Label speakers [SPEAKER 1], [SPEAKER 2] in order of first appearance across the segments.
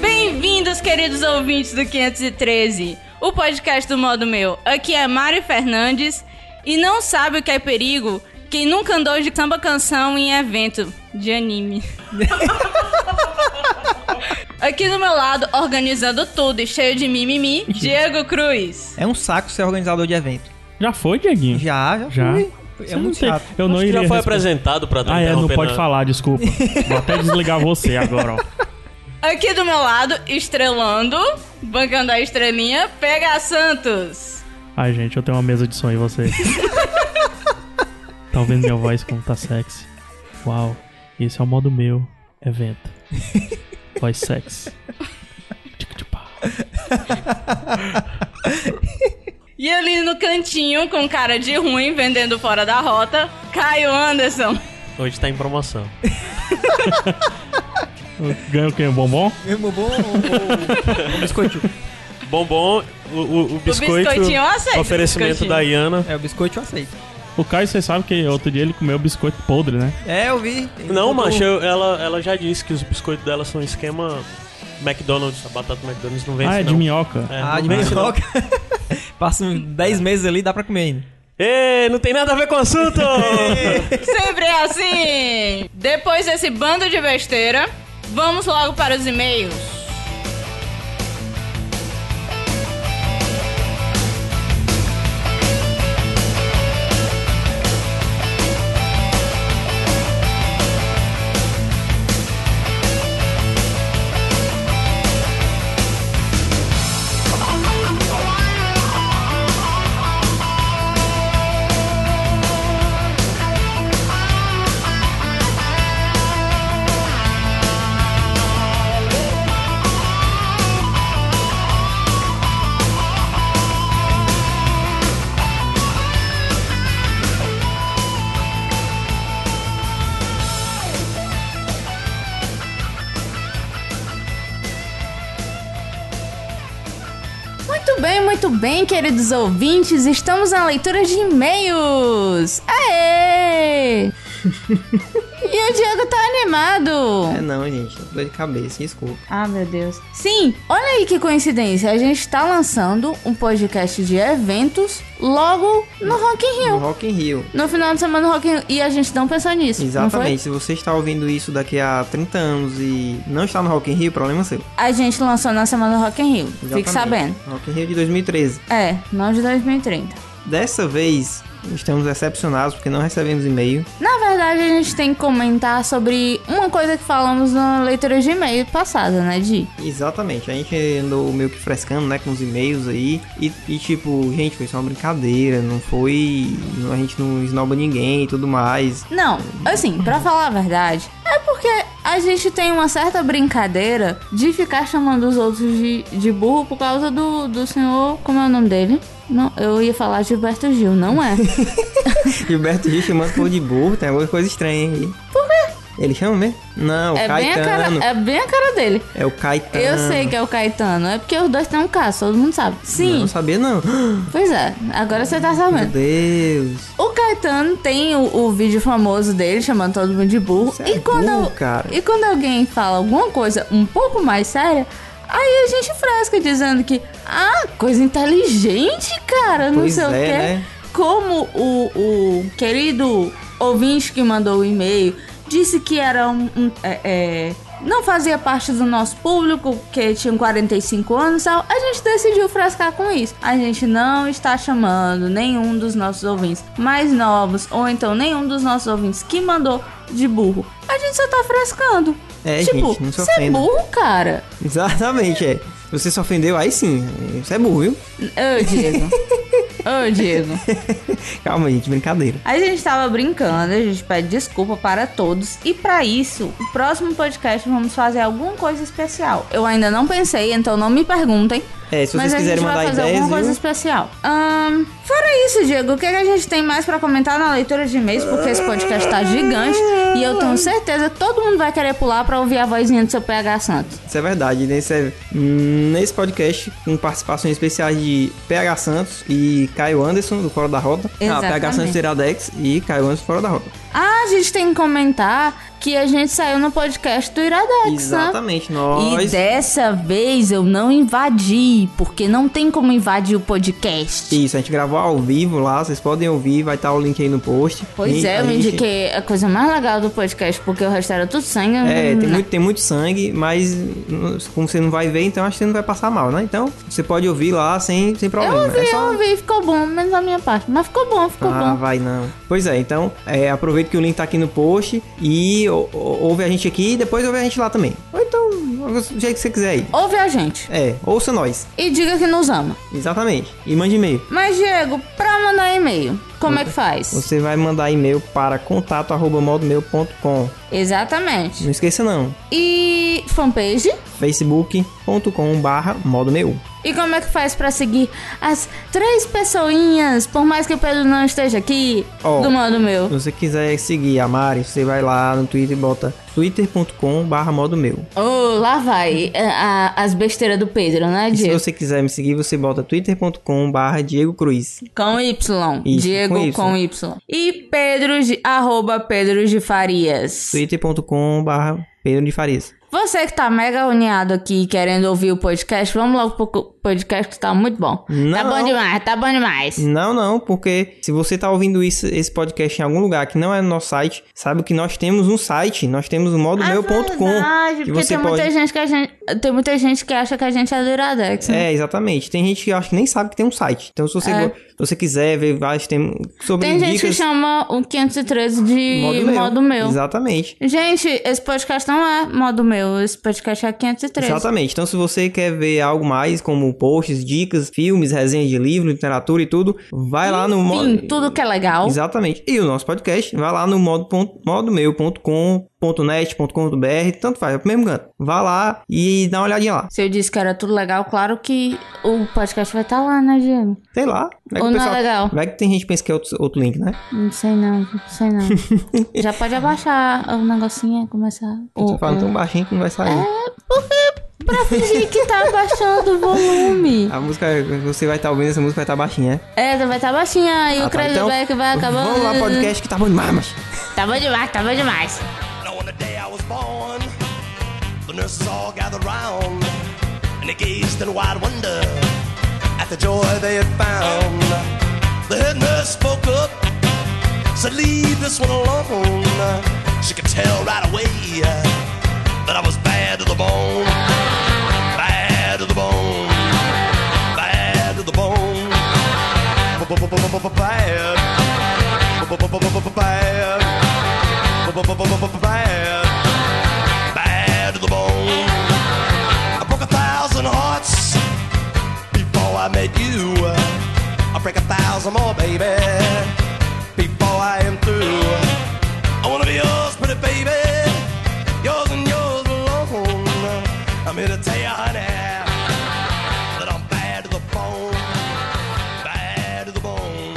[SPEAKER 1] Bem-vindos, queridos ouvintes do 513, o podcast do modo meu. Aqui é Mari Fernandes e não sabe o que é perigo quem nunca andou de samba canção em evento de anime. Aqui do meu lado, organizando tudo e cheio de mimimi, Diego Cruz.
[SPEAKER 2] É um saco ser organizador de evento.
[SPEAKER 3] Já foi, Dieguinho?
[SPEAKER 2] Já, já,
[SPEAKER 3] Já?
[SPEAKER 2] fui.
[SPEAKER 3] Você
[SPEAKER 2] É
[SPEAKER 3] não
[SPEAKER 2] muito
[SPEAKER 3] tem-
[SPEAKER 2] chato.
[SPEAKER 3] Eu não
[SPEAKER 4] Acho que
[SPEAKER 3] iria
[SPEAKER 4] já foi
[SPEAKER 3] responder.
[SPEAKER 4] apresentado pra tu
[SPEAKER 3] Ah, é, não
[SPEAKER 4] interromper,
[SPEAKER 3] pode falar, desculpa. Vou até desligar você agora, ó.
[SPEAKER 1] Aqui do meu lado, estrelando, bancando a estrelinha, Pega Santos.
[SPEAKER 3] Ai, gente, eu tenho uma mesa de som em vocês. tá ouvindo minha voz como tá sexy? Uau, esse é o modo meu, evento. Voz sexy. Tic-tic-pá.
[SPEAKER 1] E ali no cantinho, com cara de ruim, vendendo fora da rota, Caio Anderson.
[SPEAKER 4] Hoje tá em promoção.
[SPEAKER 3] Eu Ganho o quê? Um bombom?
[SPEAKER 2] Mesmo bom, o- o- o biscoito.
[SPEAKER 4] Bombom, o, o, o biscoito.
[SPEAKER 1] biscoitinho eu
[SPEAKER 5] é
[SPEAKER 1] aceito,
[SPEAKER 4] Oferecimento
[SPEAKER 1] biscoitinho.
[SPEAKER 4] da Iana.
[SPEAKER 2] É, o biscoito eu aceito.
[SPEAKER 3] O Caio, vocês sabem que outro dia ele comeu biscoito podre, né?
[SPEAKER 2] É, eu vi. Ele
[SPEAKER 4] Não,
[SPEAKER 2] botou-
[SPEAKER 3] Tá
[SPEAKER 4] macho, eu- ela, ela já disse que os biscoitos dela são esquema McDonald's. A batata McDonald's não vence,
[SPEAKER 3] ah, é de
[SPEAKER 4] não.
[SPEAKER 3] minhoca.
[SPEAKER 4] É,
[SPEAKER 2] Ah,
[SPEAKER 4] não
[SPEAKER 2] de
[SPEAKER 4] vence, não.
[SPEAKER 2] minhoca. Passa uns 10 meses ali, dá pra comer ainda.
[SPEAKER 4] Ei, não tem nada a ver com o assunto!
[SPEAKER 1] Sempre é assim! Depois desse bando de besteira, vamos logo para os e-mails. Muito bem, muito bem, queridos ouvintes, estamos na leitura de e-mails! Aê! e o Diego tá animado!
[SPEAKER 2] É, não, gente. Dor de cabeça, desculpa.
[SPEAKER 1] Ah, meu Deus. Sim, olha aí que coincidência, a gente tá lançando um podcast de eventos logo no Rock in Rio.
[SPEAKER 2] Rock in Rio.
[SPEAKER 1] No final de semana do Rock in Rio, e a gente não pensou nisso, não foi?
[SPEAKER 2] Exatamente. Se você está ouvindo isso daqui a 30 anos e não está no Rock in Rio, problema é seu.
[SPEAKER 1] A gente lançou na semana do Rock in Rio, fique
[SPEAKER 2] Exatamente.
[SPEAKER 1] sabendo.
[SPEAKER 2] Rock in Rio de 2013.
[SPEAKER 1] É, não de 2030.
[SPEAKER 2] Dessa vez, estamos decepcionados porque não recebemos e-mail.
[SPEAKER 1] Na verdade, a gente tem que comentar sobre uma coisa que falamos na leitura de e-mail passada, né, Di?
[SPEAKER 2] Exatamente, a gente andou meio que frescando, né, com os e-mails aí. E, e, tipo, gente, foi só uma brincadeira, não foi. não- A gente não esnoba ninguém e tudo mais.
[SPEAKER 1] Não, assim, pra falar a verdade, é porque a gente tem uma certa brincadeira de ficar chamando os outros de, de burro por causa do, do senhor. Como é o nome dele? Não, eu ia falar Gilberto Gil, não é?
[SPEAKER 2] Gilberto Gil chamando povo de burro, tem alguma coisa estranha aí. Por quê? Ele chama mesmo? Não, o
[SPEAKER 1] é, bem a cara,
[SPEAKER 2] Caetano.
[SPEAKER 1] é bem a cara dele.
[SPEAKER 2] é... o Caetano.
[SPEAKER 1] Eu sei que assim. é o Caetano, é porque os dois têm um caso, todo mundo sabe. Sim,
[SPEAKER 2] Não sabia, não.
[SPEAKER 1] pois é, agora você tá
[SPEAKER 2] Meu
[SPEAKER 1] sabendo.
[SPEAKER 2] Deus.
[SPEAKER 1] O Caetano tem o, o vídeo famoso dele chamando todo mundo de burro.
[SPEAKER 2] Você
[SPEAKER 1] e
[SPEAKER 2] é
[SPEAKER 1] quando
[SPEAKER 2] burro,
[SPEAKER 1] eu-
[SPEAKER 2] cara.
[SPEAKER 1] e quando alguém fala alguma coisa um pouco mais séria, aí a gente fresca dizendo que ah, coisa inteligente, cara, não
[SPEAKER 2] Pois
[SPEAKER 1] sei o
[SPEAKER 2] é,
[SPEAKER 1] quê.
[SPEAKER 2] né?
[SPEAKER 1] Como o, o querido ouvinte que mandou o e-mail disse que era um, um- é, é, não fazia parte do nosso público, que tinha 45 anos e tal, a gente decidiu frescar com isso. A gente não está chamando nenhum dos nossos ouvintes mais novos, ou então nenhum dos nossos ouvintes que mandou de burro. A gente só tá frescando.
[SPEAKER 2] É,
[SPEAKER 1] tipo,
[SPEAKER 2] gente, não se
[SPEAKER 1] você é
[SPEAKER 2] ofenda.
[SPEAKER 1] burro, cara.
[SPEAKER 2] Exatamente, é. Se Você se ofendeu, aí sim. Você é burro, viu?
[SPEAKER 1] Ô, Diego. Ô, Diego.
[SPEAKER 2] Calma, gente, brincadeira.
[SPEAKER 1] A gente tava brincando, a gente pede desculpa para todos. E para isso, o próximo podcast vamos fazer alguma coisa especial. Eu ainda não pensei, então não me perguntem.
[SPEAKER 2] É, se
[SPEAKER 1] mas
[SPEAKER 2] vocês
[SPEAKER 1] a
[SPEAKER 2] quiserem
[SPEAKER 1] gente
[SPEAKER 2] mandar
[SPEAKER 1] vai fazer
[SPEAKER 2] ideias,
[SPEAKER 1] alguma coisa
[SPEAKER 2] viu?
[SPEAKER 1] especial. Ahn, fora isso, Diego, o que, que a gente tem mais pra comentar na leitura de e-mails? Porque esse podcast tá gigante e eu tenho certeza que todo mundo vai querer pular pra ouvir a vozinha do seu PH Santos.
[SPEAKER 2] Isso é verdade. Nesse, nesse podcast, com participações especiais de PH Santos e Caio Anderson, do Fora da Rota. Ah,
[SPEAKER 1] Exatamente.
[SPEAKER 2] PH Santos Iradex e Caio Anderson Fora da Rota.
[SPEAKER 1] Ah, a gente tem que comentar que a gente saiu no podcast do Iradex, né?
[SPEAKER 2] Exatamente,
[SPEAKER 1] E
[SPEAKER 2] nós.
[SPEAKER 1] dessa vez eu não invadi, porque não tem como invadir o podcast.
[SPEAKER 2] Isso, a gente gravou ao vivo lá, vocês podem ouvir, vai estar o link aí no post.
[SPEAKER 1] Pois
[SPEAKER 2] E
[SPEAKER 1] é,
[SPEAKER 2] a
[SPEAKER 1] eu
[SPEAKER 2] gente-
[SPEAKER 1] indiquei a coisa mais legal do podcast, porque o resto era tudo sangue.
[SPEAKER 2] É,
[SPEAKER 1] Hum,
[SPEAKER 2] tem muito, tem muito sangue, mas hum, como você não vai ver, então acho que você não vai passar mal, né? Então, você pode ouvir lá sem, sem problema. é
[SPEAKER 1] Eu
[SPEAKER 2] só...
[SPEAKER 1] ouvi, ficou bom, menos a minha parte. Mas ficou bom, ficou
[SPEAKER 2] Ah,
[SPEAKER 1] Tá bom.
[SPEAKER 2] vai não. Pois é, então é, aproveita que o link tá aqui no post e ou- ou- ouve a gente aqui e depois ouve a gente lá também. Ou então, do jeito que você quiser aí.
[SPEAKER 1] Ouve a gente
[SPEAKER 2] É, ouça nós.
[SPEAKER 1] e diga que nos ama.
[SPEAKER 2] Exatamente. E mande e-mail.
[SPEAKER 1] Mas, Diego, pra mandar e-mail, como é que faz?
[SPEAKER 2] Você vai mandar e-mail para contato@modomeio.com.
[SPEAKER 1] Exatamente.
[SPEAKER 2] Não esqueça não.
[SPEAKER 1] E fanpage?
[SPEAKER 2] facebook.com/barra modo meu.
[SPEAKER 1] E como é que faz pra seguir as três pessoinhas, por mais que o Pedro não esteja aqui,
[SPEAKER 2] Ó.
[SPEAKER 1] do modo meu?
[SPEAKER 2] Se você quiser seguir a Mari, você vai lá no Twitter e bota twitter.com/barra modo meu.
[SPEAKER 1] Oh, lá vai é, a- as besteiras do Pedro, né,
[SPEAKER 2] E se
[SPEAKER 1] Diego?
[SPEAKER 2] você quiser me seguir, você bota twitter.com/barra Diego Cruz.
[SPEAKER 1] Com Y.
[SPEAKER 2] Isso,
[SPEAKER 1] Diego
[SPEAKER 2] com
[SPEAKER 1] com
[SPEAKER 2] Y.
[SPEAKER 1] y. E Pedro, de- arroba Pedro de Farias.
[SPEAKER 2] twitter.com/barra Pedro de Farias.
[SPEAKER 1] Você que tá mega uniado aqui querendo ouvir o podcast, vamos logo pro co- podcast que tá muito bom. Tá
[SPEAKER 2] Não.
[SPEAKER 1] bom demais, tá bom demais.
[SPEAKER 2] Não, não, porque se você tá ouvindo isso, esse podcast em algum lugar que não é no nosso site, sabe que nós temos um site, nós temos o modo
[SPEAKER 1] Ah,
[SPEAKER 2] meu.com.
[SPEAKER 1] verdade,
[SPEAKER 2] Que
[SPEAKER 1] porque
[SPEAKER 2] você
[SPEAKER 1] tem muita
[SPEAKER 2] pode.
[SPEAKER 1] gente que a gente. Tem muita gente que acha que a gente é do Iradex. né?
[SPEAKER 2] É, exatamente. Tem gente que eu acho que nem sabe que tem um site. Então, se você,
[SPEAKER 1] É.
[SPEAKER 2] go- se você quiser ver vários tem sobre
[SPEAKER 1] Tem gente que
[SPEAKER 2] É, dicas,
[SPEAKER 1] chama o 513 de modo meu.
[SPEAKER 2] Exatamente.
[SPEAKER 1] Gente, esse podcast não é modo meu, esse podcast é 513.
[SPEAKER 2] Exatamente. Então, se você quer ver algo mais, como posts, dicas, filmes, resenhas de livro, literatura e tudo, vai lá no
[SPEAKER 1] Enfim,
[SPEAKER 2] modo.
[SPEAKER 1] tudo que é legal.
[SPEAKER 2] Exatamente. E o nosso podcast vai lá no modo ponto- modomeu.com.net.com.br, tanto faz, é pro mesmo canto. Vá lá e dá uma olhadinha lá.
[SPEAKER 1] Se eu disse que era tudo legal, claro que o podcast vai estar lá, né, Diego?
[SPEAKER 2] Sei lá. Vai que,
[SPEAKER 1] Ou
[SPEAKER 2] o
[SPEAKER 1] não
[SPEAKER 2] pessoal-
[SPEAKER 1] é legal?
[SPEAKER 2] vai que tem gente que pensa que é outro, outro link, né?
[SPEAKER 1] Não sei não, não sei não. Já pode abaixar o negocinho e começar.
[SPEAKER 2] Eu
[SPEAKER 1] o-
[SPEAKER 2] tô falando
[SPEAKER 1] o-
[SPEAKER 2] tão baixinho que não vai sair.
[SPEAKER 1] Pra fingir que tá abaixando o volume.
[SPEAKER 2] A música, você vai estar ouvindo essa música, vai estar baixinha, né?
[SPEAKER 1] É, vai estar baixinha e
[SPEAKER 2] Ah,
[SPEAKER 1] o
[SPEAKER 2] tá.
[SPEAKER 1] Crazy
[SPEAKER 2] Então,
[SPEAKER 1] Black vai acabar.
[SPEAKER 2] Vamos lá, podcast que tá bom demais, mas...
[SPEAKER 1] Tá bom demais, tá bom demais.
[SPEAKER 6] And on the day I was born, the nurses all gathered round and they gazed in wide wonder at the joy they had found. The head nurse spoke up, said, Leave this one alone. She could tell right away that I was bad to the bone, bad to the bone, bad to the bone, bad, bad bad, bad to the bone. I broke a thousand hearts before I met you. I break a thousand more, baby, before I am through. I wanna be yours, pretty baby, yours and yours alone. I'm here to tell you, honey, that I'm bad to the bone, bad to the bone.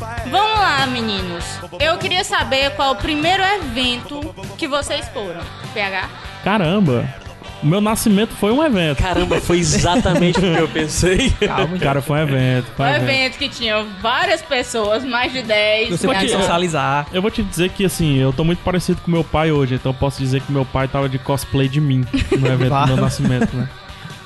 [SPEAKER 6] Bad.
[SPEAKER 1] Vamos lá, meninos. Eu queria saber qual o primeiro evento que vocês foram. PH?
[SPEAKER 3] Caramba! O meu nascimento foi um evento.
[SPEAKER 4] Caramba, foi exatamente o que eu pensei.
[SPEAKER 3] Calma, cara, foi um evento. Foi
[SPEAKER 1] Um
[SPEAKER 3] um evento.
[SPEAKER 1] evento que tinha várias pessoas, mais de 10.
[SPEAKER 2] Você
[SPEAKER 1] né?
[SPEAKER 2] pode socializar.
[SPEAKER 3] Eu vou te dizer que, assim, eu tô muito parecido com meu pai hoje, então eu posso dizer que meu pai tava de cosplay de mim no evento do meu nascimento, né?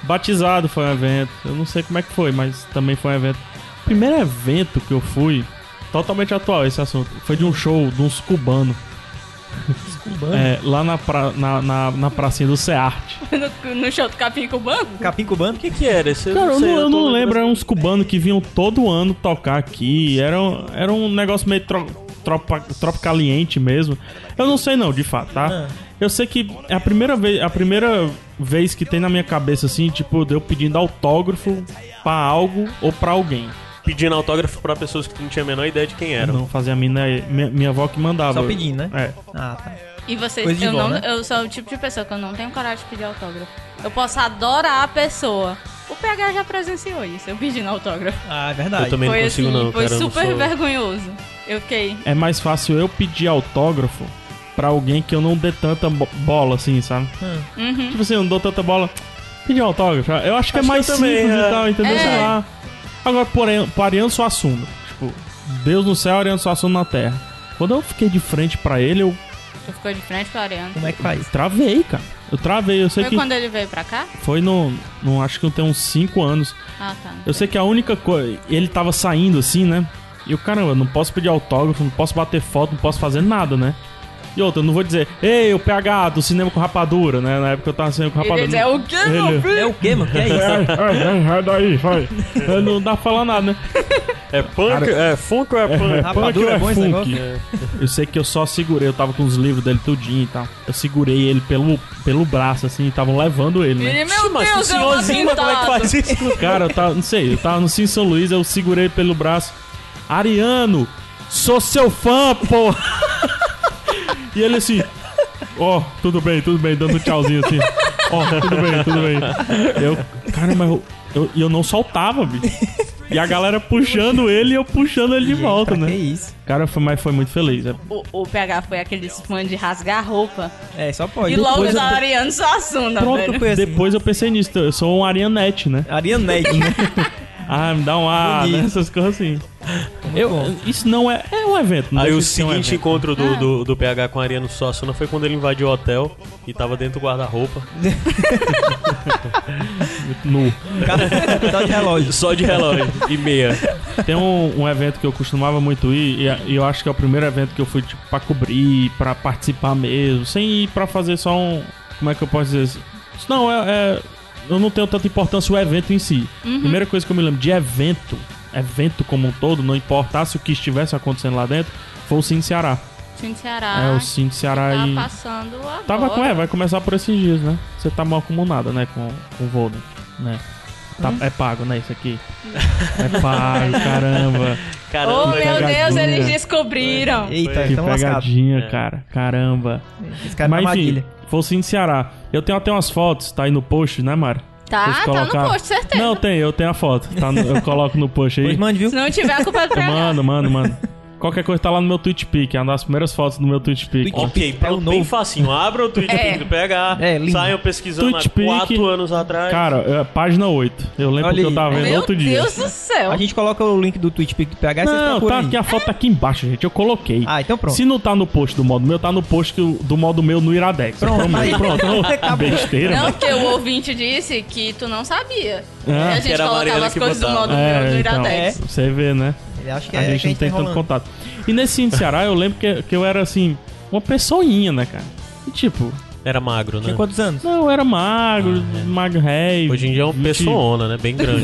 [SPEAKER 3] Batizado foi um evento, eu não sei como é que foi, mas também foi um evento. Primeiro evento que eu fui, totalmente atual esse assunto, foi de um show de uns cubanos. É, lá na, pra, na, na, na pracinha do Cearte.
[SPEAKER 1] no, no show do Capim Cubano?
[SPEAKER 7] Capim cubano?
[SPEAKER 4] O que que era? Esse,
[SPEAKER 3] Cara, eu
[SPEAKER 4] sei,
[SPEAKER 3] não, eu
[SPEAKER 4] tô
[SPEAKER 3] não lembro,
[SPEAKER 4] lembrando.
[SPEAKER 3] eram uns cubanos que vinham todo ano tocar aqui. Era, um- era um negócio meio tro, tropa, tropicaliente mesmo. Eu não sei não, de fato, tá? Eu sei que é a primeira vez, a primeira vez que tem na minha cabeça assim, tipo, de eu pedindo autógrafo pra algo ou pra alguém.
[SPEAKER 4] Pedindo autógrafo pra pessoas que não tinha a menor ideia de quem
[SPEAKER 3] Eu
[SPEAKER 4] eram.
[SPEAKER 3] não fazia a mina, minha, minha avó que mandava.
[SPEAKER 7] Só pedindo, né?
[SPEAKER 3] É.
[SPEAKER 7] Ah, tá.
[SPEAKER 5] E vocês,
[SPEAKER 7] Coisa de
[SPEAKER 5] eu,
[SPEAKER 7] vó,
[SPEAKER 5] não,
[SPEAKER 7] né?
[SPEAKER 5] eu sou o tipo de pessoa que eu não tenho coragem de pedir autógrafo. Eu posso adorar a pessoa. O PH já presenciou isso, eu pedindo autógrafo.
[SPEAKER 7] Ah, é verdade.
[SPEAKER 4] Eu também
[SPEAKER 5] foi
[SPEAKER 4] não consigo,
[SPEAKER 5] assim,
[SPEAKER 4] não,
[SPEAKER 5] foi
[SPEAKER 4] cara. eu não
[SPEAKER 5] super
[SPEAKER 4] sou-
[SPEAKER 5] vergonhoso. Eu fiquei.
[SPEAKER 3] É mais fácil eu pedir autógrafo pra alguém que eu não dê tanta bo- bola, assim, sabe?
[SPEAKER 5] Uhum.
[SPEAKER 3] Tipo assim, eu não dou tanta bola. Pedir um autógrafo. Eu acho que
[SPEAKER 4] É. Acho
[SPEAKER 3] é mais
[SPEAKER 4] que eu também,
[SPEAKER 3] simples
[SPEAKER 4] é.
[SPEAKER 3] e tal, entendeu?
[SPEAKER 5] É.
[SPEAKER 3] Sei lá. Agora, porém, pro Ariano Suassuna. Tipo, Deus no céu, Ariano Suassuna na terra. Quando eu fiquei de frente pra ele, eu
[SPEAKER 5] Tu ficou de frente pro Ariano.
[SPEAKER 7] Como é que faz?
[SPEAKER 3] Travei, cara. Eu travei, eu sei
[SPEAKER 5] Foi
[SPEAKER 3] que
[SPEAKER 5] quando ele veio pra cá?
[SPEAKER 3] foi no, no. Acho que tem uns 5 anos.
[SPEAKER 5] Ah, tá.
[SPEAKER 3] Eu sei que a única coisa. Ele tava saindo assim, né? E eu, caramba, não posso pedir autógrafo, não posso bater foto, não posso fazer nada, né? E outra, eu não vou dizer, ei, o PH do cinema com rapadura, né? Na época eu tava no cinema com
[SPEAKER 5] Ele
[SPEAKER 3] rapadura.
[SPEAKER 5] diz, é o quê, meu
[SPEAKER 3] Ele-
[SPEAKER 5] filho?
[SPEAKER 7] É o quê, mano? Que é isso?
[SPEAKER 3] é, é, é, daí, vai. Eu não dá pra falar nada, né?
[SPEAKER 4] É punk? É funk ou é punk?
[SPEAKER 3] Punk
[SPEAKER 2] Rapadura é bom esse
[SPEAKER 3] funk.
[SPEAKER 2] negócio?
[SPEAKER 3] Eu sei que eu só segurei, eu tava com os livros dele tudinho e tal. Eu segurei ele pelo, pelo braço, assim, e estavam levando ele, né?
[SPEAKER 5] Ele, meu
[SPEAKER 4] Mas
[SPEAKER 5] Deus,
[SPEAKER 4] o
[SPEAKER 5] eu
[SPEAKER 3] tá
[SPEAKER 5] vou
[SPEAKER 4] senhorzinho, como é que faz isso?
[SPEAKER 3] Cara, eu tava, não sei, eu tava no Sim São Luís, eu segurei ele pelo braço. Ariano, sou seu fã, pô! E ele assim, ó, tudo bem, tudo bem, dando um tchauzinho assim. Ó, tudo bem, tudo bem. Eu, cara, mas eu, eu, e eu não soltava, bicho. E a galera puxando ele e eu puxando ele de volta,
[SPEAKER 2] Pra que é
[SPEAKER 3] né?
[SPEAKER 2] isso?
[SPEAKER 3] Cara, foi, mas foi muito feliz. é.
[SPEAKER 5] O, o PH foi aqueles fã de rasgar roupa.
[SPEAKER 2] É, só pode.
[SPEAKER 5] e logo
[SPEAKER 2] Depois
[SPEAKER 5] o
[SPEAKER 2] eu-
[SPEAKER 5] Ariano só assuna,
[SPEAKER 2] Pronto,
[SPEAKER 5] velho.
[SPEAKER 2] foi assim.
[SPEAKER 3] Depois eu pensei nisso, eu sou um Arianete, né?
[SPEAKER 2] Arianete, né?
[SPEAKER 3] Ah, me dá um ar, né?
[SPEAKER 2] Bonito.
[SPEAKER 3] essas coisas assim.
[SPEAKER 2] Eu,
[SPEAKER 3] Isso não é. É um evento, não
[SPEAKER 4] Aí o
[SPEAKER 3] deixa de ser um
[SPEAKER 4] seguinte
[SPEAKER 3] evento.
[SPEAKER 4] encontro
[SPEAKER 5] Ah.
[SPEAKER 4] do, do, do PH com a Ariano Suassuna foi quando ele invadiu o hotel e tava dentro do guarda-roupa,
[SPEAKER 3] nu.
[SPEAKER 2] cara, só de relógio.
[SPEAKER 4] só de relógio e meia.
[SPEAKER 3] Tem um, um evento que eu costumava muito ir, e a- e eu acho que é o primeiro evento que eu fui, tipo, pra cobrir, pra participar mesmo, sem ir pra fazer só um. Como é que eu posso dizer isso? Isso Não, é. é- eu não tenho tanta importância o evento em si. Primeira coisa que eu me lembro de evento, evento como um todo, não importasse o que estivesse acontecendo lá dentro, foi o Cine Ceará.
[SPEAKER 5] Sim, Ceará.
[SPEAKER 3] é, o Cine Ceará
[SPEAKER 5] Tá
[SPEAKER 3] e.
[SPEAKER 5] passando agora.
[SPEAKER 3] Tava com, é, vai começar por esses dias, né? Você tá mal acumulada, né? Com, com o Volden, né? Tá-
[SPEAKER 5] Hum?
[SPEAKER 3] É pago, né? Isso aqui. É pago, caramba.
[SPEAKER 5] Oh,
[SPEAKER 4] Caramba,
[SPEAKER 5] meu Deus,
[SPEAKER 3] né, pegadinha.
[SPEAKER 5] eles descobriram.
[SPEAKER 2] Eita,
[SPEAKER 3] Que
[SPEAKER 2] estamos lascados.
[SPEAKER 3] pegadinha,
[SPEAKER 4] É.
[SPEAKER 3] cara. Caramba.
[SPEAKER 2] Esse
[SPEAKER 5] tá
[SPEAKER 2] cara é
[SPEAKER 3] Mas enfim,
[SPEAKER 2] armadilha.
[SPEAKER 3] foi o Cine Ceará. Eu tenho até umas fotos, tá aí no post, né, Mari?
[SPEAKER 5] Tá,
[SPEAKER 3] Vocês
[SPEAKER 5] tá no
[SPEAKER 3] colocar-
[SPEAKER 5] post, certeza.
[SPEAKER 3] Não, tem, eu tenho a foto. Tá no- eu coloco no post aí.
[SPEAKER 2] Pois mande, viu?
[SPEAKER 5] Se não tiver, a culpa é do PH.
[SPEAKER 3] Mano, mano, mano. Qualquer coisa tá lá no meu TwitchPic, é uma das primeiras fotos do meu TwitchPic.
[SPEAKER 2] Twitch-
[SPEAKER 4] Ok,
[SPEAKER 2] É o
[SPEAKER 4] bem
[SPEAKER 2] novo.
[SPEAKER 4] facinho. Abra o Twitch
[SPEAKER 5] É.
[SPEAKER 4] do PH,
[SPEAKER 2] É, lindo.
[SPEAKER 4] saiam pesquisando há
[SPEAKER 3] Twitch Peak.
[SPEAKER 4] quatro anos atrás.
[SPEAKER 3] Cara, é, página 8. Eu lembro
[SPEAKER 2] Olha
[SPEAKER 3] que eu
[SPEAKER 2] aí.
[SPEAKER 3] tava vendo
[SPEAKER 5] Meu
[SPEAKER 3] outro
[SPEAKER 5] Deus
[SPEAKER 3] dia.
[SPEAKER 5] do céu.
[SPEAKER 2] A gente coloca o link do Twitch Pic do PH e vocês
[SPEAKER 3] Não,
[SPEAKER 2] procuram
[SPEAKER 3] tá
[SPEAKER 2] aí.
[SPEAKER 3] aqui, a foto tá aqui embaixo, gente. Eu coloquei.
[SPEAKER 2] Ah, então pronto.
[SPEAKER 3] Se não tá no post do modo meu, tá no post que o- do modo meu no Iradex.
[SPEAKER 2] Pronto,
[SPEAKER 3] Prometo,
[SPEAKER 2] aí.
[SPEAKER 3] pronto. Não,
[SPEAKER 2] Acabou.
[SPEAKER 3] besteira,
[SPEAKER 5] Não,
[SPEAKER 3] mano.
[SPEAKER 5] porque o ouvinte disse que tu não sabia. E
[SPEAKER 3] Ah.
[SPEAKER 5] a
[SPEAKER 4] Que
[SPEAKER 5] gente
[SPEAKER 4] era a
[SPEAKER 5] colocava
[SPEAKER 4] Mariana
[SPEAKER 5] as
[SPEAKER 4] que
[SPEAKER 5] coisas do
[SPEAKER 4] botava.
[SPEAKER 5] modo meu do
[SPEAKER 3] É, então,
[SPEAKER 5] Iradex.
[SPEAKER 3] você vê, né?
[SPEAKER 2] Eu Acho que
[SPEAKER 3] a
[SPEAKER 2] é
[SPEAKER 3] gente não tem tanto
[SPEAKER 2] enrolando.
[SPEAKER 3] contato. E nesse Cine Ceará, eu lembro que, que eu era, assim, uma pessoinha, né, cara? E, tipo,
[SPEAKER 4] Era magro, né?
[SPEAKER 2] Tinha quantos anos?
[SPEAKER 3] não, eu era magro,
[SPEAKER 2] Ah, é.
[SPEAKER 3] magro rei.
[SPEAKER 4] Hoje em dia é um
[SPEAKER 3] 20,
[SPEAKER 4] pessoona, né? Bem grande.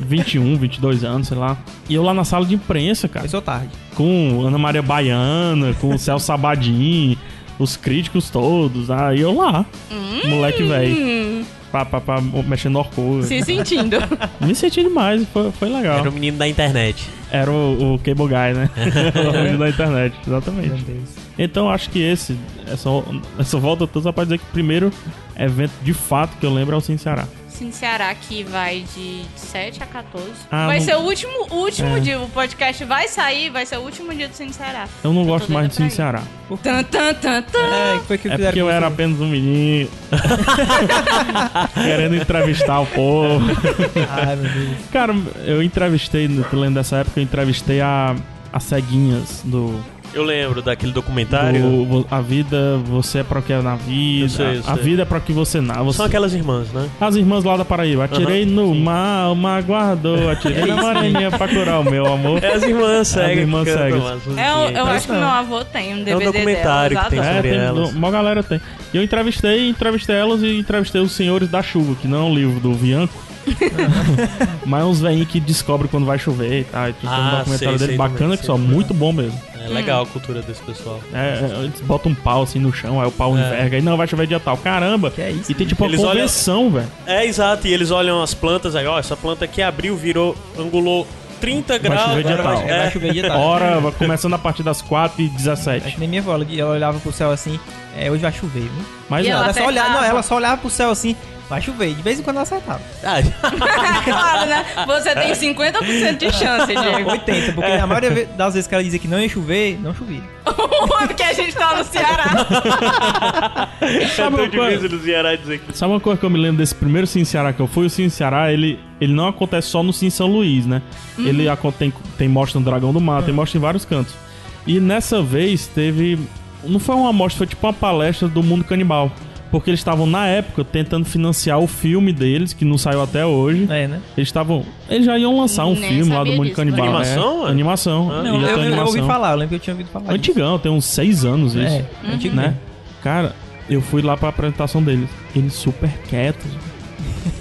[SPEAKER 3] 21, 22 anos, sei lá. E eu lá na sala de imprensa, cara.
[SPEAKER 2] Começou tarde.
[SPEAKER 3] com Ana Maria Baiana, com o Celso Sabadim, os críticos todos. Aí eu lá, moleque velho,
[SPEAKER 5] Hum,
[SPEAKER 3] pá, pá, pá, mexendo orco.
[SPEAKER 5] se sentindo.
[SPEAKER 3] Me senti demais, foi, foi legal.
[SPEAKER 4] Era
[SPEAKER 3] Era,
[SPEAKER 4] o menino da internet.
[SPEAKER 3] o, o Cable Guy, né? O vídeo da internet,
[SPEAKER 2] Meu
[SPEAKER 3] exatamente.
[SPEAKER 2] Deus.
[SPEAKER 3] Então acho que esse, essa, essa volta toda só pra dizer que o primeiro evento de fato que eu lembro é o Sim Ceará.
[SPEAKER 5] Sim, Ceará que vai de 7 a 14.
[SPEAKER 3] Ah,
[SPEAKER 5] vai
[SPEAKER 3] não-
[SPEAKER 5] ser o último, o último
[SPEAKER 3] É.
[SPEAKER 5] dia. O podcast vai sair, vai ser o último dia do Sim Ceará.
[SPEAKER 3] Eu não
[SPEAKER 5] tô
[SPEAKER 3] gosto
[SPEAKER 5] doida
[SPEAKER 3] mais do Sim
[SPEAKER 5] pra ir.
[SPEAKER 3] Ceará.
[SPEAKER 5] Tan, tan, tan, tan.
[SPEAKER 2] É, foi que
[SPEAKER 3] É porque eu
[SPEAKER 2] com
[SPEAKER 3] era
[SPEAKER 2] você.
[SPEAKER 3] apenas um menino. Querendo entrevistar o povo.
[SPEAKER 2] Ai, meu Deus.
[SPEAKER 3] Cara, eu entrevistei, no- tu lembra dessa época, eu entrevistei a, a Ceguinhas do,
[SPEAKER 4] Eu lembro daquele documentário.
[SPEAKER 3] do vo- A Vida, Você é Pra O Que É Na Vida.
[SPEAKER 4] Eu sei, eu
[SPEAKER 3] A
[SPEAKER 4] sei.
[SPEAKER 3] Vida é Pra O Que Você Não. Você...
[SPEAKER 4] São aquelas irmãs, né?
[SPEAKER 3] As irmãs lá da Paraíba. Atirei no mal, mal guardou. Atirei na maranhinha pra curar o meu amor.
[SPEAKER 4] É as irmãs
[SPEAKER 3] As
[SPEAKER 4] cegas.
[SPEAKER 3] irmãs
[SPEAKER 4] que cantam
[SPEAKER 3] cegas.
[SPEAKER 4] as
[SPEAKER 5] É, eu, eu
[SPEAKER 4] musiquinhas.
[SPEAKER 5] acho que meu avô tem um DVD
[SPEAKER 4] É documentário
[SPEAKER 5] delas,
[SPEAKER 4] que tem
[SPEAKER 5] adoro.
[SPEAKER 3] É,
[SPEAKER 4] sobre
[SPEAKER 3] tem,
[SPEAKER 4] elas.
[SPEAKER 3] mó galera tem. E eu entrevistei, entrevistei elas e entrevistei os Senhores da Chuva, que não é um livro do Vianco. mas é uns veinhos que descobre quando vai chover e tal. E tem um
[SPEAKER 4] Ah,
[SPEAKER 3] documentário
[SPEAKER 4] sei,
[SPEAKER 3] dele
[SPEAKER 4] sei
[SPEAKER 3] bacana
[SPEAKER 4] também,
[SPEAKER 3] que
[SPEAKER 4] sei
[SPEAKER 3] só,
[SPEAKER 4] também.
[SPEAKER 3] muito bom mesmo.
[SPEAKER 4] É legal
[SPEAKER 5] Hum.
[SPEAKER 4] a cultura desse pessoal.
[SPEAKER 3] É, é, eles botam um pau assim no chão, aí o
[SPEAKER 4] É.
[SPEAKER 3] pau enverga, aí não, vai chover dia tal. Caramba!
[SPEAKER 2] Que é isso,
[SPEAKER 3] e tem tipo uma
[SPEAKER 4] né? Eles olham-
[SPEAKER 3] convenção, velho.
[SPEAKER 4] É, exato. E eles olham as plantas aí, ó. Essa planta aqui abriu, virou, angulou 30
[SPEAKER 3] Vai
[SPEAKER 4] graus.
[SPEAKER 3] chover dia
[SPEAKER 4] agora vai-
[SPEAKER 3] tal.
[SPEAKER 4] é.
[SPEAKER 2] Vai chover de tarde.
[SPEAKER 3] Hora, vai começando a partir das 4 e
[SPEAKER 2] Acho
[SPEAKER 3] 17
[SPEAKER 2] que nem minha avó, ela ela olhava pro céu assim, é, hoje vai chover, viu?
[SPEAKER 3] Mas
[SPEAKER 5] E
[SPEAKER 3] é,
[SPEAKER 5] ela-
[SPEAKER 2] Ela só olhava, não,
[SPEAKER 5] acertava.
[SPEAKER 2] ela só olhava pro céu assim, vai chover. De vez em quando ela acertava.
[SPEAKER 4] Ah,
[SPEAKER 5] claro, né? Você tem 50% de chance, Diego.
[SPEAKER 2] 80, porque a maioria ve- das vezes que ela dizia que não ia chover, não chovia.
[SPEAKER 5] Porque a gente tá no Ceará.
[SPEAKER 4] é
[SPEAKER 3] sabe,
[SPEAKER 4] tão
[SPEAKER 3] uma
[SPEAKER 4] difícil
[SPEAKER 3] coisa,
[SPEAKER 4] do Ceará dizer que...
[SPEAKER 3] sabe uma coisa que eu me lembro desse primeiro Sim Ceará que eu fui? O Sim Ceará, ele, ele não acontece só no Sim São Luís, né?
[SPEAKER 2] Uhum.
[SPEAKER 3] Ele acon- tem, tem mostra no Dragão do Mar, tem mostra em vários cantos. E nessa vez teve Não foi uma amostra, foi tipo uma palestra do mundo canibal. Porque eles estavam, na época, tentando financiar o filme deles, que não saiu até hoje.
[SPEAKER 2] É, né?
[SPEAKER 3] Eles estavam. Eles já iam lançar um
[SPEAKER 5] Nem
[SPEAKER 3] filme lá do
[SPEAKER 5] sabia
[SPEAKER 3] Mundo
[SPEAKER 5] disso.
[SPEAKER 3] Canibal.
[SPEAKER 4] Animação,
[SPEAKER 3] É,
[SPEAKER 4] é?
[SPEAKER 3] animação.
[SPEAKER 4] Ah.
[SPEAKER 3] Ia
[SPEAKER 2] Não,
[SPEAKER 3] ter
[SPEAKER 2] eu, eu
[SPEAKER 3] animação.
[SPEAKER 2] ouvi falar, eu lembro que eu tinha ouvido falar. disso.
[SPEAKER 3] Antigão, tem uns seis anos isso.
[SPEAKER 2] É, antigo.
[SPEAKER 3] né? Cara, eu fui lá pra apresentação deles. Eles super quietos.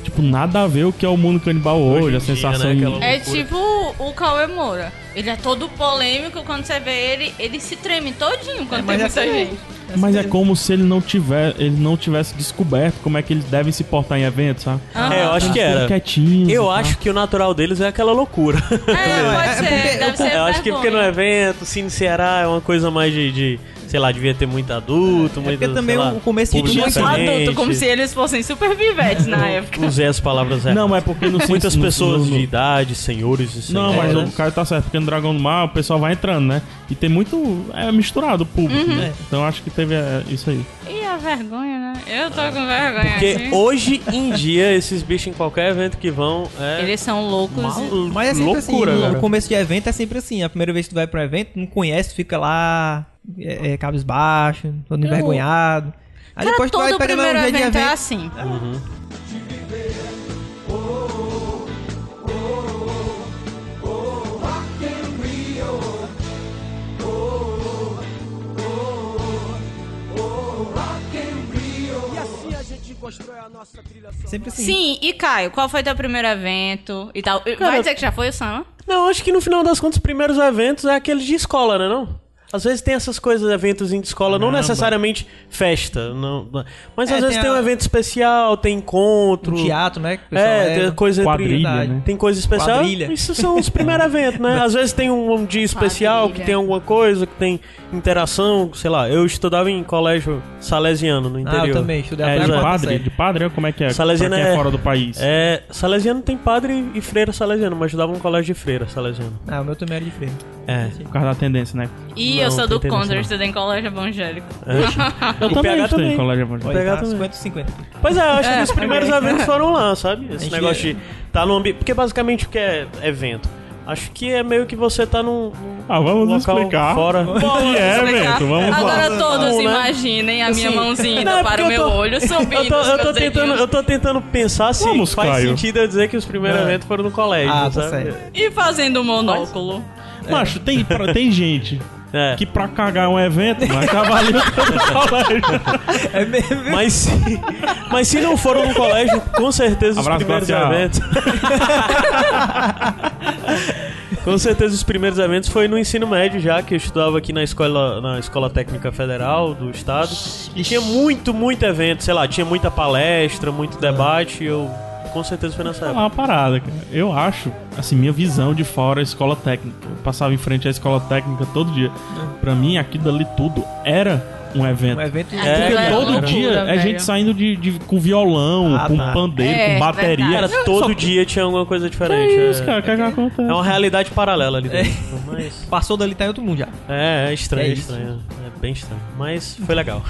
[SPEAKER 3] tipo, nada a ver o que é o mundo canibal hoje,
[SPEAKER 4] Hoje em
[SPEAKER 3] a
[SPEAKER 4] dia,
[SPEAKER 3] sensação.
[SPEAKER 4] né,
[SPEAKER 3] em-
[SPEAKER 4] aquela-
[SPEAKER 5] É
[SPEAKER 4] Loucura.
[SPEAKER 5] tipo o Cauê Moura. Ele é todo polêmico, quando você vê ele, ele se treme todinho quando tem
[SPEAKER 2] mas é
[SPEAKER 5] muita
[SPEAKER 2] assim mesmo.
[SPEAKER 5] gente.
[SPEAKER 3] Mas é como se ele não, tiver, ele não tivesse descoberto como é que eles devem se portar em eventos, sabe? tá?
[SPEAKER 5] Aham.
[SPEAKER 4] É, eu acho que
[SPEAKER 3] Super
[SPEAKER 4] era.
[SPEAKER 3] quietinhos e
[SPEAKER 4] Eu
[SPEAKER 3] tal.
[SPEAKER 4] acho que o natural deles é aquela loucura.
[SPEAKER 5] É, pode ser, deve ser
[SPEAKER 4] Eu acho que
[SPEAKER 5] vergonha.
[SPEAKER 4] é porque no evento, Cine Ceará é uma coisa mais de, de, sei lá, devia ter muito adulto, muito,
[SPEAKER 2] porque também
[SPEAKER 4] sei lá,
[SPEAKER 2] o começo de
[SPEAKER 4] público
[SPEAKER 2] tudo é
[SPEAKER 5] Muito
[SPEAKER 4] diferente.
[SPEAKER 5] adulto, como se eles fossem super pivetes na época.
[SPEAKER 4] Usei as palavras erradas.
[SPEAKER 3] Não, mas porque no
[SPEAKER 4] Muitas
[SPEAKER 3] no-
[SPEAKER 4] pessoas É.
[SPEAKER 3] no- no-
[SPEAKER 4] de idade, senhores e senhoras.
[SPEAKER 3] Não, mas o cara tá certo, porque no Dragão do Mar o pessoal vai entrando, né? E tem muito. É misturado o público.
[SPEAKER 4] Uhum.
[SPEAKER 3] né? Então eu acho que teve é, isso aí.
[SPEAKER 5] E a vergonha, né? Eu tô com vergonha
[SPEAKER 4] Porque
[SPEAKER 5] aqui.
[SPEAKER 4] hoje em dia, esses bichos em qualquer evento que vão é
[SPEAKER 5] Eles são loucos.
[SPEAKER 4] mal-
[SPEAKER 2] Mas é sempre
[SPEAKER 4] loucura,
[SPEAKER 2] assim,
[SPEAKER 4] cara.
[SPEAKER 2] no começo de evento é sempre assim. A primeira vez que tu vai pro evento, não conhece, fica lá, é, é, cabisbaixo, todo envergonhado. Aí
[SPEAKER 5] Cara,
[SPEAKER 2] depois tu vai
[SPEAKER 5] todo
[SPEAKER 2] pegando
[SPEAKER 5] primeiro
[SPEAKER 2] um jeito de
[SPEAKER 5] evento é
[SPEAKER 2] evento.
[SPEAKER 5] assim.
[SPEAKER 2] Sempre assim.
[SPEAKER 5] Sim, e Caio, qual foi teu primeiro evento e tal? Vai dizer que já foi o Sam?
[SPEAKER 4] Não, acho que no final das contas, os primeiros eventos é aqueles de escola, né? Não? Às vezes tem essas coisas, eventos de escola, não
[SPEAKER 3] Caramba.
[SPEAKER 4] necessariamente festa. Não, não. mas
[SPEAKER 2] É,
[SPEAKER 4] às vezes
[SPEAKER 2] tem
[SPEAKER 4] tem um
[SPEAKER 2] a-
[SPEAKER 4] evento especial, tem encontro.
[SPEAKER 2] Um teatro, né? que o pessoal
[SPEAKER 4] É,
[SPEAKER 2] leva.
[SPEAKER 4] tem coisa entre-
[SPEAKER 3] Quadrilha, né?
[SPEAKER 4] Tem coisa especial.
[SPEAKER 2] Quadrilha.
[SPEAKER 4] Isso são os primeiros eventos, né? Às vezes tem um, um dia especial
[SPEAKER 5] Quadrilha.
[SPEAKER 4] que tem alguma coisa, que tem interação, sei lá. Eu estudava em colégio salesiano no interior.
[SPEAKER 2] Ah, eu também, estudei
[SPEAKER 3] É,
[SPEAKER 2] até
[SPEAKER 3] de
[SPEAKER 2] a quarta
[SPEAKER 3] padre?
[SPEAKER 2] série.
[SPEAKER 3] De padre? Como é que é?
[SPEAKER 4] Tá Salesiano
[SPEAKER 3] pra quem é
[SPEAKER 4] é-
[SPEAKER 3] fora do país.
[SPEAKER 4] É, salesiano tem padre e freira salesiano, mas estudava um colégio de freira salesiano.
[SPEAKER 2] Ah, o meu também era de freio.
[SPEAKER 4] É.
[SPEAKER 3] Por causa da tendência, né?
[SPEAKER 5] E
[SPEAKER 4] Não,
[SPEAKER 5] eu sou do
[SPEAKER 4] tentei não,
[SPEAKER 5] contra,
[SPEAKER 4] não.
[SPEAKER 5] estudei em colégio evangélico.
[SPEAKER 3] Eu
[SPEAKER 4] O
[SPEAKER 3] também
[SPEAKER 4] PH
[SPEAKER 3] estudei em
[SPEAKER 4] também.
[SPEAKER 3] colégio evangélico.
[SPEAKER 2] Olha,
[SPEAKER 4] pegar
[SPEAKER 2] tá
[SPEAKER 4] também.
[SPEAKER 2] 50 50.
[SPEAKER 4] Pois é, eu acho
[SPEAKER 5] É,
[SPEAKER 4] que os primeiros
[SPEAKER 5] também.
[SPEAKER 4] eventos foram lá, sabe? Esse
[SPEAKER 2] gente-
[SPEAKER 4] negócio de tá no ambiente. Porque basicamente o que é evento? Acho que é meio que você tá num. num
[SPEAKER 3] Ah, vamos
[SPEAKER 4] local
[SPEAKER 3] explicar.
[SPEAKER 4] Fora.
[SPEAKER 3] O que é,
[SPEAKER 5] Explicar.
[SPEAKER 3] evento? Vamos lá.
[SPEAKER 5] Agora todos
[SPEAKER 4] Não, né?
[SPEAKER 5] imaginem a minha
[SPEAKER 4] Assim,
[SPEAKER 5] mãozinha
[SPEAKER 4] não, é
[SPEAKER 5] para o
[SPEAKER 4] porque
[SPEAKER 5] meu
[SPEAKER 4] eu tô-
[SPEAKER 5] olho subindo.
[SPEAKER 4] Eu tô,
[SPEAKER 5] os
[SPEAKER 4] eu,
[SPEAKER 5] meus
[SPEAKER 4] tô tentando,
[SPEAKER 5] dedinhos.
[SPEAKER 4] eu tô tentando pensar se
[SPEAKER 3] Vamos,
[SPEAKER 4] faz
[SPEAKER 3] Caio.
[SPEAKER 4] sentido eu dizer que os primeiros
[SPEAKER 2] Não.
[SPEAKER 4] eventos foram no colégio,
[SPEAKER 2] É. Ah, tá
[SPEAKER 4] sabe?
[SPEAKER 2] certo.
[SPEAKER 5] E fazendo um monóculo.
[SPEAKER 3] Macho, tem, pra- tem gente
[SPEAKER 4] É.
[SPEAKER 3] que pra cagar um evento, mas tava ali no colégio.
[SPEAKER 2] É mesmo.
[SPEAKER 4] Mas, se, mas se não foram no colégio, com certeza os
[SPEAKER 3] Abraço,
[SPEAKER 4] primeiros
[SPEAKER 3] Glacial.
[SPEAKER 4] eventos. com certeza os primeiros eventos foi no ensino médio já, que eu estudava aqui na escola, na escola técnica federal do estado. E tinha muito, muito evento, sei lá, tinha muita palestra, muito debate. e Eu com certeza foi nessa
[SPEAKER 3] É
[SPEAKER 4] época.
[SPEAKER 3] uma parada, cara. Eu acho, assim, minha visão de fora, escola técnica. Eu passava em frente à escola técnica todo dia. Pra mim, aquilo ali tudo era um evento.
[SPEAKER 2] Um evento.
[SPEAKER 5] É.
[SPEAKER 3] Porque
[SPEAKER 5] Era
[SPEAKER 3] todo
[SPEAKER 5] loucura,
[SPEAKER 3] dia é
[SPEAKER 5] velho.
[SPEAKER 3] gente saindo de, de- com violão,
[SPEAKER 2] Ah,
[SPEAKER 3] com
[SPEAKER 2] tá.
[SPEAKER 3] pandeiro,
[SPEAKER 5] É,
[SPEAKER 3] com bateria.
[SPEAKER 5] verdade.
[SPEAKER 4] Cara, todo dia tinha alguma coisa diferente.
[SPEAKER 3] É isso,
[SPEAKER 4] é-
[SPEAKER 3] cara. É. O que é que acontece?
[SPEAKER 4] É uma realidade paralela ali dentro. Mas.
[SPEAKER 2] Passou dali, tá em outro mundo já.
[SPEAKER 4] É, é estranho,
[SPEAKER 2] É
[SPEAKER 4] é
[SPEAKER 2] isso.
[SPEAKER 4] estranho. É bem estranho. Mas foi legal.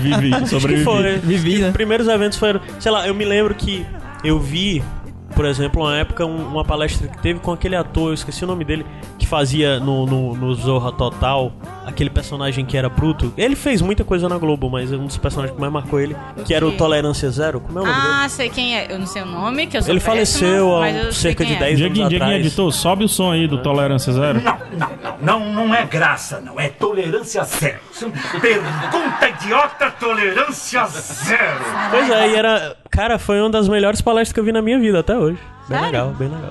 [SPEAKER 3] Vivi, sobrevivi.
[SPEAKER 4] Acho que foi.
[SPEAKER 2] Vivi,
[SPEAKER 4] Acho que
[SPEAKER 2] né?
[SPEAKER 4] Os primeiros eventos foram. Sei lá, eu me lembro que eu vi, por exemplo, uma época, um- uma palestra que teve com aquele ator, eu esqueci o nome dele, que fazia no, no, no Zorra Total, aquele personagem que era bruto. Ele fez muita coisa na Globo, mas um dos personagens que mais marcou ele, que era o
[SPEAKER 5] quê?
[SPEAKER 4] Tolerância Zero. Como é o nome dele?
[SPEAKER 5] Ah, sei quem é. Eu não sei o nome, que eu sou
[SPEAKER 4] Ele
[SPEAKER 5] péssima,
[SPEAKER 4] faleceu há
[SPEAKER 5] mas eu sei
[SPEAKER 4] cerca
[SPEAKER 5] quem
[SPEAKER 4] de
[SPEAKER 5] é.
[SPEAKER 4] 10 anos
[SPEAKER 3] Dieguinho, Dieguinho,
[SPEAKER 4] atrás.
[SPEAKER 3] editor, sobe o som aí
[SPEAKER 2] É.
[SPEAKER 3] do Tolerância Zero.
[SPEAKER 7] Não, não é graça, não. É tolerância zero. é um Pergunta idiota, tolerância zero.
[SPEAKER 4] Pois é, e era. Cara, foi uma das melhores palestras que eu vi na minha vida até hoje. Bem
[SPEAKER 5] Sério?
[SPEAKER 4] legal, bem legal.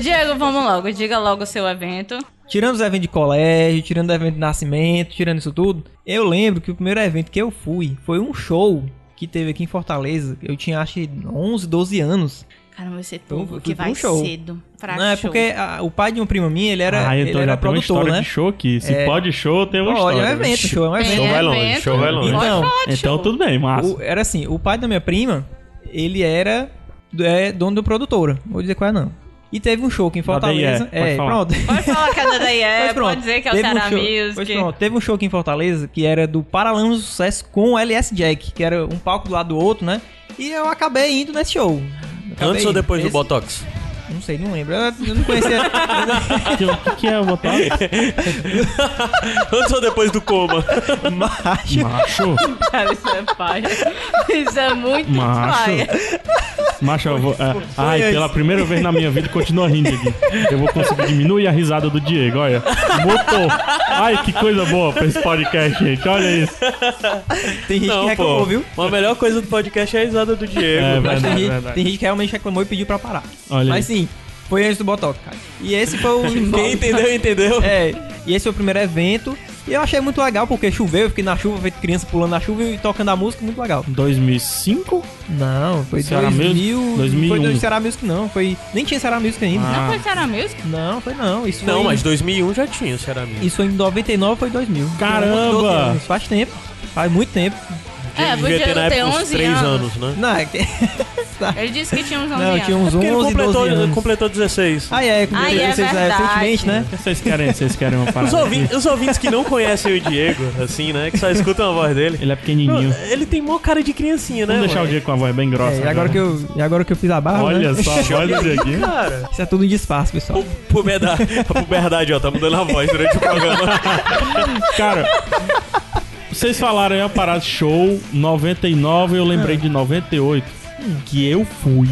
[SPEAKER 5] Diego, vamos logo. Diga logo o seu evento.
[SPEAKER 2] Tirando os eventos de colégio, tirando o evento de nascimento, tirando isso tudo, eu lembro que o primeiro evento que eu fui foi um show que teve aqui em Fortaleza. Eu tinha acho que 11, 12 anos.
[SPEAKER 5] Cara, você ser
[SPEAKER 2] Eu
[SPEAKER 5] povo
[SPEAKER 2] fui
[SPEAKER 5] que
[SPEAKER 2] pra
[SPEAKER 5] vai
[SPEAKER 2] um show.
[SPEAKER 5] cedo pra
[SPEAKER 2] Não, é
[SPEAKER 5] show.
[SPEAKER 2] porque ah, o pai de uma prima minha, ele era,
[SPEAKER 3] ah,
[SPEAKER 2] ele
[SPEAKER 3] então
[SPEAKER 2] era
[SPEAKER 3] já tem uma
[SPEAKER 2] produtor,
[SPEAKER 3] história
[SPEAKER 2] né?
[SPEAKER 3] de show aqui. Se
[SPEAKER 2] É.
[SPEAKER 3] pode show, tem uma
[SPEAKER 2] Olha,
[SPEAKER 3] história.
[SPEAKER 2] é um evento, show, é um
[SPEAKER 5] Tem
[SPEAKER 2] evento.
[SPEAKER 3] vai longe,
[SPEAKER 5] evento,
[SPEAKER 3] show vai longe.
[SPEAKER 5] pode
[SPEAKER 2] Então,
[SPEAKER 5] falar de
[SPEAKER 3] Então
[SPEAKER 5] show.
[SPEAKER 3] tudo bem, massa.
[SPEAKER 2] O- era assim, o pai da minha prima, ele era do- é dono da produtora. Não Vou dizer qual é, não. E teve um show aqui em Fortaleza. É,
[SPEAKER 3] DIE, é. pode falar.
[SPEAKER 2] pronto.
[SPEAKER 5] Pode falar que é da DIE,
[SPEAKER 2] Pois pronto,
[SPEAKER 5] pode dizer que é o
[SPEAKER 2] teve
[SPEAKER 5] Ceará
[SPEAKER 2] um show,
[SPEAKER 5] Music.
[SPEAKER 2] pois pronto, teve um show aqui em Fortaleza que era do Paralamas do Sucesso com o LS Jack, que era um palco do lado do outro, né? E eu acabei indo nesse show. Acabei
[SPEAKER 4] Antes ou
[SPEAKER 2] indo.
[SPEAKER 4] depois do
[SPEAKER 2] Esse-
[SPEAKER 4] Botox?
[SPEAKER 2] Não sei, não lembro. Eu eu não conhecia.
[SPEAKER 3] Que- O que, que é o botão?
[SPEAKER 4] Antes ou depois do coma?
[SPEAKER 2] Macho.
[SPEAKER 3] Macho.
[SPEAKER 5] Cara, isso é paia. Isso é muito
[SPEAKER 3] Macho.
[SPEAKER 5] paia.
[SPEAKER 3] Macho, eu vou. ah, ai,
[SPEAKER 2] antes.
[SPEAKER 3] pela primeira vez na minha vida, continua rindo aqui. Eu vou conseguir diminuir a risada do Diego, olha. Botou. Ai, que coisa boa pra esse podcast, gente. Olha isso.
[SPEAKER 2] Tem gente é que reclamou, viu?
[SPEAKER 4] A melhor coisa do podcast é a risada do Diego.
[SPEAKER 2] Mas
[SPEAKER 3] É,
[SPEAKER 2] tem,
[SPEAKER 3] verdade,
[SPEAKER 2] gente,
[SPEAKER 3] verdade.
[SPEAKER 2] tem gente que realmente reclamou e pediu pra parar.
[SPEAKER 3] Olha
[SPEAKER 2] Mas sim, foi antes do Botox, cara. E esse foi o.
[SPEAKER 4] Quem entendeu, entendeu.
[SPEAKER 2] É, e esse foi o primeiro evento. E eu achei muito legal, porque choveu, eu fiquei na chuva, feito criança pulando na chuva e tocando a música, muito legal.
[SPEAKER 3] 2005?
[SPEAKER 2] Não, foi
[SPEAKER 3] Ceará
[SPEAKER 2] 2000.
[SPEAKER 3] Music?
[SPEAKER 2] Foi
[SPEAKER 3] 2001.
[SPEAKER 2] do Ceará Music, não. Foi, nem tinha Ceará Music ainda.
[SPEAKER 3] Ah.
[SPEAKER 5] Não foi Ceará Music?
[SPEAKER 2] Não, foi não. Isso
[SPEAKER 4] Não,
[SPEAKER 2] foi,
[SPEAKER 4] mas 2001 já tinha o Ceará Music.
[SPEAKER 2] Isso foi em 99, foi 2000.
[SPEAKER 3] Caramba!
[SPEAKER 2] Então, 12 anos. Faz tempo. Faz muito tempo.
[SPEAKER 3] Ah,
[SPEAKER 5] É,
[SPEAKER 4] Devia ter
[SPEAKER 5] podia
[SPEAKER 4] na
[SPEAKER 5] ter
[SPEAKER 4] época uns
[SPEAKER 5] 11
[SPEAKER 4] 3
[SPEAKER 5] anos.
[SPEAKER 4] anos, né?
[SPEAKER 2] Não, é que...
[SPEAKER 5] Ele disse que tinha uns 11
[SPEAKER 2] não
[SPEAKER 5] anos.
[SPEAKER 2] tinha um uns
[SPEAKER 4] Porque ele
[SPEAKER 2] 11, 12
[SPEAKER 4] completou,
[SPEAKER 2] anos.
[SPEAKER 4] completou 16.
[SPEAKER 2] Ah, é. completou
[SPEAKER 5] Ah, é
[SPEAKER 2] 16,
[SPEAKER 5] verdade.
[SPEAKER 2] recentemente, né?
[SPEAKER 3] O que vocês querem? Vocês querem uma
[SPEAKER 4] Os
[SPEAKER 3] parada?
[SPEAKER 4] ouvintes, os ouvintes que não conhecem o Diego, assim, né? Que só escutam a voz dele.
[SPEAKER 3] Ele é pequenininho.
[SPEAKER 4] Ele tem mó cara de criancinha, né?
[SPEAKER 3] Vamos deixar o Diego com a voz bem grossa.
[SPEAKER 2] É, e agora que eu, e agora que eu fiz a barba,
[SPEAKER 3] Olha
[SPEAKER 2] né?
[SPEAKER 3] só, olha o Dieguinho.
[SPEAKER 4] Cara,
[SPEAKER 2] Isso é tudo em disfarce, pessoal.
[SPEAKER 4] pu- puberdade, a puberdade, ó, tá mudando a voz durante o programa.
[SPEAKER 3] Cara, vocês falaram aí a parada show 99, eu lembrei de 98, que eu fui,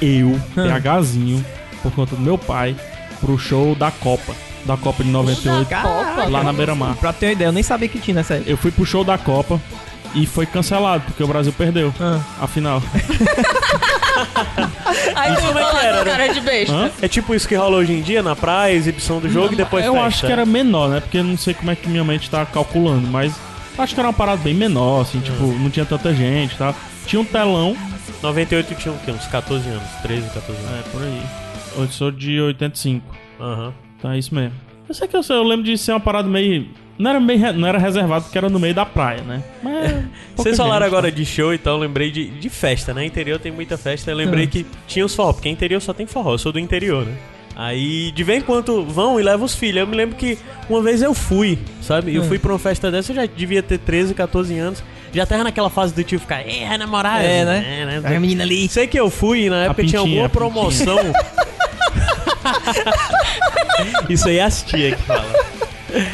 [SPEAKER 3] eu, PHzinho, por conta do meu pai, pro show da Copa, da Copa de 98,
[SPEAKER 5] Copa?
[SPEAKER 3] lá na Beira-Mar.
[SPEAKER 2] Pra ter uma ideia, eu nem sabia que tinha nessa época.
[SPEAKER 3] Eu fui pro show da Copa e foi cancelado, porque o Brasil perdeu
[SPEAKER 2] Ah.
[SPEAKER 3] a final.
[SPEAKER 5] Ah, Aí tu
[SPEAKER 4] é que
[SPEAKER 5] falou
[SPEAKER 4] era,
[SPEAKER 5] com cara de besta.
[SPEAKER 3] Hã?
[SPEAKER 4] É tipo isso que rola hoje em dia, na praia, exibição do jogo e depois
[SPEAKER 3] Eu
[SPEAKER 4] festa.
[SPEAKER 3] acho que era menor, né? Porque eu não sei como é que minha mente tá calculando, mas acho que era uma parada bem menor, assim, tipo, não tinha tanta gente, tá? Tinha um telão
[SPEAKER 4] 98 tinha o quê? Uns 14 anos, 13, 14 anos.
[SPEAKER 3] É, por aí. Eu sou de 85.
[SPEAKER 4] Aham.
[SPEAKER 3] Tá, é isso mesmo. Eu sei que eu, sei, eu lembro de ser uma parada meio. Não era, meio, re- não era reservado porque era no meio da praia, né? Mas. pouca
[SPEAKER 4] Vocês falaram
[SPEAKER 3] gente,
[SPEAKER 4] agora
[SPEAKER 2] né?
[SPEAKER 4] de show e tal, eu lembrei de, de festa, né? Interior tem muita festa, eu
[SPEAKER 2] Hum.
[SPEAKER 4] lembrei que tinha os forró, porque interior só tem forró, eu sou do interior, né? Aí de vez em quando vão e levam os filhos. Eu me lembro que uma vez eu fui, sabe?
[SPEAKER 2] Hum.
[SPEAKER 4] Eu fui pra uma festa dessa, eu já devia ter 13, 14 anos. Já tava naquela fase do tio ficar, é, vai namorar.
[SPEAKER 2] É, né?
[SPEAKER 4] É,
[SPEAKER 2] A menina ali.
[SPEAKER 4] Sei que eu fui e na época tinha
[SPEAKER 3] pintinha,
[SPEAKER 4] alguma
[SPEAKER 3] a pintinha.
[SPEAKER 4] promoção. Isso aí é as tia que fala.
[SPEAKER 3] né?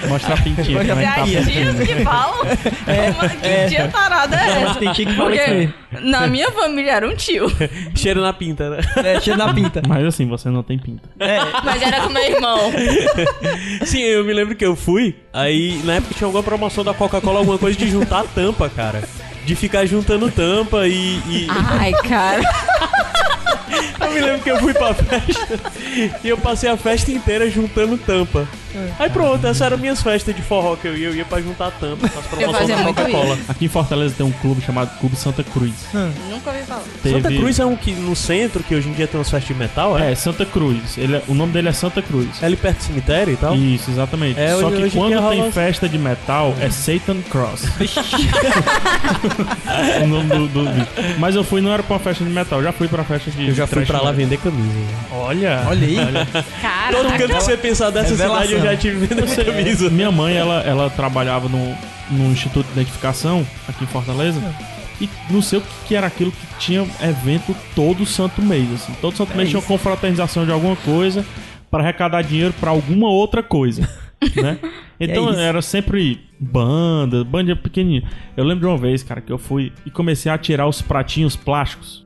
[SPEAKER 3] Mostra a pintinha.
[SPEAKER 2] Mostra
[SPEAKER 3] como é
[SPEAKER 5] É
[SPEAKER 3] que tá a
[SPEAKER 5] as
[SPEAKER 3] pintinha.
[SPEAKER 5] tias que falam? Mano, que tia tarada é essa?
[SPEAKER 2] Tem tia que É, fala isso
[SPEAKER 5] Porque
[SPEAKER 2] mesmo.
[SPEAKER 5] na minha família era um tio.
[SPEAKER 4] Cheiro na pinta, né?
[SPEAKER 2] É, cheio da pinta. É.
[SPEAKER 3] Mas assim, você não tem pinta.
[SPEAKER 5] Mas era com meu irmão.
[SPEAKER 4] Sim, eu me lembro que eu fui, aí na época tinha alguma promoção da Coca-Cola, alguma coisa de juntar tampa, cara. De ficar juntando tampa e. e-
[SPEAKER 5] Ai, cara.
[SPEAKER 4] Eu me lembro que eu fui pra festa e eu passei a festa inteira juntando tampa. Aí pronto, essas eram minhas festas de forró que eu ia, eu ia pra juntar tampa, com as promoções
[SPEAKER 5] fazia
[SPEAKER 4] da
[SPEAKER 5] muito
[SPEAKER 4] Coca-Cola.
[SPEAKER 3] Aqui em Fortaleza tem um clube chamado Clube Santa Cruz.
[SPEAKER 5] Nunca ouvi falar.
[SPEAKER 3] Teve-
[SPEAKER 4] Santa Cruz é um que no centro, que hoje em dia tem umas festas de metal, é?
[SPEAKER 3] É, Santa Cruz. Ele é- o nome dele é Santa Cruz.
[SPEAKER 4] É ali perto do cemitério e tal?
[SPEAKER 3] Isso, exatamente.
[SPEAKER 4] É,
[SPEAKER 3] Só
[SPEAKER 4] hoje-
[SPEAKER 3] que
[SPEAKER 4] hoje
[SPEAKER 3] quando
[SPEAKER 4] que rola-
[SPEAKER 3] tem festa de metal, é Satan Cross. o nome do, do bicho. Mas eu fui, não era pra uma festa de metal, já fui pra festa de.
[SPEAKER 4] Eu já fui
[SPEAKER 3] thrash
[SPEAKER 4] pra lá
[SPEAKER 3] metal.
[SPEAKER 4] vender camisa. né?
[SPEAKER 3] Olha!
[SPEAKER 2] Olha aí.
[SPEAKER 4] Todo
[SPEAKER 5] Caraca.
[SPEAKER 4] canto que você pensar dessa cidade eu já tive vendo camisa.
[SPEAKER 3] É, Minha mãe, ela, ela trabalhava no, no Instituto de Identificação, aqui em Fortaleza. E não sei o que, que era aquilo que tinha evento todo santo mês. Assim. Todo santo mês tinha uma confraternização de alguma coisa para arrecadar dinheiro para alguma outra coisa. né? Então
[SPEAKER 2] isso.
[SPEAKER 3] era sempre banda, banda pequenininha. Eu lembro de uma vez, cara, que eu fui e comecei a tirar os pratinhos plásticos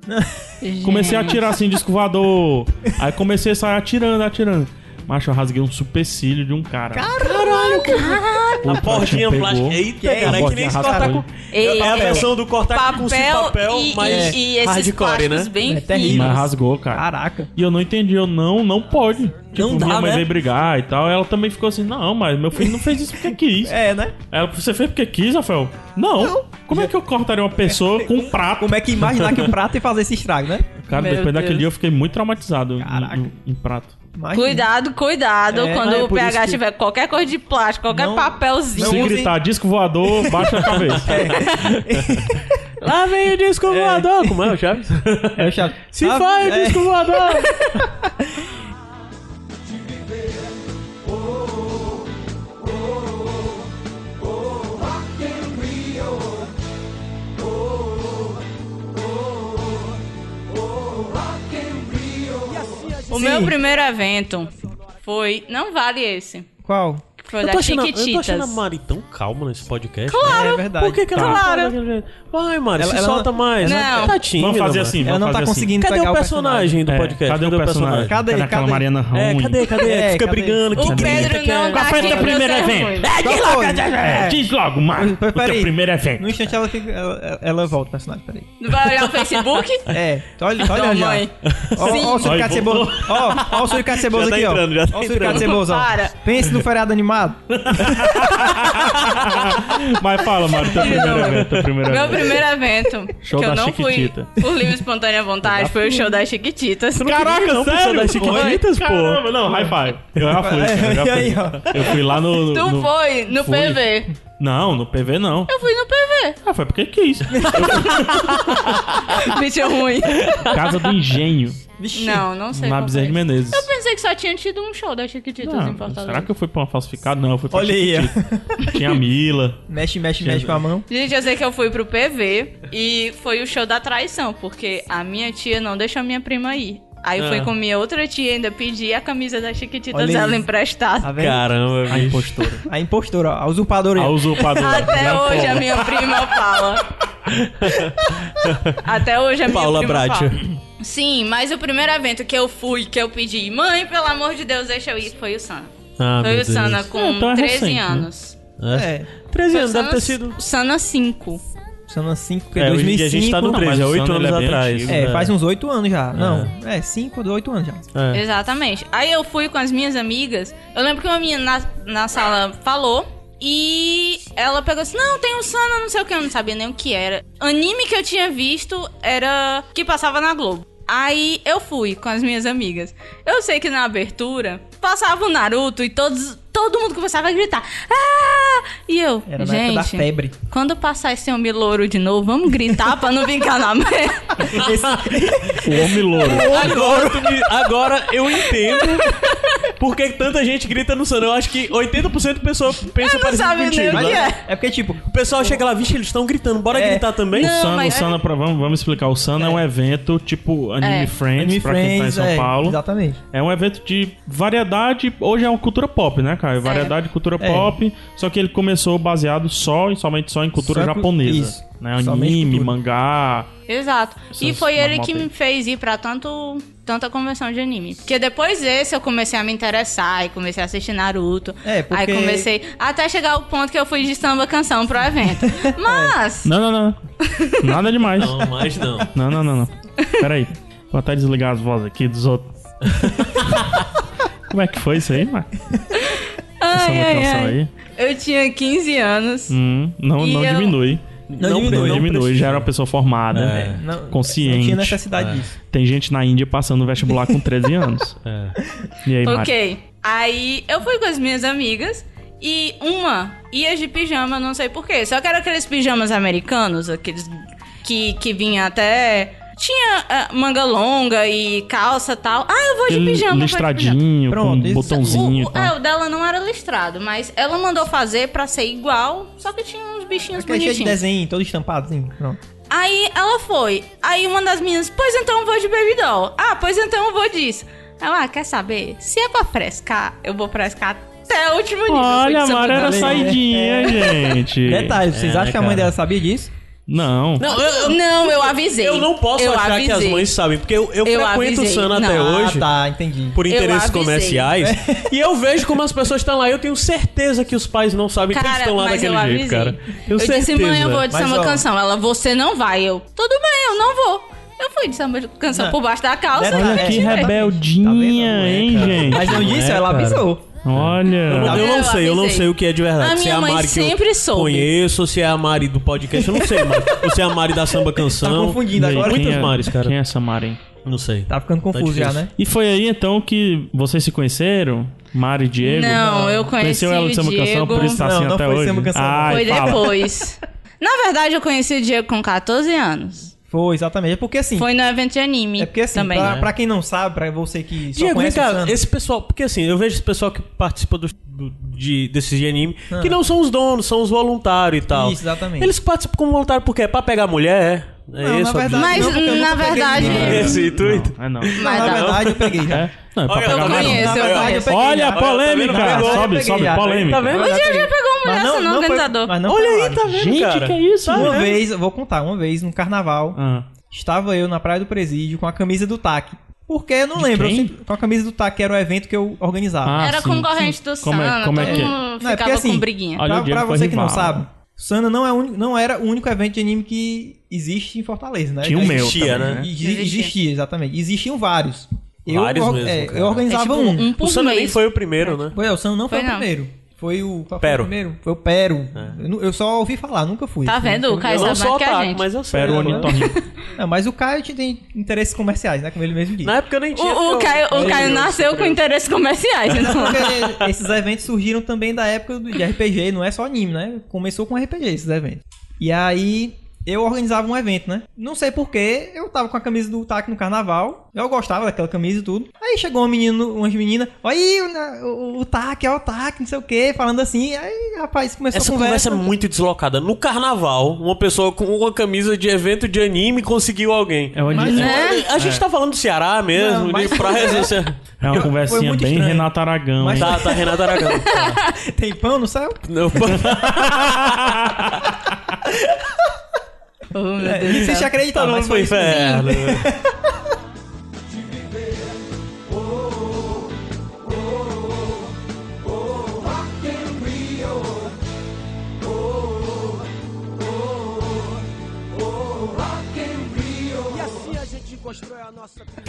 [SPEAKER 3] Comecei a
[SPEAKER 4] É.
[SPEAKER 3] atirar assim, disco voador. Aí comecei a sair atirando, atirando. Macho, eu rasguei um supercílio de um cara. Caralho, cara!
[SPEAKER 4] A portinha plástica. Eita, cara, é que nem se cortar com.
[SPEAKER 5] Ei,
[SPEAKER 4] é a
[SPEAKER 5] papel.
[SPEAKER 4] versão do cortar com
[SPEAKER 5] Papel,
[SPEAKER 4] esse papel,
[SPEAKER 5] e,
[SPEAKER 4] mas.
[SPEAKER 5] e, e esses
[SPEAKER 4] hardcore,
[SPEAKER 5] plásticos
[SPEAKER 4] né?
[SPEAKER 5] bem
[SPEAKER 2] É terrível.
[SPEAKER 3] Mas
[SPEAKER 5] finos.
[SPEAKER 3] rasgou, cara.
[SPEAKER 2] Caraca.
[SPEAKER 3] E eu não entendi, eu não, não pode. Tipo,
[SPEAKER 4] Não dá,
[SPEAKER 3] minha mãe
[SPEAKER 4] né?
[SPEAKER 3] veio brigar e tal. Ela também ficou assim, não, mas meu filho não fez isso porque quis.
[SPEAKER 2] É, né?
[SPEAKER 3] Ela, você fez porque quis, Rafael? Não. Como é que eu cortaria uma pessoa com um prato?
[SPEAKER 2] Como é que imaginar que o prato e fazer esse estrago, né?
[SPEAKER 3] Cara,
[SPEAKER 5] Meu
[SPEAKER 3] depois daquele
[SPEAKER 5] Deus.
[SPEAKER 3] dia eu fiquei muito traumatizado em,
[SPEAKER 2] Caraca.
[SPEAKER 3] em- em prato.
[SPEAKER 2] Imagina.
[SPEAKER 5] Cuidado, cuidado.
[SPEAKER 2] É,
[SPEAKER 5] quando
[SPEAKER 2] é,
[SPEAKER 5] o
[SPEAKER 2] por isso
[SPEAKER 5] PH
[SPEAKER 2] que-
[SPEAKER 5] tiver qualquer coisa de plástico, qualquer
[SPEAKER 2] Não-
[SPEAKER 5] papelzinho.
[SPEAKER 3] Se
[SPEAKER 2] usem-
[SPEAKER 3] gritar disco voador, baixa a cabeça.
[SPEAKER 4] Lá vem o disco voador. Como é o Chaves?
[SPEAKER 2] É chato.
[SPEAKER 4] Se
[SPEAKER 2] Ah,
[SPEAKER 4] vai, o
[SPEAKER 2] é.
[SPEAKER 4] disco voador.
[SPEAKER 5] O meu primeiro evento foi. Não vale esse.
[SPEAKER 2] Qual?
[SPEAKER 5] Foi
[SPEAKER 4] eu
[SPEAKER 5] da
[SPEAKER 4] tô, achando, eu tô
[SPEAKER 5] Chiquititas.
[SPEAKER 4] achando a Mari tão calma nesse podcast. né?
[SPEAKER 2] É verdade.
[SPEAKER 4] Por que, que ela não fala daquele jeito? Vai, Mari,
[SPEAKER 2] Ela-
[SPEAKER 4] se
[SPEAKER 2] ela
[SPEAKER 4] solta mais.
[SPEAKER 5] Não.
[SPEAKER 4] Tá tímida,
[SPEAKER 3] Vamos fazer
[SPEAKER 4] Mari.
[SPEAKER 3] assim,
[SPEAKER 2] Ela
[SPEAKER 3] vamos
[SPEAKER 2] não tá
[SPEAKER 3] fazer assim.
[SPEAKER 2] conseguindo
[SPEAKER 4] Cadê
[SPEAKER 2] pegar
[SPEAKER 4] o personagem do
[SPEAKER 3] É,
[SPEAKER 4] podcast?
[SPEAKER 3] cadê o personagem? um.
[SPEAKER 2] Cadê,
[SPEAKER 3] Cadê aquela
[SPEAKER 2] cadê?
[SPEAKER 3] Mariana
[SPEAKER 4] É,
[SPEAKER 3] ruim?
[SPEAKER 4] cadê, cadê?
[SPEAKER 2] É,
[SPEAKER 4] Fica
[SPEAKER 2] cadê?
[SPEAKER 4] brigando.
[SPEAKER 5] O
[SPEAKER 4] que
[SPEAKER 5] Pedro
[SPEAKER 4] grita,
[SPEAKER 5] não
[SPEAKER 4] que-
[SPEAKER 5] dá
[SPEAKER 3] Qual foi teu
[SPEAKER 5] aquele
[SPEAKER 3] primeiro
[SPEAKER 5] seu
[SPEAKER 3] evento?
[SPEAKER 5] ruim.
[SPEAKER 4] É, diz
[SPEAKER 2] Qual
[SPEAKER 4] logo.
[SPEAKER 2] foi?
[SPEAKER 3] É, diz logo, Marco,
[SPEAKER 2] Pera-
[SPEAKER 3] o teu
[SPEAKER 2] peraí.
[SPEAKER 3] primeiro evento.
[SPEAKER 2] No instante ela fica. Ela, ela volta o personagem, peraí.
[SPEAKER 5] Não vai olhar o Facebook?
[SPEAKER 2] É, tá olha, tá
[SPEAKER 5] Não,
[SPEAKER 2] olhando já.
[SPEAKER 5] mãe.
[SPEAKER 2] Ó, ó o
[SPEAKER 3] Sim.
[SPEAKER 2] suricato
[SPEAKER 3] Aí,
[SPEAKER 2] ceboso. Ó, ó o suricato ceboso
[SPEAKER 4] Já tá
[SPEAKER 2] aqui,
[SPEAKER 4] entrando,
[SPEAKER 2] ó.
[SPEAKER 4] já tá
[SPEAKER 2] ó o
[SPEAKER 4] entrando.
[SPEAKER 2] suricato ceboso, ó.
[SPEAKER 5] Para.
[SPEAKER 2] Pense no feriado animado.
[SPEAKER 3] Mas fala, Mário, teu primeiro evento, teu primeiro
[SPEAKER 5] Meu
[SPEAKER 3] evento.
[SPEAKER 5] primeiro evento,
[SPEAKER 3] Show
[SPEAKER 5] que eu
[SPEAKER 3] da
[SPEAKER 5] não
[SPEAKER 3] Chiquitita.
[SPEAKER 5] fui por livre e espontânea vontade, foi o show das Chiquititas.
[SPEAKER 4] Caraca, não, sério? Das Chiquititas, pô.
[SPEAKER 3] Caramba, não, high five. Eu já fui, cara, eu já
[SPEAKER 2] E aí,
[SPEAKER 3] fui.
[SPEAKER 2] ó.
[SPEAKER 3] Eu fui lá no... no-
[SPEAKER 5] Tu
[SPEAKER 3] no-
[SPEAKER 5] foi no
[SPEAKER 3] Fui.
[SPEAKER 5] PV.
[SPEAKER 3] Não, no PV não.
[SPEAKER 5] Eu fui no PV.
[SPEAKER 3] Ah, foi porque quis.
[SPEAKER 5] Bicho ruim.
[SPEAKER 3] Casa do Engenho,
[SPEAKER 2] Vixe.
[SPEAKER 5] Não, não sei.
[SPEAKER 3] na
[SPEAKER 5] qual
[SPEAKER 3] Bezerra de
[SPEAKER 5] foi.
[SPEAKER 3] Menezes.
[SPEAKER 5] Eu pensei que só tinha tido um show das Chiquititas
[SPEAKER 3] Ah,
[SPEAKER 5] em Porto
[SPEAKER 3] será
[SPEAKER 5] Alegre.
[SPEAKER 3] que eu fui pra uma falsificada? Não, eu fui pra
[SPEAKER 2] Olha aí, ó.
[SPEAKER 3] Chiquitita. Tinha a Mila.
[SPEAKER 2] Mexe, mexe, mexe com a mão.
[SPEAKER 5] Gente, eu sei que eu fui pro PV e foi o show da traição, porque a minha tia não deixou a minha prima ir. Aí eu fui
[SPEAKER 4] Ah.
[SPEAKER 5] com minha outra tia e ainda pedi a camisa das Chiquititas
[SPEAKER 2] Olha
[SPEAKER 5] dela
[SPEAKER 2] isso.
[SPEAKER 5] emprestada.
[SPEAKER 2] Tá vendo?
[SPEAKER 4] Caramba,
[SPEAKER 3] A
[SPEAKER 4] bicho.
[SPEAKER 3] impostora.
[SPEAKER 2] A impostora, ó. A usurpadora.
[SPEAKER 3] A
[SPEAKER 2] aí.
[SPEAKER 3] usurpadora.
[SPEAKER 5] Até
[SPEAKER 3] Já
[SPEAKER 5] hoje a
[SPEAKER 3] falou.
[SPEAKER 5] minha prima fala. Até hoje a minha
[SPEAKER 4] Paula
[SPEAKER 5] prima
[SPEAKER 4] Bracho.
[SPEAKER 5] fala. Sim, mas o primeiro evento que eu fui, que eu pedi, mãe, pelo amor de Deus, deixa eu ir, foi o Sana.
[SPEAKER 4] Ah,
[SPEAKER 5] foi
[SPEAKER 4] meu
[SPEAKER 5] o Sana
[SPEAKER 4] Deus.
[SPEAKER 5] com
[SPEAKER 3] É, então é
[SPEAKER 5] 13
[SPEAKER 3] recente, né?
[SPEAKER 5] anos.
[SPEAKER 2] É.
[SPEAKER 4] 13
[SPEAKER 5] Foi o
[SPEAKER 4] anos, deve
[SPEAKER 5] Sana-
[SPEAKER 4] ter sido...
[SPEAKER 5] o Sana 5.
[SPEAKER 2] São 5, que
[SPEAKER 4] É,
[SPEAKER 2] é
[SPEAKER 4] hoje em
[SPEAKER 2] 2005.
[SPEAKER 4] dia a gente tá no
[SPEAKER 3] Não, mas
[SPEAKER 4] 13, é
[SPEAKER 3] o
[SPEAKER 4] 8
[SPEAKER 3] Sana, ele
[SPEAKER 4] anos
[SPEAKER 3] é bem
[SPEAKER 4] atrás.
[SPEAKER 3] antigo,
[SPEAKER 2] É, faz
[SPEAKER 5] um
[SPEAKER 2] uns 8 anos já. Não, é 5 ou 8 anos já.
[SPEAKER 4] É.
[SPEAKER 5] Exatamente. Aí eu fui com as minhas amigas. Eu lembro que uma menina na, na sala falou. E ela pegou assim: Não, tem o Sana, não sei o que, eu não sabia nem o que era. Anime que eu tinha visto era que passava na Globo. Aí eu fui com as minhas amigas. Eu sei que na abertura passava o Naruto e todos, todo mundo começava a gritar. Ah! E eu,
[SPEAKER 2] Era na época da
[SPEAKER 5] gente,
[SPEAKER 2] febre.
[SPEAKER 5] quando passar esse homem louro de novo, vamos gritar pra não vingar na merda.
[SPEAKER 3] O homem louro.
[SPEAKER 4] Agora, tu me- agora eu entendo por que tanta gente grita no Sana. Eu acho que 80% do pessoal pensa
[SPEAKER 5] não
[SPEAKER 4] parecido
[SPEAKER 5] sabe nem
[SPEAKER 4] contigo.
[SPEAKER 5] o que
[SPEAKER 4] né?
[SPEAKER 5] é.
[SPEAKER 2] É porque, tipo,
[SPEAKER 4] O pessoal chega lá, vixe, eles estão gritando, bora
[SPEAKER 2] É.
[SPEAKER 4] gritar também?
[SPEAKER 5] Não,
[SPEAKER 3] O Sana,
[SPEAKER 5] mas-
[SPEAKER 3] o Sana pra- vamos, vamos explicar. O Sana é, um evento tipo Anime
[SPEAKER 5] É.
[SPEAKER 3] Friends,
[SPEAKER 2] Anime
[SPEAKER 3] pra quem tá em
[SPEAKER 2] Friends,
[SPEAKER 3] São
[SPEAKER 2] é,
[SPEAKER 3] Paulo.
[SPEAKER 2] Exatamente.
[SPEAKER 3] É um evento de variedade. Hoje é uma cultura pop, né, cara? Variedade de cultura
[SPEAKER 2] É.
[SPEAKER 3] pop. Só que ele começou baseado só e somente só em cultura
[SPEAKER 2] Só cu-
[SPEAKER 3] japonesa.
[SPEAKER 2] isso.
[SPEAKER 3] Né?
[SPEAKER 2] Somente
[SPEAKER 3] Anime,
[SPEAKER 2] cultura.
[SPEAKER 3] mangá.
[SPEAKER 5] Exato. e
[SPEAKER 3] Essas
[SPEAKER 5] foi ele
[SPEAKER 3] mamotas
[SPEAKER 5] que me
[SPEAKER 3] aí.
[SPEAKER 5] fez ir pra tanto, tanta convenção de anime. Porque depois desse eu comecei a me interessar e comecei a assistir Naruto.
[SPEAKER 2] É, porque-
[SPEAKER 5] Aí comecei até chegar ao ponto que eu fui de samba canção pro evento. Mas.
[SPEAKER 3] Não, não, não. Nada demais.
[SPEAKER 4] Não, mas não.
[SPEAKER 3] Não, não, não, não. Peraí. Vou até desligar as vozes aqui dos outros. Como é que foi isso aí, Marcos?
[SPEAKER 5] ai,
[SPEAKER 3] Essa
[SPEAKER 5] ai,
[SPEAKER 3] locação
[SPEAKER 5] ai.
[SPEAKER 3] aí.
[SPEAKER 5] Eu tinha 15 anos.
[SPEAKER 3] Hum, não,
[SPEAKER 5] E
[SPEAKER 3] não
[SPEAKER 5] eu-
[SPEAKER 3] diminui.
[SPEAKER 2] Não diminui,
[SPEAKER 3] Não,
[SPEAKER 2] não
[SPEAKER 3] diminui, já era uma pessoa formada,
[SPEAKER 4] É.
[SPEAKER 2] Não,
[SPEAKER 3] consciente.
[SPEAKER 2] Não tinha necessidade disso.
[SPEAKER 3] Tem gente na Índia passando vestibular com 13 anos.
[SPEAKER 2] É.
[SPEAKER 3] E aí, Mari?
[SPEAKER 5] Ok. Aí eu fui com as minhas amigas e uma ia de pijama, não sei porquê. Só que era aqueles pijamas americanos, aqueles que, que vinha até. Tinha ah, manga longa e calça e tal. Ah, eu vou de
[SPEAKER 3] Aquele
[SPEAKER 5] pijama. eu vou de pijama.
[SPEAKER 3] listradinho,
[SPEAKER 2] Pronto,
[SPEAKER 3] com
[SPEAKER 2] isso-
[SPEAKER 3] botãozinho
[SPEAKER 5] O,
[SPEAKER 3] e
[SPEAKER 5] o, é,
[SPEAKER 3] tal.
[SPEAKER 5] o dela não era listrado, mas ela mandou fazer pra ser igual, só que tinha uns bichinhos
[SPEAKER 2] Aquele cheio de
[SPEAKER 5] bonitinhos.
[SPEAKER 2] desenho, todo estampado, assim. Pronto.
[SPEAKER 5] Aí ela foi. Aí uma das meninas, pois então eu vou de baby doll. Ah, pois então eu vou disso. Ela, ah, quer saber? Se é pra frescar, eu vou frescar até o último nível. Eu
[SPEAKER 3] Olha, a
[SPEAKER 5] fui de
[SPEAKER 3] Mari era assim.
[SPEAKER 5] Sambudão.
[SPEAKER 3] saidinha, gente.
[SPEAKER 2] Detalhe, vocês
[SPEAKER 4] É,
[SPEAKER 2] acham que a
[SPEAKER 4] né,
[SPEAKER 2] mãe
[SPEAKER 4] cara?
[SPEAKER 2] dela sabia disso?
[SPEAKER 3] Não.
[SPEAKER 4] Não, eu, eu-
[SPEAKER 5] Não, eu avisei.
[SPEAKER 4] eu não posso
[SPEAKER 5] Eu
[SPEAKER 4] achar que as
[SPEAKER 5] avisei.
[SPEAKER 4] mães sabem, porque eu, eu,
[SPEAKER 5] Eu
[SPEAKER 4] frequento o
[SPEAKER 5] avisei.
[SPEAKER 4] Sana até
[SPEAKER 5] Não.
[SPEAKER 4] hoje.
[SPEAKER 2] Ah, tá, entendi.
[SPEAKER 4] Por
[SPEAKER 5] Eu
[SPEAKER 4] interesses
[SPEAKER 5] avisei.
[SPEAKER 4] comerciais. E eu vejo como as pessoas estão lá. Eu tenho certeza que os pais não sabem que eles
[SPEAKER 5] Cara,
[SPEAKER 4] estão lá
[SPEAKER 5] mas eu
[SPEAKER 4] daquele jeito,
[SPEAKER 5] avisei.
[SPEAKER 4] cara.
[SPEAKER 5] eu
[SPEAKER 4] Tenho certeza.
[SPEAKER 5] disse, mãe, eu vou de
[SPEAKER 2] Mas,
[SPEAKER 5] samba
[SPEAKER 2] ó.
[SPEAKER 5] canção. Ela, você não vai. Eu, tudo bem, eu não vou. Eu fui de samba canção
[SPEAKER 2] Não.
[SPEAKER 5] por baixo da calça. né?
[SPEAKER 2] Olha
[SPEAKER 5] e
[SPEAKER 2] É,
[SPEAKER 3] que
[SPEAKER 5] tirei.
[SPEAKER 2] é, tá vendo?
[SPEAKER 3] rebeldinha,
[SPEAKER 2] Não
[SPEAKER 3] hein, gente?
[SPEAKER 2] Mas não
[SPEAKER 4] Não é,
[SPEAKER 2] disse, ela
[SPEAKER 4] cara.
[SPEAKER 2] avisou.
[SPEAKER 4] Eu não-
[SPEAKER 3] Olha.
[SPEAKER 4] eu não
[SPEAKER 5] Eu
[SPEAKER 4] sei, eu não
[SPEAKER 5] avisei.
[SPEAKER 4] sei o que é de verdade.
[SPEAKER 5] A
[SPEAKER 4] se é
[SPEAKER 5] minha
[SPEAKER 4] a
[SPEAKER 5] mãe
[SPEAKER 4] Mari que
[SPEAKER 5] sempre
[SPEAKER 4] eu
[SPEAKER 5] soube.
[SPEAKER 4] conheço, se é a Mari do podcast, eu não sei, mas ou se é a Mari da samba canção.
[SPEAKER 2] Tá confundindo
[SPEAKER 3] E aí,
[SPEAKER 2] agora.
[SPEAKER 3] quem
[SPEAKER 4] Muitas
[SPEAKER 3] é-
[SPEAKER 4] Maris, cara.
[SPEAKER 3] Quem é essa Mari? hein?
[SPEAKER 4] Não sei.
[SPEAKER 2] Tá ficando confuso já,
[SPEAKER 4] difícil.
[SPEAKER 2] né?
[SPEAKER 3] E foi aí então que vocês se conheceram? Mari e Diego?
[SPEAKER 5] Não, eu conheci
[SPEAKER 3] Conheceu ela de
[SPEAKER 5] o
[SPEAKER 3] samba canção,
[SPEAKER 5] Diego.
[SPEAKER 3] por isso tá
[SPEAKER 2] Não,
[SPEAKER 3] assim
[SPEAKER 2] não
[SPEAKER 3] até
[SPEAKER 2] foi
[SPEAKER 3] hoje.
[SPEAKER 2] samba canção, não.
[SPEAKER 3] Ai,
[SPEAKER 5] Foi
[SPEAKER 3] fala.
[SPEAKER 5] depois. Na verdade, eu conheci o Diego com 14 anos.
[SPEAKER 2] Foi, exatamente. É porque assim.
[SPEAKER 5] Foi no evento de anime.
[SPEAKER 2] É porque assim,
[SPEAKER 5] também. né?
[SPEAKER 2] pra, pra quem não sabe, pra você que só
[SPEAKER 4] Diego, vem
[SPEAKER 2] conhece o
[SPEAKER 4] cá,
[SPEAKER 2] Sandro,
[SPEAKER 4] esse pessoal, porque assim, eu vejo esse pessoal que participa do, do- de, desses de anime, que não são os donos, são os voluntários e tal.
[SPEAKER 2] Ah. Isso, exatamente.
[SPEAKER 4] Eles participam como voluntário porque é pra pegar mulher, É
[SPEAKER 2] Não,
[SPEAKER 4] isso,
[SPEAKER 2] na verdade,
[SPEAKER 5] Mas, hum,
[SPEAKER 2] não, porque
[SPEAKER 5] na
[SPEAKER 2] eu nunca peguei
[SPEAKER 5] verdade- hum,
[SPEAKER 2] ninguém. Ah,
[SPEAKER 4] Esse intuito.
[SPEAKER 3] É não.
[SPEAKER 5] Mas
[SPEAKER 2] na
[SPEAKER 5] dá.
[SPEAKER 2] verdade eu peguei já.
[SPEAKER 3] É? Não, é pra
[SPEAKER 4] Olha,
[SPEAKER 3] pegar
[SPEAKER 4] eu
[SPEAKER 3] mais não.
[SPEAKER 5] conheço.
[SPEAKER 2] Na verdade, eu peguei né?
[SPEAKER 3] Olha a
[SPEAKER 2] já.
[SPEAKER 3] polêmica!
[SPEAKER 4] Tá vendo?
[SPEAKER 3] sobe,
[SPEAKER 2] Eu
[SPEAKER 3] sobe,
[SPEAKER 2] peguei já.
[SPEAKER 3] polêmica.
[SPEAKER 4] Tá vendo?
[SPEAKER 2] Eu peguei.
[SPEAKER 5] pegou uma
[SPEAKER 2] Mas
[SPEAKER 5] mulher
[SPEAKER 2] não,
[SPEAKER 5] no
[SPEAKER 2] não foi-
[SPEAKER 5] organizador.
[SPEAKER 2] mas não
[SPEAKER 4] Olha aí,
[SPEAKER 2] falaram.
[SPEAKER 4] tá vendo,
[SPEAKER 3] Gente,
[SPEAKER 4] cara?
[SPEAKER 3] que é isso,
[SPEAKER 4] Tá
[SPEAKER 3] mano?
[SPEAKER 4] vendo?
[SPEAKER 2] Uma vez, eu vou contar, uma vez no carnaval,
[SPEAKER 3] Ah,
[SPEAKER 2] estava eu na Praia do Presídio com a camisa do TAC. Porque eu não lembro, eu
[SPEAKER 3] quem?
[SPEAKER 2] sempre- com a camisa do TAC, que era o evento que eu organizava.
[SPEAKER 3] Ah,
[SPEAKER 5] Era
[SPEAKER 3] sim,
[SPEAKER 5] concorrente
[SPEAKER 3] sim.
[SPEAKER 5] do
[SPEAKER 3] Como é-
[SPEAKER 5] Sana,
[SPEAKER 3] como é que
[SPEAKER 5] todo
[SPEAKER 3] é?
[SPEAKER 5] mundo
[SPEAKER 2] Não, é porque
[SPEAKER 5] Hum, ficava
[SPEAKER 2] assim,
[SPEAKER 5] com briguinha.
[SPEAKER 3] olha, o
[SPEAKER 2] pra
[SPEAKER 3] Diego
[SPEAKER 2] pra
[SPEAKER 3] foi
[SPEAKER 2] você que não
[SPEAKER 3] rival.
[SPEAKER 2] sabe, Sana não, é o único- não era o único evento de anime que existe em Fortaleza, né?
[SPEAKER 3] Tinha o
[SPEAKER 2] Já
[SPEAKER 3] meu
[SPEAKER 4] Existia,
[SPEAKER 3] também,
[SPEAKER 4] né?
[SPEAKER 2] Exi-
[SPEAKER 5] Existia.
[SPEAKER 2] Existia. exatamente. Existiam vários. Eu,
[SPEAKER 4] Vários
[SPEAKER 2] or-
[SPEAKER 4] mesmo,
[SPEAKER 2] é,
[SPEAKER 4] cara.
[SPEAKER 2] eu
[SPEAKER 5] É
[SPEAKER 2] organizava
[SPEAKER 5] tipo
[SPEAKER 2] um.
[SPEAKER 5] um por
[SPEAKER 4] O Sana nem
[SPEAKER 5] mês.
[SPEAKER 4] foi o primeiro, né?
[SPEAKER 2] Foi, é, o Sano não foi,
[SPEAKER 5] Foi
[SPEAKER 2] o
[SPEAKER 5] não.
[SPEAKER 2] primeiro. Foi o. qual
[SPEAKER 4] Pero.
[SPEAKER 2] Foi o primeiro? Foi o Pero. Eu, nu- eu só ouvi falar, nunca fui.
[SPEAKER 5] Tá
[SPEAKER 2] Foi-
[SPEAKER 5] vendo? O
[SPEAKER 2] foi-
[SPEAKER 5] Caio
[SPEAKER 4] Eu não
[SPEAKER 5] sabe
[SPEAKER 4] sou
[SPEAKER 5] mais que a
[SPEAKER 4] otaku,
[SPEAKER 5] gente.
[SPEAKER 4] mas eu sei.
[SPEAKER 3] Pera o
[SPEAKER 4] né?
[SPEAKER 3] ornitorrinco.
[SPEAKER 2] Não, mas o Caio tinha- tem interesses comerciais, né? Como ele mesmo disse.
[SPEAKER 4] Na época eu nem
[SPEAKER 5] O,
[SPEAKER 4] tinha.
[SPEAKER 5] o
[SPEAKER 4] porque eu-
[SPEAKER 5] Caio, o
[SPEAKER 4] Meu
[SPEAKER 5] Caio
[SPEAKER 4] Deus,
[SPEAKER 5] nasceu com
[SPEAKER 4] surpresa.
[SPEAKER 5] interesses comerciais. então.
[SPEAKER 2] Porque esses eventos surgiram também da época do- de RPG, não é só anime, né? Começou com RPG esses eventos. E aí eu organizava um evento, né? Não sei porquê, eu tava com a camisa do TAC no carnaval. Eu gostava daquela camisa e tudo. Aí chegou uma menina, umas meninas, olha aí, o, na- o, o TAC, é o TAC, não sei o quê, falando assim. Aí, rapaz, começou
[SPEAKER 4] Essa
[SPEAKER 2] a
[SPEAKER 4] conversa
[SPEAKER 2] conversa.
[SPEAKER 4] é muito deslocada. No carnaval, uma pessoa com uma camisa de evento de anime conseguiu alguém.
[SPEAKER 3] É, onde-
[SPEAKER 2] Mas
[SPEAKER 3] é,
[SPEAKER 4] A gente tá falando do Ceará mesmo,
[SPEAKER 2] Não, mas-
[SPEAKER 4] de praia.
[SPEAKER 3] é uma conversinha
[SPEAKER 2] muito
[SPEAKER 3] bem
[SPEAKER 2] estranho.
[SPEAKER 3] Renato Aragão, hein?
[SPEAKER 2] Mas
[SPEAKER 4] Tá, tá, Renato Aragão. Tá.
[SPEAKER 2] Tem pão no céu?
[SPEAKER 4] Não,
[SPEAKER 5] Oh, meu
[SPEAKER 2] É,
[SPEAKER 5] Deus do
[SPEAKER 2] insiste em
[SPEAKER 5] céu.
[SPEAKER 2] acreditar, mas foi isso. mesmo.
[SPEAKER 4] Tá inferno.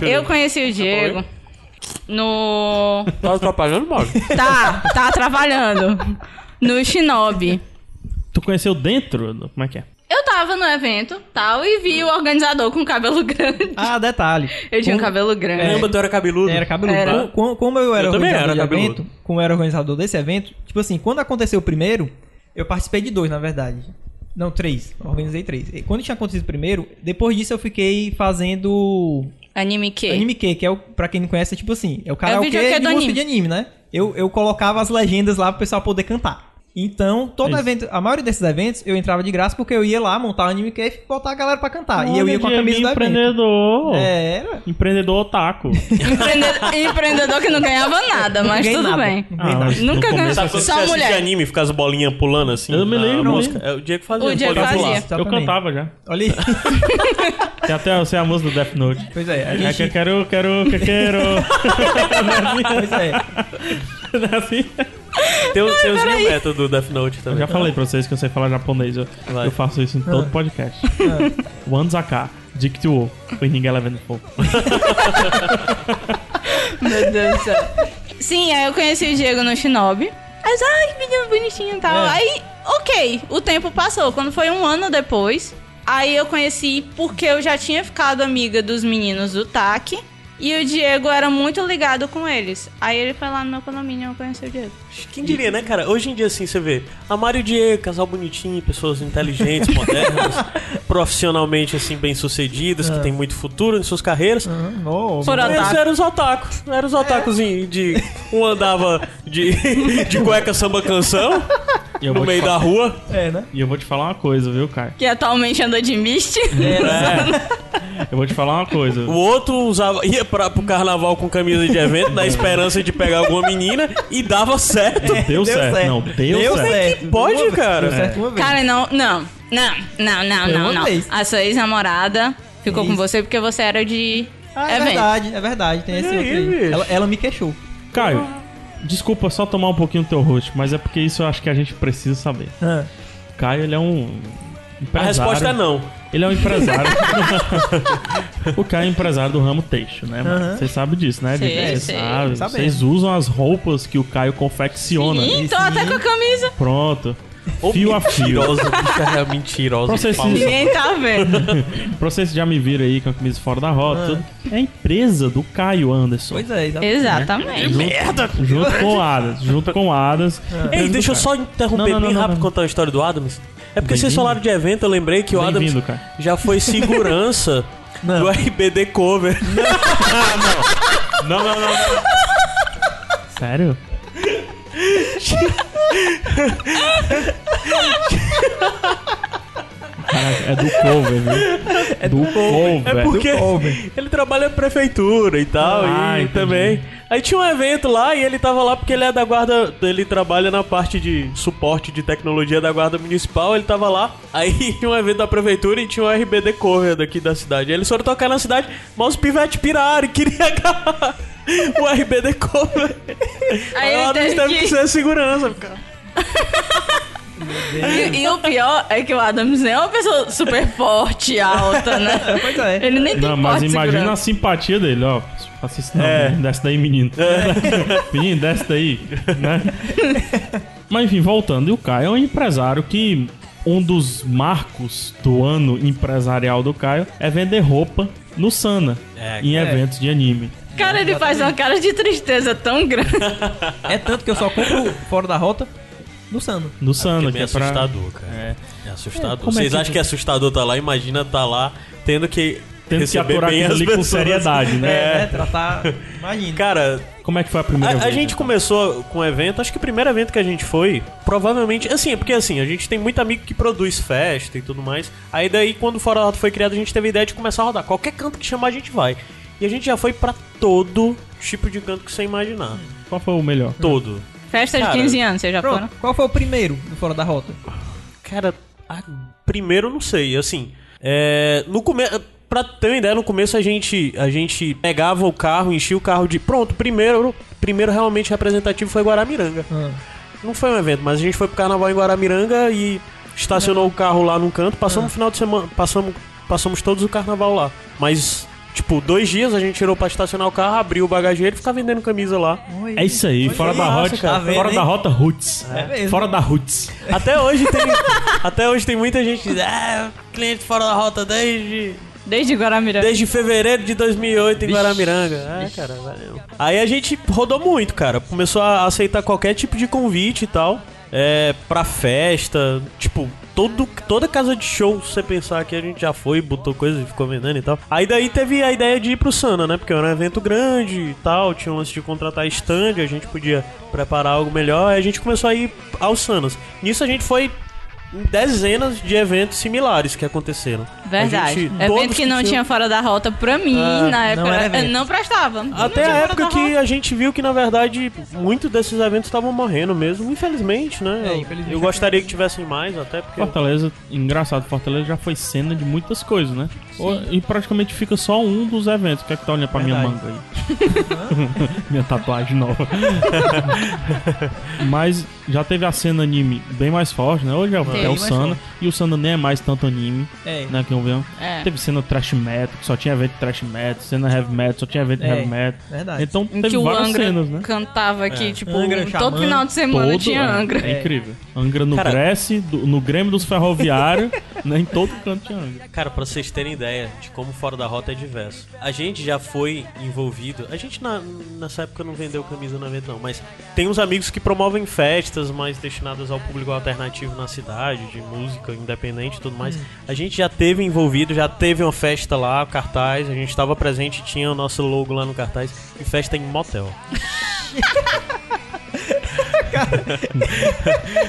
[SPEAKER 5] Eu conheci o Diego no...
[SPEAKER 4] Tá atrapalhando, Mauro?
[SPEAKER 5] Tá, tá trabalhando. No Shinobi.
[SPEAKER 3] Tu conheceu dentro? Como é que é?
[SPEAKER 5] Eu tava no evento, tal, e vi o organizador com cabelo grande.
[SPEAKER 2] Ah, detalhe.
[SPEAKER 5] Eu tinha um
[SPEAKER 2] Como-
[SPEAKER 5] cabelo grande.
[SPEAKER 4] Lembra, tu era cabeludo?
[SPEAKER 2] Era cabeludo.
[SPEAKER 5] Era.
[SPEAKER 2] Com- com- Como, eu era
[SPEAKER 4] Eu também
[SPEAKER 2] organizador
[SPEAKER 4] era
[SPEAKER 2] do
[SPEAKER 4] cabeludo.
[SPEAKER 2] evento, como eu era organizador desse evento, tipo assim, quando aconteceu o primeiro, eu participei de dois, na verdade. Não, três. Eu Organizei três. E quando tinha acontecido o primeiro, depois disso eu fiquei fazendo
[SPEAKER 5] Anime que?
[SPEAKER 2] anime que, que é o, pra quem não conhece, é tipo assim, é o karaokê
[SPEAKER 5] videokê
[SPEAKER 2] de
[SPEAKER 5] do
[SPEAKER 2] música
[SPEAKER 5] anime.
[SPEAKER 2] de anime, né? Eu, eu colocava as legendas lá pro pessoal poder cantar. Então, todo
[SPEAKER 3] Isso.
[SPEAKER 2] evento, a maioria desses eventos, eu entrava de graça porque eu ia lá montar o anime que e botar a galera pra cantar. Ah, e eu ia com a
[SPEAKER 3] Olha,
[SPEAKER 2] camisa do evento.
[SPEAKER 3] empreendedor.
[SPEAKER 2] É, era.
[SPEAKER 3] Empreendedor otaku.
[SPEAKER 5] É Empreendedor, empreendedor que não ganhava nada, mas
[SPEAKER 2] Ninguém
[SPEAKER 5] tudo
[SPEAKER 2] nada.
[SPEAKER 5] bem.
[SPEAKER 2] Ninguém
[SPEAKER 3] Ah,
[SPEAKER 2] nada.
[SPEAKER 3] mas no
[SPEAKER 5] Nunca
[SPEAKER 3] começo
[SPEAKER 5] ganhou. Tá
[SPEAKER 4] Sabe
[SPEAKER 3] você-
[SPEAKER 4] quando
[SPEAKER 5] Só
[SPEAKER 4] você assiste
[SPEAKER 5] mulher.
[SPEAKER 4] um anime, fica as bolinhas pulando assim?
[SPEAKER 3] Eu me
[SPEAKER 4] na
[SPEAKER 3] lembro,
[SPEAKER 4] música?
[SPEAKER 3] me
[SPEAKER 4] É o Diego fazia.
[SPEAKER 5] O
[SPEAKER 4] as
[SPEAKER 5] Diego
[SPEAKER 4] bolinhas
[SPEAKER 5] fazia.
[SPEAKER 4] pular.
[SPEAKER 2] Exatamente.
[SPEAKER 3] Eu cantava já.
[SPEAKER 2] Olha aí.
[SPEAKER 3] Tem até assim, a música do Death Note.
[SPEAKER 2] Pois é, a
[SPEAKER 3] É
[SPEAKER 2] gente.
[SPEAKER 3] que eu quero, quero, que eu quero.
[SPEAKER 2] Pois é.
[SPEAKER 3] Não é assim?
[SPEAKER 4] Tem, o- tem os new metal do Death Note
[SPEAKER 3] Eu
[SPEAKER 4] também.
[SPEAKER 3] já falei pra vocês que eu sei falar japonês. Eu,
[SPEAKER 4] Vai.
[SPEAKER 3] eu faço isso em todo podcast. Wanzaka, Dictuo, Winning Eleven Fogo.
[SPEAKER 5] Meu Deus do céu. Sim, aí eu conheci o Diego no Shinobi. Aí eu disse, ai, que menino bonitinho e tal.
[SPEAKER 2] É.
[SPEAKER 5] Aí, ok, o tempo passou. Quando foi um ano depois, aí eu conheci porque eu já tinha ficado amiga dos meninos do TAC. E o Diego era muito ligado com eles. Aí ele foi lá no meu condomínio e eu conheci o Diego.
[SPEAKER 4] Quem diria, né, cara? Hoje em dia, assim, você vê a Mário Diego, casal bonitinho, pessoas inteligentes, modernas, profissionalmente, assim, bem-sucedidas, que tem muito futuro em suas carreiras.
[SPEAKER 5] Por
[SPEAKER 4] Eles
[SPEAKER 5] otaku.
[SPEAKER 4] eram os otakus. Eram os otakus em- de... Um andava de, de cueca samba canção
[SPEAKER 3] E eu
[SPEAKER 4] no
[SPEAKER 3] vou te
[SPEAKER 4] meio da
[SPEAKER 3] falar-
[SPEAKER 4] rua.
[SPEAKER 2] É, né?
[SPEAKER 3] E eu vou te falar uma coisa, viu, Caio?
[SPEAKER 5] Que atualmente anda de mist.
[SPEAKER 4] É.
[SPEAKER 3] É. Eu vou te falar uma coisa.
[SPEAKER 4] O outro usava, ia pra, pro carnaval com camisa de evento,
[SPEAKER 3] É.
[SPEAKER 4] na esperança de pegar alguma menina, e dava certo.
[SPEAKER 3] Deu, certo. Não, deu, certo.
[SPEAKER 4] Pode,
[SPEAKER 2] Uma vez.
[SPEAKER 4] cara.
[SPEAKER 2] Deu certo uma vez.
[SPEAKER 5] Cara, não, não, não, não, não,
[SPEAKER 2] Foi
[SPEAKER 5] não,
[SPEAKER 2] uma
[SPEAKER 5] não.
[SPEAKER 2] vez.
[SPEAKER 5] A sua ex-namorada ficou com
[SPEAKER 2] Isso.
[SPEAKER 5] você porque você era de
[SPEAKER 2] Ah, é
[SPEAKER 5] evento.
[SPEAKER 2] verdade, é verdade. Tem esse
[SPEAKER 4] aí,
[SPEAKER 2] outro aí.
[SPEAKER 4] bicho?
[SPEAKER 2] Ela, ela me queixou.
[SPEAKER 3] Caio, desculpa só tomar um pouquinho do teu rosto, mas é porque isso eu acho que a gente precisa saber. Caio, ele é um
[SPEAKER 4] A
[SPEAKER 3] empresário.
[SPEAKER 4] resposta é não.
[SPEAKER 3] Ele é um empresário. o Caio é empresário do ramo têxtil, né? mano?
[SPEAKER 2] Aham.
[SPEAKER 3] Vocês sabem disso, né?
[SPEAKER 5] Sei,
[SPEAKER 3] Didi? Vocês
[SPEAKER 5] sei.
[SPEAKER 3] sabem.
[SPEAKER 2] Sabemos.
[SPEAKER 3] Vocês usam as roupas que o Caio confecciona.
[SPEAKER 5] Ih, tô até com a camisa.
[SPEAKER 3] Pronto. Fio a fio.
[SPEAKER 4] Mentirosa, bicha, é mentirosa.
[SPEAKER 3] Pra vocês,
[SPEAKER 4] falsa.
[SPEAKER 5] Ninguém tá vendo.
[SPEAKER 3] pra vocês já me viram aí com a camisa fora da rota, tudo. é a empresa do Caio Anderson.
[SPEAKER 2] Pois
[SPEAKER 5] né?
[SPEAKER 2] é, exatamente.
[SPEAKER 5] Exatamente.
[SPEAKER 4] Merda!
[SPEAKER 3] Junto com o Adas. Junto com o Adas.
[SPEAKER 4] Ei,
[SPEAKER 3] Empresa do
[SPEAKER 4] deixa eu
[SPEAKER 3] Caio.
[SPEAKER 4] só interromper
[SPEAKER 3] Não, não,
[SPEAKER 4] bem
[SPEAKER 3] não,
[SPEAKER 4] rápido
[SPEAKER 3] não.
[SPEAKER 4] contar a história do Adams. É porque vocês
[SPEAKER 3] Bem-vindo.
[SPEAKER 4] falaram de evento, eu lembrei que o Adams
[SPEAKER 3] Bem-vindo, cara.
[SPEAKER 4] já foi segurança do RBD Cover.
[SPEAKER 3] Não, não, não. Sério? Caraca, é do cover, viu?
[SPEAKER 4] É
[SPEAKER 3] Do couve,
[SPEAKER 4] É
[SPEAKER 3] velho.
[SPEAKER 4] porque
[SPEAKER 2] Do couve.
[SPEAKER 4] ele trabalha na prefeitura e tal,
[SPEAKER 3] Ah,
[SPEAKER 4] e
[SPEAKER 3] entendi.
[SPEAKER 4] também. Aí tinha um evento lá e ele tava lá porque ele é da guarda, ele trabalha na parte de suporte de tecnologia da guarda municipal, ele tava lá. Aí tinha um evento da prefeitura e tinha um RBD cover daqui da cidade. Aí eles foram tocar na cidade, mas os pivetes piraram e queriam agarrar o RBD cover.
[SPEAKER 5] Aí
[SPEAKER 4] lá
[SPEAKER 5] ele
[SPEAKER 4] nós
[SPEAKER 5] teve
[SPEAKER 4] teve que
[SPEAKER 5] que-
[SPEAKER 4] ser segurança, cara.
[SPEAKER 5] E, e o pior é que o Adams nem é uma pessoa super forte, alta, né?
[SPEAKER 2] Pois é.
[SPEAKER 5] Ele nem tem
[SPEAKER 3] Não, mas
[SPEAKER 5] porte de
[SPEAKER 3] imagina assim, a
[SPEAKER 5] segurança.
[SPEAKER 3] simpatia dele, ó. Faça isso não,
[SPEAKER 4] É.
[SPEAKER 3] menino, desce daí, menino. menino, desce daí, né? mas enfim, voltando, e o Caio é um empresário que um dos marcos do ano empresarial do Caio é vender roupa no Sana,
[SPEAKER 4] É,
[SPEAKER 3] em eventos de anime.
[SPEAKER 5] Cara, ele faz uma cara de tristeza tão grande.
[SPEAKER 2] É tanto que eu só compro fora da rota no Sano.
[SPEAKER 3] No Sana,
[SPEAKER 4] Porque
[SPEAKER 3] que
[SPEAKER 4] é
[SPEAKER 3] é pra...
[SPEAKER 4] assustador, cara. É, assustador.
[SPEAKER 3] como é
[SPEAKER 4] Vocês
[SPEAKER 3] que-
[SPEAKER 4] acham que é assustador tá lá? Imagina tá lá tendo que
[SPEAKER 3] Tendo que
[SPEAKER 4] receber
[SPEAKER 3] aturar
[SPEAKER 4] bem
[SPEAKER 3] aquilo
[SPEAKER 4] as
[SPEAKER 3] ali com
[SPEAKER 4] pessoas.
[SPEAKER 3] seriedade, né?
[SPEAKER 2] É,
[SPEAKER 4] É.
[SPEAKER 2] né? Tratar. Imagina.
[SPEAKER 4] Cara,
[SPEAKER 3] Como é que foi a primeira
[SPEAKER 4] a,
[SPEAKER 3] vez?
[SPEAKER 4] a gente
[SPEAKER 3] né?
[SPEAKER 4] começou com o evento, acho que o primeiro evento que a gente foi, provavelmente, assim, é porque assim, a gente tem muito amigo que produz festa e tudo mais. Aí daí, quando o Fora da Rota foi criado, a gente teve a ideia de começar a rodar. Qualquer canto que chamar, a gente vai. E a gente já foi pra todo tipo de canto que você imaginar.
[SPEAKER 3] Qual foi o melhor?
[SPEAKER 4] Todo.
[SPEAKER 5] Festa de
[SPEAKER 4] Cara,
[SPEAKER 5] 15 anos, vocês já foram?
[SPEAKER 2] Pronto. Qual foi o primeiro do fora da rota?
[SPEAKER 4] Cara, a- primeiro eu não sei, assim. É, no começo. Pra ter uma ideia, no começo a gente, a gente pegava o carro, enchia o carro de. Pronto, primeiro, primeiro realmente representativo foi Guaramiranga. Não foi um evento, mas a gente foi pro carnaval em Guaramiranga e estacionou o carro lá num canto, passamos o final de semana. Passamos, passamos todos o carnaval lá. Mas, tipo, dois dias a gente tirou pra estacionar o carro, abriu o bagageiro e ficava vendendo camisa lá.
[SPEAKER 3] É isso aí, fora
[SPEAKER 4] que
[SPEAKER 3] da
[SPEAKER 4] massa,
[SPEAKER 3] rota,
[SPEAKER 4] cara.
[SPEAKER 2] Tá vendo,
[SPEAKER 3] fora da
[SPEAKER 2] hein?
[SPEAKER 3] rota Roots.
[SPEAKER 2] É mesmo.
[SPEAKER 3] Fora da Roots.
[SPEAKER 4] Até hoje tem. até hoje tem muita gente que diz, ah, cliente fora da rota desde.
[SPEAKER 5] Desde Guaramirã.
[SPEAKER 4] Desde fevereiro de 2008 em Guaramiranga. É, cara, valeu. Aí a gente rodou muito, cara. Começou a aceitar qualquer tipo de convite e tal. É, pra festa, tipo, todo, toda casa de show, se você pensar que a gente já foi, botou coisa e ficou vendendo e tal. Aí daí teve a ideia de ir pro Sana, né? Porque era um evento grande e tal, tinha um lance de contratar stand, a gente podia preparar algo melhor. Aí a gente começou a ir aos Sanas. Nisso a gente foi em dezenas de eventos similares que aconteceram. A
[SPEAKER 5] Verdade.
[SPEAKER 4] gente-
[SPEAKER 5] evento
[SPEAKER 4] todos
[SPEAKER 5] que não
[SPEAKER 4] tinham-
[SPEAKER 5] tinha fora da rota, pra mim, na época,
[SPEAKER 2] era
[SPEAKER 5] era-
[SPEAKER 2] evento.
[SPEAKER 5] não prestava. Não
[SPEAKER 4] Até
[SPEAKER 5] tinha
[SPEAKER 4] a
[SPEAKER 5] fora
[SPEAKER 4] época
[SPEAKER 5] da
[SPEAKER 4] que
[SPEAKER 5] rota.
[SPEAKER 4] a gente viu que, na verdade, muitos desses eventos estavam morrendo mesmo, infelizmente, né?
[SPEAKER 2] É,
[SPEAKER 4] Eu-
[SPEAKER 2] infelizmente.
[SPEAKER 4] Eu gostaria que tivessem mais, até porque.
[SPEAKER 3] Fortaleza, engraçado, Fortaleza já foi cena de muitas coisas, né? E praticamente fica só um dos eventos. O que é que tá olhando pra minha
[SPEAKER 2] Verdade.
[SPEAKER 3] manga aí? minha tatuagem nova. Mas já teve a cena anime bem mais forte, né? Hoje é, o-
[SPEAKER 5] Tem,
[SPEAKER 3] é o
[SPEAKER 2] mais
[SPEAKER 3] Sana.
[SPEAKER 2] forte.
[SPEAKER 3] E o Sana nem é mais tanto anime,
[SPEAKER 2] É.
[SPEAKER 3] né? Que eu vejo.
[SPEAKER 5] É.
[SPEAKER 3] Teve cena trash metal, que só tinha evento trash metal. Cena heavy metal, só tinha evento
[SPEAKER 2] É,
[SPEAKER 3] heavy metal.
[SPEAKER 2] verdade.
[SPEAKER 3] Então
[SPEAKER 5] Em
[SPEAKER 3] teve
[SPEAKER 5] que o
[SPEAKER 3] várias
[SPEAKER 5] Angra
[SPEAKER 3] cenas, né?
[SPEAKER 5] cantava aqui, tipo,
[SPEAKER 2] Angra,
[SPEAKER 5] todo
[SPEAKER 2] Xamã,
[SPEAKER 5] final de semana tinha
[SPEAKER 3] é,
[SPEAKER 5] Angra.
[SPEAKER 3] É incrível. Angra no
[SPEAKER 4] Cara-
[SPEAKER 3] Grécia, do- no Grêmio dos Ferroviários, né, em todo canto tinha Angra.
[SPEAKER 4] Cara, pra vocês terem ideia de como fora da rota é diverso. A gente já foi envolvido. A gente na- nessa época não vendeu camisa no evento, não, mas tem uns amigos que promovem festas mais destinadas ao público alternativo na cidade, de música independente e tudo
[SPEAKER 5] Hum.
[SPEAKER 4] mais. A gente já teve envolvido, já teve uma festa lá, cartaz, a gente tava presente, tinha o nosso logo lá no cartaz, e festa em motel.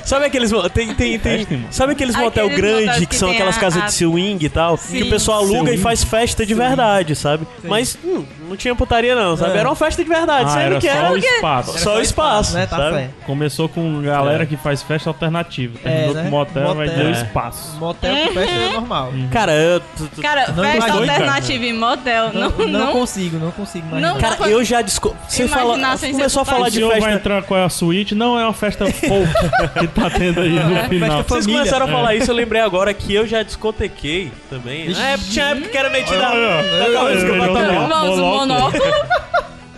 [SPEAKER 4] sabe aqueles mo- tem, tem, tem,
[SPEAKER 3] Festa em motel.
[SPEAKER 4] sabe aqueles motel
[SPEAKER 5] Aqueles motéis
[SPEAKER 4] grande que
[SPEAKER 5] que
[SPEAKER 4] são
[SPEAKER 5] tem
[SPEAKER 4] aquelas
[SPEAKER 5] a-
[SPEAKER 4] casas
[SPEAKER 5] a
[SPEAKER 4] de swing e tal, que o pessoal aluga e
[SPEAKER 3] Swing.
[SPEAKER 4] faz festa de verdade, sabe? Mas hum, não tinha putaria não, sabe?
[SPEAKER 2] É.
[SPEAKER 4] Era uma festa de verdade,
[SPEAKER 3] Ah,
[SPEAKER 4] sabe
[SPEAKER 3] era
[SPEAKER 4] que
[SPEAKER 3] só
[SPEAKER 4] era?
[SPEAKER 3] o espaço.
[SPEAKER 4] Só É. o espaço,
[SPEAKER 2] né? Tá
[SPEAKER 4] sabe?
[SPEAKER 2] fé.
[SPEAKER 3] Começou com galera que faz festa alternativa. Terminou
[SPEAKER 2] né?
[SPEAKER 3] com motel, vai
[SPEAKER 2] Motel.
[SPEAKER 3] deu
[SPEAKER 4] É.
[SPEAKER 3] espaço.
[SPEAKER 2] Motel com festa é normal.
[SPEAKER 4] Cara, eu, tu- tu-
[SPEAKER 5] Cara,
[SPEAKER 2] Não
[SPEAKER 5] festa
[SPEAKER 2] imagino,
[SPEAKER 3] cara.
[SPEAKER 5] alternativa em motel, não,
[SPEAKER 2] não,
[SPEAKER 5] não
[SPEAKER 2] consigo, não consigo mais.
[SPEAKER 5] Não.
[SPEAKER 4] cara, eu já desco... Você
[SPEAKER 5] Imaginar
[SPEAKER 4] fala,
[SPEAKER 5] sem ser
[SPEAKER 4] começou a
[SPEAKER 5] putaria.
[SPEAKER 4] falar
[SPEAKER 3] o
[SPEAKER 4] de
[SPEAKER 3] senhor vai
[SPEAKER 4] festa
[SPEAKER 3] entrar com a suíte? Não, é uma festa folk que tá tendo aí
[SPEAKER 4] É,
[SPEAKER 3] no final.
[SPEAKER 2] foi-
[SPEAKER 4] Vocês
[SPEAKER 2] família.
[SPEAKER 4] começaram a
[SPEAKER 2] É.
[SPEAKER 4] falar isso, eu lembrei agora que eu já discotequei também. Na época- tinha época que era metida.
[SPEAKER 3] Não,
[SPEAKER 5] Vamos,
[SPEAKER 3] monóculo.
[SPEAKER 5] monóculo.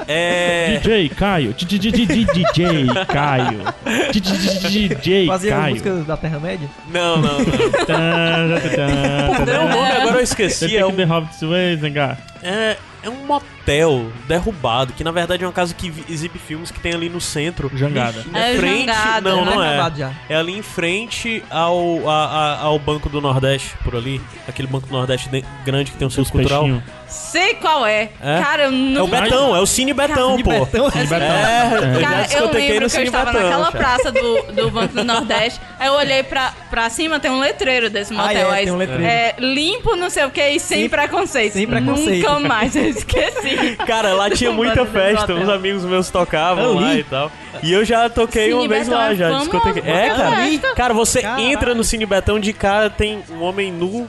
[SPEAKER 4] É.
[SPEAKER 3] DJ Caio, DJ Caio, DJ
[SPEAKER 2] Fazer a
[SPEAKER 3] Caio.
[SPEAKER 2] música da Terra-média?
[SPEAKER 4] Não, não, não. Não, o nome agora eu esqueci.
[SPEAKER 3] Você
[SPEAKER 4] É
[SPEAKER 3] tem que
[SPEAKER 4] um,
[SPEAKER 3] derrubar isso aí, Zengar.
[SPEAKER 4] é, é um motel derrubado, que na verdade é uma casa que vi- exibe filmes que tem ali no centro.
[SPEAKER 3] Jangada.
[SPEAKER 4] Na
[SPEAKER 5] É
[SPEAKER 4] frente.
[SPEAKER 5] Jangada.
[SPEAKER 4] Não, não
[SPEAKER 2] Tá
[SPEAKER 4] é.
[SPEAKER 2] acabado já.
[SPEAKER 4] É ali em frente ao, a- a- ao Banco do Nordeste, por ali. Aquele Banco do Nordeste de- grande que tem um centro
[SPEAKER 3] Os
[SPEAKER 4] cultural.
[SPEAKER 3] peixinhos.
[SPEAKER 5] Sei qual é.
[SPEAKER 4] É?
[SPEAKER 5] Cara, eu
[SPEAKER 4] É o
[SPEAKER 5] nunca...
[SPEAKER 4] Betão, é o Cine Betão,
[SPEAKER 2] De
[SPEAKER 4] pô.
[SPEAKER 2] Betão.
[SPEAKER 3] Sim, Betão.
[SPEAKER 4] É, já
[SPEAKER 5] Cara, eu
[SPEAKER 4] discotequei
[SPEAKER 5] lembro
[SPEAKER 4] no
[SPEAKER 5] que eu
[SPEAKER 4] Cine
[SPEAKER 5] estava
[SPEAKER 4] Betão,
[SPEAKER 5] naquela
[SPEAKER 4] já.
[SPEAKER 5] praça do, do Banco do Nordeste, aí eu olhei pra, pra cima, tem um letreiro desse motel.
[SPEAKER 2] é,
[SPEAKER 5] aí,
[SPEAKER 2] tem um letreiro.
[SPEAKER 5] é, limpo, não sei o que, e sem,
[SPEAKER 2] Sem-
[SPEAKER 5] preconceito.
[SPEAKER 2] sem preconceito.
[SPEAKER 5] Nunca mais, eu esqueci.
[SPEAKER 4] Cara, lá tinha muita
[SPEAKER 5] Batendo
[SPEAKER 4] festa,
[SPEAKER 5] hotel.
[SPEAKER 4] uns amigos meus tocavam
[SPEAKER 2] Ali?
[SPEAKER 4] lá e tal. E eu já toquei
[SPEAKER 5] Cine
[SPEAKER 4] uma vez
[SPEAKER 5] Betão
[SPEAKER 4] lá,
[SPEAKER 5] é
[SPEAKER 4] já
[SPEAKER 5] famoso
[SPEAKER 4] discotequei.
[SPEAKER 5] por
[SPEAKER 4] É,
[SPEAKER 5] essa
[SPEAKER 4] cara.
[SPEAKER 5] festa.
[SPEAKER 4] Cara, você
[SPEAKER 2] Caraca.
[SPEAKER 4] entra no Cine Betão, de cara tem um homem nu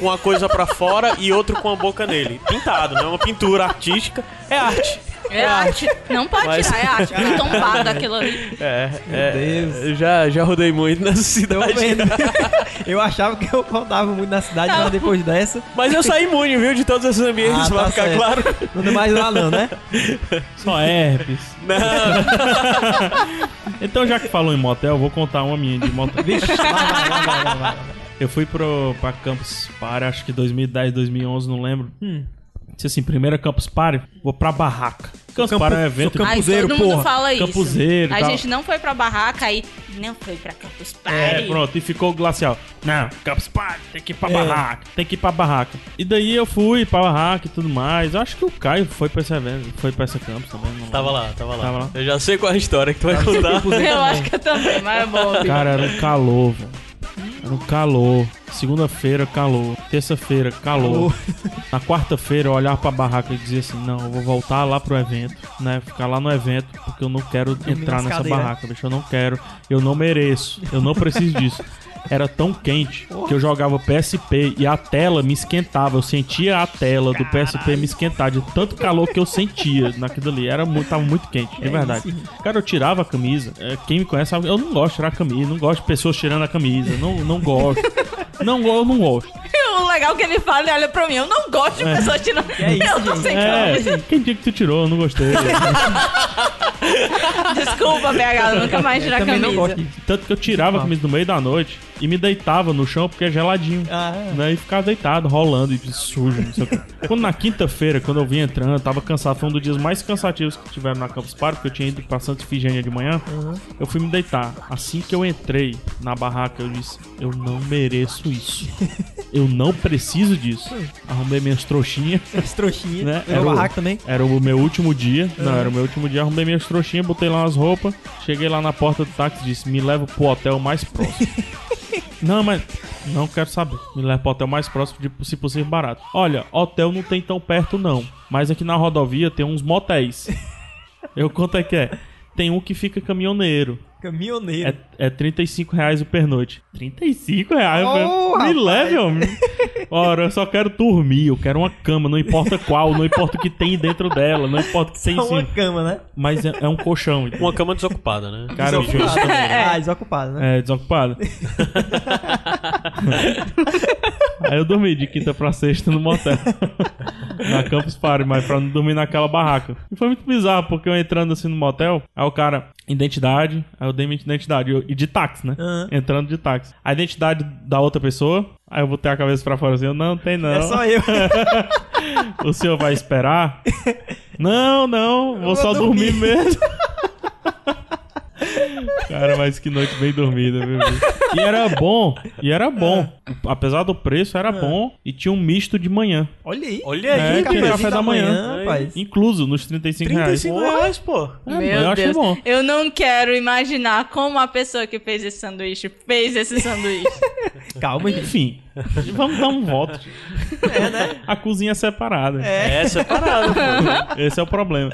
[SPEAKER 4] com uma coisa pra fora e outro com a boca nele. Pintado, né? Uma pintura artística. É arte.
[SPEAKER 5] É arte. Não pode
[SPEAKER 4] Mas-
[SPEAKER 5] tirar, é arte. Tá tombado aquilo ali.
[SPEAKER 4] É, é.
[SPEAKER 2] Deus.
[SPEAKER 4] eu Já, já rodei muito nessa
[SPEAKER 2] Tô
[SPEAKER 4] cidade.
[SPEAKER 2] vendo. Eu achava que eu rodava muito na
[SPEAKER 5] Tá
[SPEAKER 2] cidade, mas depois dessa.
[SPEAKER 4] Mas eu saí imune, viu, de todos esses ambientes,
[SPEAKER 2] Ah,
[SPEAKER 4] vai
[SPEAKER 2] tá
[SPEAKER 4] ficar
[SPEAKER 2] certo.
[SPEAKER 4] claro.
[SPEAKER 2] Não tem mais lá, não, né?
[SPEAKER 3] Só herpes.
[SPEAKER 4] Não,
[SPEAKER 3] Então, já que falou em motel, eu vou contar uma minha de motel.
[SPEAKER 4] Tá.
[SPEAKER 3] Eu fui pro, pra Campus Party, acho que 2010, 2011, não lembro. Hum. Disse assim, primeira Campus Party, vou pra barraca. Campus Party é um evento...
[SPEAKER 2] sou
[SPEAKER 5] Aí
[SPEAKER 2] Campuseiro,
[SPEAKER 5] todo mundo
[SPEAKER 2] porra.
[SPEAKER 5] fala isso.
[SPEAKER 3] Campuseiro e
[SPEAKER 5] A
[SPEAKER 3] tal.
[SPEAKER 5] gente não foi pra barraca, aí não foi pra Campus Party.
[SPEAKER 3] É, pronto, e ficou o glacial. Não, Campus Party, tem que ir pra barraca, tem que ir pra barraca. E daí eu fui pra barraca e tudo mais. Eu acho que o Caio foi pra esse evento, foi pra essa campus também. não
[SPEAKER 4] tava
[SPEAKER 3] lembro.
[SPEAKER 4] lá, tava lá.
[SPEAKER 3] Tava lá.
[SPEAKER 4] Eu já sei qual é a história que tu vai contar.
[SPEAKER 5] Eu acho que eu também, mas é bom. viu?
[SPEAKER 3] Cara, era um calor, velho. Era um calor. Segunda-feira, calor. Terça-feira, calor. Na quarta-feira, eu olhava pra barraca e dizia assim: Não, eu vou voltar lá pro evento, né? Ficar lá no evento, porque eu não quero entrar
[SPEAKER 2] nas
[SPEAKER 3] nessa
[SPEAKER 2] cadeiras.
[SPEAKER 3] barraca, bicho. Eu não quero. Eu não mereço. Eu não preciso disso. Era tão quente que eu jogava PSP e a tela me esquentava. Eu sentia a tela do PSP me esquentar de tanto calor que eu sentia naquilo ali. Era muito, tava muito quente, é verdade. Cara, eu tirava a camisa. É, Quem me conhece sabe, eu não gosto de tirar a camisa, não gosto de pessoas tirando a camisa, não, não gosto. Não, go- eu não gosto.
[SPEAKER 5] O legal é que ele fala, ele olha pra mim, eu não gosto de pessoas tirando... eu tô sem camisa.
[SPEAKER 3] É, quem dia que tu tirou, eu não gostei.
[SPEAKER 5] Desculpa, BH, eu nunca mais tirar
[SPEAKER 2] Também
[SPEAKER 5] camisa.
[SPEAKER 2] não gosto.
[SPEAKER 3] Tanto que eu tirava a camisa no meio da noite e me deitava no chão porque é geladinho.
[SPEAKER 2] Ah,
[SPEAKER 3] Né, e ficava deitado, rolando e sujo, não sei o que. Quando na quinta-feira, quando eu vim entrando, eu tava cansado. Foi um dos dias mais cansativos que tiveram na Campus Party, porque eu tinha ido pra Santa Ifigênia de manhã. Eu fui me deitar. Assim que eu entrei na barraca, eu disse: Eu não mereço isso. Eu não preciso disso. Arrumei minhas trouxinhas,
[SPEAKER 2] as trouxinhas.
[SPEAKER 3] né?
[SPEAKER 2] é,
[SPEAKER 4] É
[SPEAKER 2] Era o um barraco também. É.
[SPEAKER 3] Era o meu último dia. Não, era o meu último dia. Arrumei minhas trouxinhas, botei lá umas roupas. Cheguei lá na porta do táxi e disse: Me leva pro hotel mais próximo. não, mas não quero saber. Me leva pro hotel mais próximo, de, se possível, barato. Olha, hotel não tem tão perto, não. Mas aqui na rodovia tem uns motéis. Eu quanto é que é? Tem um que fica caminhoneiro. É,
[SPEAKER 2] Caminhoneiro.
[SPEAKER 3] é 35 reais o pernoite. 35 reais?
[SPEAKER 2] Ô,
[SPEAKER 3] velho?
[SPEAKER 2] rapaz.
[SPEAKER 3] Me leve, homem. Ora, eu só quero dormir, eu quero uma cama, não importa qual, não importa o que tem dentro dela, não importa o que tem em
[SPEAKER 2] Só uma
[SPEAKER 3] cima.
[SPEAKER 2] cama, né?
[SPEAKER 3] Mas é, é um colchão. entendeu?
[SPEAKER 4] Uma cama desocupada, né?
[SPEAKER 3] Cara, eu
[SPEAKER 4] Desocupada.
[SPEAKER 3] juro.
[SPEAKER 2] Ah, desocupado, né?
[SPEAKER 3] É, desocupado. Aí eu dormi de quinta pra sexta no motel. na Campus Party, mas pra não dormir naquela barraca. E foi muito bizarro, porque eu entrando assim no motel, aí o cara, identidade, aí eu dei minha identidade. eu- e de táxi, né?
[SPEAKER 2] Aham.
[SPEAKER 3] Entrando de táxi. A identidade da outra pessoa, aí eu botei a cabeça pra fora assim, eu não tem não.
[SPEAKER 2] É só eu.
[SPEAKER 3] O senhor vai esperar? não, não, vou,
[SPEAKER 2] vou
[SPEAKER 3] só dormir,
[SPEAKER 2] dormir.
[SPEAKER 3] mesmo. Cara, mas que noite bem dormida, viu? bicho? E era bom, e era bom. Apesar do preço, era bom e tinha um misto de manhã.
[SPEAKER 2] Olha aí.
[SPEAKER 4] Olha aí,
[SPEAKER 3] É,
[SPEAKER 4] é,
[SPEAKER 3] que
[SPEAKER 4] bicho.
[SPEAKER 3] café da manhã,
[SPEAKER 2] rapaz.
[SPEAKER 3] Incluso nos 35 reais.
[SPEAKER 4] 35 reais, pô.
[SPEAKER 3] É, eu achei bom.
[SPEAKER 5] eu não quero imaginar como a pessoa que fez esse sanduíche fez esse sanduíche.
[SPEAKER 2] Calma, gente.
[SPEAKER 3] Enfim, vamos dar um voto. A cozinha é separada.
[SPEAKER 4] É, separado, pô.
[SPEAKER 3] Esse é o problema.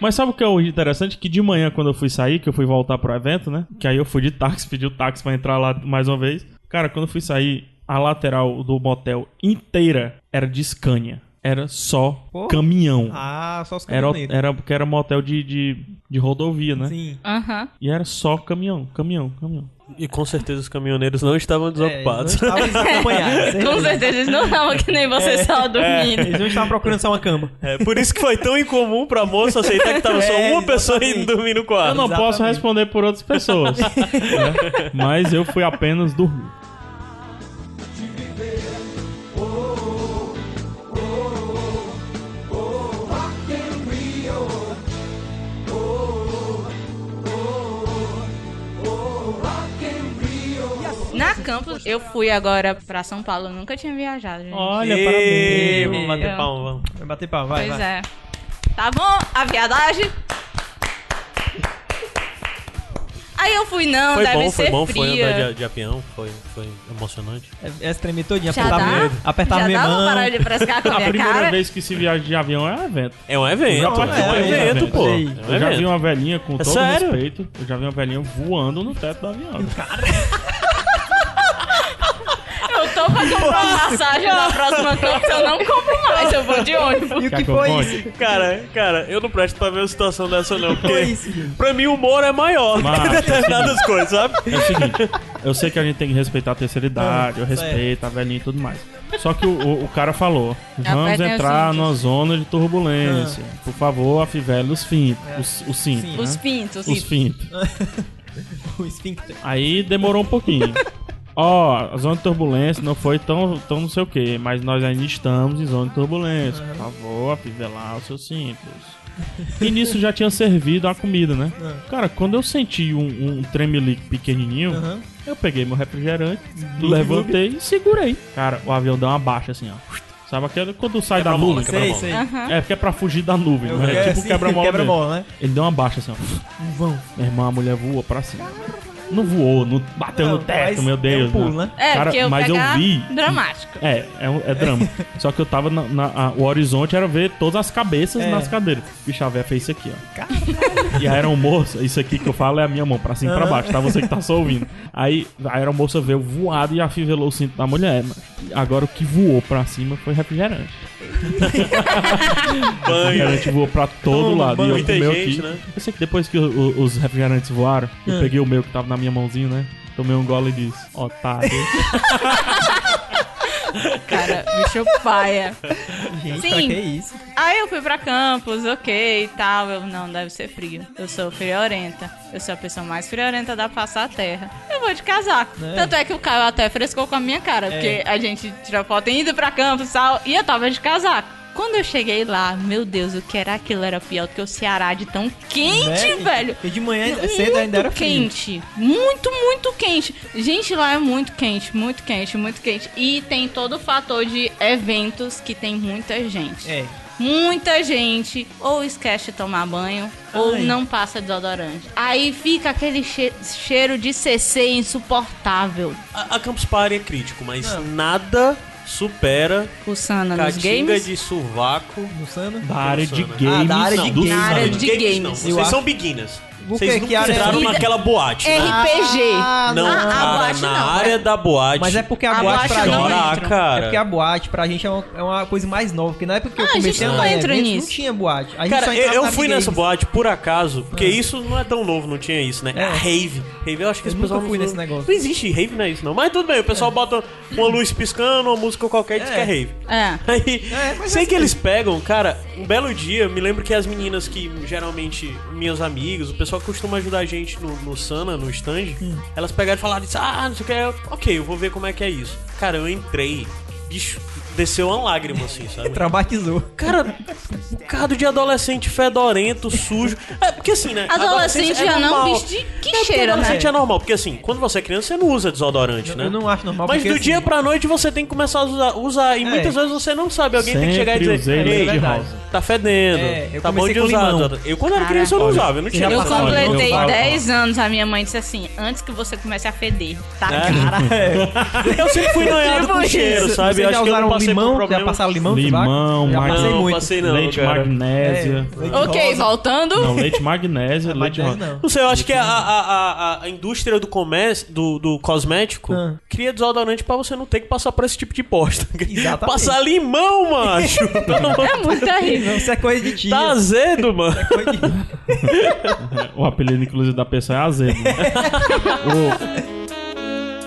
[SPEAKER 3] Mas sabe o que é o interessante? Que de manhã, quando eu fui sair, que eu fui voltar pro evento, né? Que aí eu fui de táxi, pedi o táxi pra entrar lá mais uma vez. Cara, quando eu fui sair, a lateral do motel inteira era de Scania. Era só
[SPEAKER 2] Pô.
[SPEAKER 3] caminhão.
[SPEAKER 2] Ah, só os
[SPEAKER 3] Era,
[SPEAKER 2] caminhoneiros.
[SPEAKER 3] era, porque era motel de, de, de rodovia, né?
[SPEAKER 2] Sim. É,
[SPEAKER 5] Aham.
[SPEAKER 3] E era só caminhão, caminhão, caminhão.
[SPEAKER 4] E com certeza os caminhoneiros não estavam desocupados.
[SPEAKER 2] É, eles não estavam desacompahados,
[SPEAKER 5] Com certeza eles não estavam que nem você só dormindo.
[SPEAKER 2] Eles não estavam procurando só uma cama.
[SPEAKER 4] É, por isso que foi tão incomum pra moça aceitar que tava só
[SPEAKER 2] É,
[SPEAKER 4] uma pessoa
[SPEAKER 2] exatamente.
[SPEAKER 4] indo dormir no
[SPEAKER 3] Eu
[SPEAKER 4] quarto.
[SPEAKER 3] não
[SPEAKER 2] Exatamente.
[SPEAKER 3] posso responder por outras pessoas. né? Mas eu fui apenas dormir.
[SPEAKER 5] Na Campos. Eu fui agora pra São Paulo, eu nunca tinha viajado, gente.
[SPEAKER 2] Olha,
[SPEAKER 4] Ê,
[SPEAKER 2] parabéns.
[SPEAKER 4] Vamos
[SPEAKER 5] Eu-
[SPEAKER 4] bater palma, vamos.
[SPEAKER 2] Vai bater pau, vai,
[SPEAKER 5] pois
[SPEAKER 2] vai.
[SPEAKER 5] é. Tá bom? A viadagem. Aí eu fui, não,
[SPEAKER 4] Foi
[SPEAKER 5] deve
[SPEAKER 4] bom,
[SPEAKER 5] ser
[SPEAKER 4] foi bom,
[SPEAKER 5] fria.
[SPEAKER 4] foi andar de, de avião, foi, foi emocionante.
[SPEAKER 2] Essa tremia todinha,
[SPEAKER 5] Já dá?
[SPEAKER 2] apertava, apertava
[SPEAKER 5] Já
[SPEAKER 2] minha
[SPEAKER 5] dá
[SPEAKER 2] mão.
[SPEAKER 5] pra parar de frescar com a
[SPEAKER 3] A
[SPEAKER 2] é
[SPEAKER 5] minha
[SPEAKER 3] primeira
[SPEAKER 5] cara?
[SPEAKER 3] vez que se viaja de avião é um evento.
[SPEAKER 4] É um evento,
[SPEAKER 2] Olha,
[SPEAKER 4] é um
[SPEAKER 2] olha,
[SPEAKER 4] evento,
[SPEAKER 2] olha,
[SPEAKER 4] pô.
[SPEAKER 2] olha aí.
[SPEAKER 4] É um
[SPEAKER 3] Eu já vi
[SPEAKER 4] evento.
[SPEAKER 3] uma velhinha, com
[SPEAKER 4] É
[SPEAKER 3] todo
[SPEAKER 4] sério?
[SPEAKER 3] respeito, eu já vi uma velhinha voando no teto do avião.
[SPEAKER 5] Eu tô pra comprar uma passagem na próxima Campos, eu não compro mais, eu vou de ônibus.
[SPEAKER 2] E o
[SPEAKER 3] Quer
[SPEAKER 2] que
[SPEAKER 3] que eu
[SPEAKER 2] foi
[SPEAKER 3] conte?
[SPEAKER 2] isso?
[SPEAKER 4] Cara, cara, eu não presto pra ver uma situação dessa, não.
[SPEAKER 2] Foi
[SPEAKER 4] Porque
[SPEAKER 2] isso, Guilherme.
[SPEAKER 4] pra mim o humor é maior
[SPEAKER 3] Mas,
[SPEAKER 4] que determinadas coisas, sabe?
[SPEAKER 3] É o seguinte, eu sei que a gente tem que respeitar a terceira idade, eu
[SPEAKER 2] Certo.
[SPEAKER 3] respeito a velhinha e tudo mais. Só que o, o- o cara falou: vamos
[SPEAKER 5] É, Apertem os
[SPEAKER 3] entrar
[SPEAKER 5] cintos."
[SPEAKER 3] numa zona de turbulência.
[SPEAKER 2] Ah.
[SPEAKER 3] Por favor, afivele os fintos.
[SPEAKER 2] É.
[SPEAKER 3] Os, os cintos.
[SPEAKER 2] Sim.
[SPEAKER 3] né?
[SPEAKER 5] Os pintos.
[SPEAKER 3] Os
[SPEAKER 5] e-
[SPEAKER 3] fintos.
[SPEAKER 2] O esfíncter.
[SPEAKER 3] Aí demorou um pouquinho. Ó, a zona de turbulência não foi tão, tão não sei o que, mas nós ainda estamos em zona de turbulência. Por favor, apivelar os seus cintos. E nisso já tinha servido a comida, né?
[SPEAKER 2] Ah.
[SPEAKER 3] Cara, quando eu senti um, um tremelique pequenininho,
[SPEAKER 2] Aham. Uhum.
[SPEAKER 3] eu peguei meu refrigerante, levantei e segurei. Cara, o avião deu uma baixa assim, ó. Sabe aquele quando sai da
[SPEAKER 4] Quebra-mola,
[SPEAKER 3] nuvem?
[SPEAKER 2] Sei,
[SPEAKER 4] Quebra-mola.
[SPEAKER 2] sei.
[SPEAKER 3] É porque é pra fugir da nuvem,
[SPEAKER 2] Eu-
[SPEAKER 3] né?
[SPEAKER 2] é,
[SPEAKER 3] É tipo
[SPEAKER 2] sim,
[SPEAKER 3] quebra-mola. mesmo.
[SPEAKER 2] quebra-mola, né?
[SPEAKER 3] Ele deu uma baixa assim, ó.
[SPEAKER 2] Um Vão.
[SPEAKER 3] Minha irmã, a mulher voou pra cima. Não voou, não bateu
[SPEAKER 2] Não,
[SPEAKER 3] no teto,
[SPEAKER 2] mas
[SPEAKER 3] meu
[SPEAKER 2] é
[SPEAKER 3] Deus.
[SPEAKER 2] um pulo,
[SPEAKER 3] não.
[SPEAKER 2] né?
[SPEAKER 5] É,
[SPEAKER 3] Cara,
[SPEAKER 5] porque eu
[SPEAKER 3] mas
[SPEAKER 5] pegar
[SPEAKER 3] eu vi.
[SPEAKER 5] dramático.
[SPEAKER 3] É, é, um- é drama. Só que eu tava na, na- a- o horizonte era ver todas as cabeças
[SPEAKER 2] É.
[SPEAKER 3] nas cadeiras. E Xavier fez isso aqui, ó. E a aeromoça, isso aqui que eu falo é a minha mão, pra cima e pra baixo, tá? Você que tá só ouvindo. Aí a aeromoça veio voado e afivelou o cinto da mulher. mas Agora o que voou pra cima foi refrigerante.
[SPEAKER 4] Banho.
[SPEAKER 3] refrigerante voou pra todo
[SPEAKER 2] Toma,
[SPEAKER 3] lado. E eu
[SPEAKER 4] muita
[SPEAKER 3] com o meu
[SPEAKER 4] gente,
[SPEAKER 3] aqui.
[SPEAKER 4] né?
[SPEAKER 3] Eu sei que depois que o- o- os refrigerantes voaram, eu peguei o meu que tava na minha mãozinha, né? Tomei um gole e disse, otário.
[SPEAKER 5] Cara, bicho paia.
[SPEAKER 2] né? Gente,
[SPEAKER 5] Sim.
[SPEAKER 2] pra que isso?
[SPEAKER 5] Aí eu fui pra campus, ok e tal. Eu, não, deve ser frio. Eu sou friorenta. Eu sou a pessoa mais friorenta da passar a terra. Eu vou de casaco.
[SPEAKER 2] É.
[SPEAKER 5] Tanto é que o Caio até frescou com a minha cara, porque
[SPEAKER 3] É.
[SPEAKER 5] a gente tirou foto indo pra campus e tal, e eu tava de casaco. Quando eu cheguei lá, meu Deus, o que era aquilo era pior do que o Ceará de tão quente,
[SPEAKER 2] Né?
[SPEAKER 5] velho.
[SPEAKER 2] Porque de manhã
[SPEAKER 5] Muito
[SPEAKER 2] cedo ainda era frio.
[SPEAKER 5] quente, muito, muito quente. Gente, lá é muito quente, muito quente, muito quente. E tem todo o fator de eventos que tem muita gente.
[SPEAKER 2] É.
[SPEAKER 5] Muita gente ou esquece de tomar banho ou
[SPEAKER 2] Ai.
[SPEAKER 5] não passa desodorante. Aí fica aquele che- cheiro de CC insuportável.
[SPEAKER 4] A, a Campus Party é crítico, mas
[SPEAKER 2] Ah.
[SPEAKER 4] nada supera
[SPEAKER 5] Cussana nos
[SPEAKER 4] Caatinga
[SPEAKER 5] games.
[SPEAKER 4] de sovaco.
[SPEAKER 2] No Sano?
[SPEAKER 3] Da área de
[SPEAKER 4] Ah, da
[SPEAKER 3] games.
[SPEAKER 2] área de games.
[SPEAKER 4] Não,
[SPEAKER 5] Na área
[SPEAKER 4] dos
[SPEAKER 5] de
[SPEAKER 4] games,
[SPEAKER 5] games.
[SPEAKER 4] não.
[SPEAKER 2] Eu
[SPEAKER 4] Vocês
[SPEAKER 2] acho-
[SPEAKER 4] são beginners.
[SPEAKER 2] O
[SPEAKER 4] Vocês
[SPEAKER 2] que
[SPEAKER 4] nunca
[SPEAKER 2] que área-
[SPEAKER 4] entraram
[SPEAKER 5] E da-
[SPEAKER 4] naquela boate, né?
[SPEAKER 5] RPG.
[SPEAKER 2] Ah,
[SPEAKER 4] Não,
[SPEAKER 5] a
[SPEAKER 4] cara,
[SPEAKER 5] boate
[SPEAKER 4] na
[SPEAKER 5] não,
[SPEAKER 4] área
[SPEAKER 5] é.
[SPEAKER 4] da boate.
[SPEAKER 2] Mas é porque a,
[SPEAKER 5] A
[SPEAKER 2] boate,
[SPEAKER 5] boate
[SPEAKER 2] pra
[SPEAKER 5] eu não
[SPEAKER 2] gente...
[SPEAKER 4] Chorar,
[SPEAKER 5] entro.
[SPEAKER 2] É porque
[SPEAKER 4] Ah, cara.
[SPEAKER 2] a boate pra gente é uma, é uma coisa mais nova. Porque na época que eu
[SPEAKER 5] Ah, a gente
[SPEAKER 2] comecei a
[SPEAKER 5] não
[SPEAKER 2] andar em
[SPEAKER 5] entra
[SPEAKER 2] eventos,
[SPEAKER 5] nisso.
[SPEAKER 2] não tinha boate. A gente só
[SPEAKER 4] Cara, eu,
[SPEAKER 2] entrava
[SPEAKER 4] eu
[SPEAKER 2] na
[SPEAKER 4] fui
[SPEAKER 2] Games. Ah.
[SPEAKER 4] nessa boate por acaso, porque isso não é tão novo, não tinha isso, né?
[SPEAKER 2] É.
[SPEAKER 4] A rave. Rave, eu acho que
[SPEAKER 2] Eu
[SPEAKER 4] esse
[SPEAKER 2] nunca
[SPEAKER 4] pessoal
[SPEAKER 2] fui
[SPEAKER 4] não,
[SPEAKER 2] nesse negócio.
[SPEAKER 4] Não existe rave, não é isso, não. Mas tudo bem, o pessoal bota uma luz piscando, uma música qualquer e diz
[SPEAKER 2] É.
[SPEAKER 4] que é rave.
[SPEAKER 5] É.
[SPEAKER 4] Aí,
[SPEAKER 2] É, mas
[SPEAKER 4] sei
[SPEAKER 2] é
[SPEAKER 4] que eles pegam, cara, um belo dia, eu me lembro que as meninas que geralmente, meus amigos, o pessoal que costuma ajudar a gente no, no Sana, no stand,
[SPEAKER 2] Hum.
[SPEAKER 4] elas pegaram e falaram isso, ah, não sei o que, eu, ok, eu vou ver como é que é isso. Cara, eu entrei, bicho, desceu uma lágrima assim, sabe?
[SPEAKER 2] Traumatizou.
[SPEAKER 4] Cara, um bocado de adolescente fedorento, sujo. É, porque assim, né?
[SPEAKER 2] é
[SPEAKER 5] Adolescente já não,
[SPEAKER 4] normal.
[SPEAKER 5] bicho de que
[SPEAKER 4] É, porque
[SPEAKER 5] cheiro, né?
[SPEAKER 4] adolescente é normal, porque assim, quando você é criança, você não usa desodorante, né?
[SPEAKER 2] Eu não acho normal.
[SPEAKER 4] Mas do
[SPEAKER 2] porque, assim, É.
[SPEAKER 4] dia pra noite você tem que começar a usar, usar e muitas vezes você não sabe. Alguém tem que chegar e
[SPEAKER 3] Sempre
[SPEAKER 4] dizer,
[SPEAKER 3] usei
[SPEAKER 4] ei,
[SPEAKER 3] leite de
[SPEAKER 2] verdade.
[SPEAKER 3] rosa.
[SPEAKER 4] tá fedendo,
[SPEAKER 2] É, eu
[SPEAKER 4] tá bom
[SPEAKER 2] comecei
[SPEAKER 4] de
[SPEAKER 2] com
[SPEAKER 4] usar.
[SPEAKER 2] limão.
[SPEAKER 4] desodorante." Eu quando era
[SPEAKER 5] Caraca.
[SPEAKER 4] criança eu não usava, eu não tinha
[SPEAKER 2] já
[SPEAKER 5] Eu
[SPEAKER 2] passou,
[SPEAKER 4] desodorante.
[SPEAKER 2] não
[SPEAKER 5] completei
[SPEAKER 2] fala.
[SPEAKER 5] 10 anos, a minha mãe disse assim, antes que você comece a feder, tá?
[SPEAKER 2] É.
[SPEAKER 4] Eu sempre fui
[SPEAKER 5] Tipo
[SPEAKER 4] noiado é com cheiro, sabe?
[SPEAKER 2] Vocês
[SPEAKER 4] Eu
[SPEAKER 2] já
[SPEAKER 4] acho que eu não
[SPEAKER 2] usaram
[SPEAKER 4] passei por um
[SPEAKER 2] limão? Já
[SPEAKER 4] problema.
[SPEAKER 2] passaram limão? no
[SPEAKER 3] Limão,
[SPEAKER 2] sovaco? Já
[SPEAKER 3] mais-
[SPEAKER 2] passei
[SPEAKER 4] Não,
[SPEAKER 2] muito.
[SPEAKER 4] passei não,
[SPEAKER 3] leite
[SPEAKER 4] cara.
[SPEAKER 3] magnésia.
[SPEAKER 2] É, leite
[SPEAKER 5] ok,
[SPEAKER 2] rosa.
[SPEAKER 5] voltando.
[SPEAKER 3] Não, leite magnésia,
[SPEAKER 2] Mas
[SPEAKER 3] leite
[SPEAKER 2] dez
[SPEAKER 3] rosa.
[SPEAKER 2] não.
[SPEAKER 4] Não sei, eu acho que a, a, a, a indústria do comércio, do, do cosmético,
[SPEAKER 2] Ah.
[SPEAKER 4] cria desodorante pra você não ter que passar por esse tipo de bosta.
[SPEAKER 2] Exatamente.
[SPEAKER 4] Passar limão, macho!
[SPEAKER 5] É muito terrível.
[SPEAKER 2] Não, isso é coisa de tia.
[SPEAKER 4] tá azedo, mano.
[SPEAKER 2] Coisa de-
[SPEAKER 3] O apelido, inclusive, da pessoa é azedo. né? O-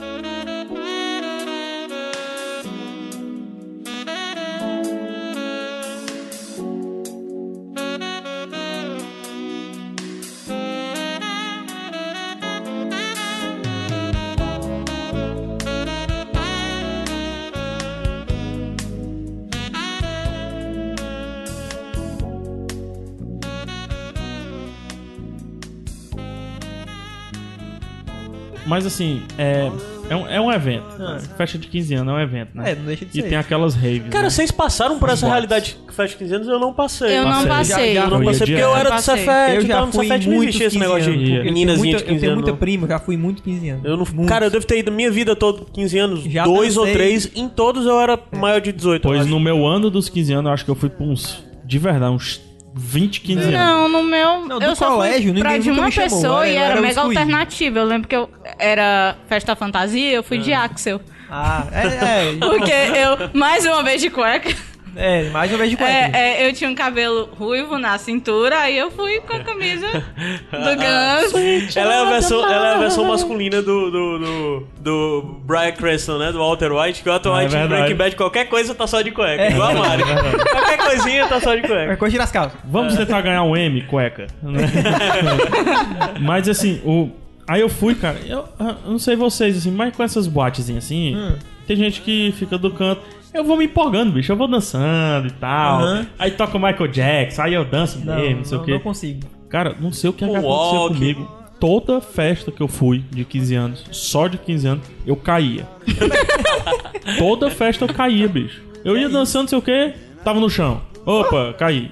[SPEAKER 3] mas assim, é, É um, é um evento. né? Festa de 15 anos é um evento, né?
[SPEAKER 2] Ah. É, não deixa de
[SPEAKER 3] E
[SPEAKER 2] ser.
[SPEAKER 3] tem aquelas raves.
[SPEAKER 4] Cara,
[SPEAKER 3] né?
[SPEAKER 4] vocês passaram por essa
[SPEAKER 3] Bots.
[SPEAKER 4] realidade que faz 15 anos eu não passei.
[SPEAKER 5] Eu não
[SPEAKER 2] Passei.
[SPEAKER 5] passei.
[SPEAKER 2] Já- já-
[SPEAKER 4] Eu não
[SPEAKER 3] Eu ia
[SPEAKER 4] passei porque eu
[SPEAKER 3] direto.
[SPEAKER 4] era do
[SPEAKER 5] Passei.
[SPEAKER 4] Cefete,
[SPEAKER 2] eu já
[SPEAKER 4] tava no
[SPEAKER 2] fui
[SPEAKER 4] Cefete, não
[SPEAKER 2] muito
[SPEAKER 4] existia esse negócio
[SPEAKER 3] anos.
[SPEAKER 4] de
[SPEAKER 3] Eu
[SPEAKER 4] meninazinha de
[SPEAKER 2] Eu
[SPEAKER 4] 15
[SPEAKER 2] tenho muita
[SPEAKER 4] anos.
[SPEAKER 2] prima, já fui muito 15 anos.
[SPEAKER 4] Eu não,
[SPEAKER 2] Muito.
[SPEAKER 4] cara, eu devo ter ido minha vida toda, 15 anos,
[SPEAKER 2] Já É.
[SPEAKER 4] dois ou
[SPEAKER 2] passei.
[SPEAKER 4] três, em todos eu era maior de 18. eu
[SPEAKER 3] Pois
[SPEAKER 4] acho.
[SPEAKER 3] no meu ano dos 15 anos, eu acho que eu fui pra uns. De verdade, uns 20, 15 anos.
[SPEAKER 5] Não, no meu.
[SPEAKER 2] Não, do
[SPEAKER 5] eu só
[SPEAKER 2] colégio,
[SPEAKER 5] fui pra
[SPEAKER 2] ninguém
[SPEAKER 5] de
[SPEAKER 2] nunca
[SPEAKER 5] uma
[SPEAKER 2] me chamou,
[SPEAKER 5] pessoa
[SPEAKER 2] era-
[SPEAKER 5] e
[SPEAKER 2] eu
[SPEAKER 5] era
[SPEAKER 2] era um o
[SPEAKER 5] mega
[SPEAKER 2] excluído.
[SPEAKER 5] alternativa. Eu lembro que eu era festa fantasia, eu fui
[SPEAKER 2] É.
[SPEAKER 5] de Axel.
[SPEAKER 2] Ah, é,
[SPEAKER 5] Porque eu, mais uma vez de cueca.
[SPEAKER 2] é. É, mais uma vez de cueca.
[SPEAKER 5] É, é, eu tinha um cabelo ruivo na cintura, aí eu fui com a camisa do Guns.
[SPEAKER 4] Ela é, a versão, ela é a versão masculina do, do, do, do Brian Cranston, né? Do Walter White. Que o Walter
[SPEAKER 3] Ah, é
[SPEAKER 4] White em
[SPEAKER 3] verdade.
[SPEAKER 4] Breaking Bad, qualquer coisa tá só de cueca. igual a Mari. qualquer coisinha tá só de
[SPEAKER 2] É
[SPEAKER 4] cueca.
[SPEAKER 2] coisa de tirar as calças.
[SPEAKER 3] Vamos tentar ganhar um M, cueca. né? mas assim, o. Aí eu fui, cara, eu, ah, eu não sei vocês, assim, mas com essas boatezinhas assim,
[SPEAKER 2] Hum.
[SPEAKER 3] tem gente que fica do canto. Eu vou me empolgando, bicho, eu vou dançando e tal.
[SPEAKER 2] Aham.
[SPEAKER 3] Aí toca o Michael Jackson, aí eu danço
[SPEAKER 2] Não,
[SPEAKER 3] mesmo, não sei
[SPEAKER 2] não,
[SPEAKER 3] o quê.
[SPEAKER 2] não consigo.
[SPEAKER 3] Cara, não sei o que, é que aconteceu
[SPEAKER 4] Walk.
[SPEAKER 3] comigo. Toda festa que eu fui de 15 anos, só de 15 anos, eu caía. Toda festa eu caía, bicho. Eu ia dançando, não sei o que, tava no chão. Opa, caí.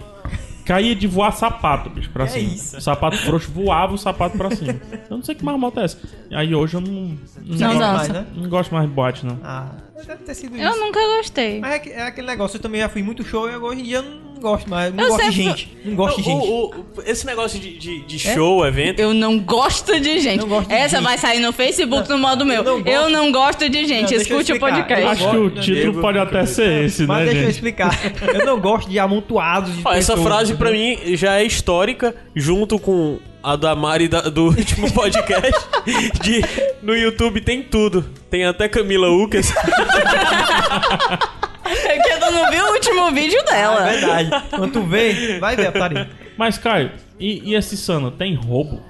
[SPEAKER 3] Caía de voar sapato, bicho, pra cima.
[SPEAKER 2] isso?
[SPEAKER 3] O sapato frouxo voava o sapato pra cima. Eu não sei que marmota é essa. Aí hoje eu não, não,
[SPEAKER 1] Não
[SPEAKER 2] Gosto
[SPEAKER 1] dança.
[SPEAKER 2] mais, né?
[SPEAKER 3] não gosto mais de boate, não.
[SPEAKER 2] Ah, deve ter sido
[SPEAKER 5] Eu
[SPEAKER 2] isso.
[SPEAKER 5] nunca gostei.
[SPEAKER 2] Mas é, que- é aquele negócio, eu também já fui muito show e agora hoje em dia eu não gosto mais. Não
[SPEAKER 5] Eu
[SPEAKER 2] gosto de
[SPEAKER 5] sempre-
[SPEAKER 2] gente. Não gosto de
[SPEAKER 4] O-
[SPEAKER 2] gente.
[SPEAKER 4] o- o- esse negócio de, de, de show, evento.
[SPEAKER 5] Eu não gosto de gente.
[SPEAKER 2] Não gosto de
[SPEAKER 5] Essa
[SPEAKER 2] gente.
[SPEAKER 5] vai sair no Facebook no modo meu.
[SPEAKER 2] eu não gosto-
[SPEAKER 5] Eu não gosto de gente.
[SPEAKER 2] Não, deixa eu
[SPEAKER 5] Escute o
[SPEAKER 2] explicar. Eu
[SPEAKER 5] podcast.
[SPEAKER 3] Acho que o
[SPEAKER 2] gosto,
[SPEAKER 3] título
[SPEAKER 4] nego,
[SPEAKER 3] pode até ser esse,
[SPEAKER 2] Mas
[SPEAKER 3] né,
[SPEAKER 2] deixa eu
[SPEAKER 3] gente?
[SPEAKER 2] explicar. Eu não gosto de amontoados de
[SPEAKER 4] Ó, essa
[SPEAKER 2] pessoas,
[SPEAKER 4] frase pra
[SPEAKER 2] entendeu?
[SPEAKER 4] mim já é histórica, junto com a da Mari da- do último podcast. de, no YouTube tem tudo. Tem até Camila Lucas.
[SPEAKER 5] É que eu não vi o último vídeo dela.
[SPEAKER 2] Verdade. Quando tu vê, vai ver, Tarim.
[SPEAKER 3] Mas, Caio, e, e esse Sana, tem roubo?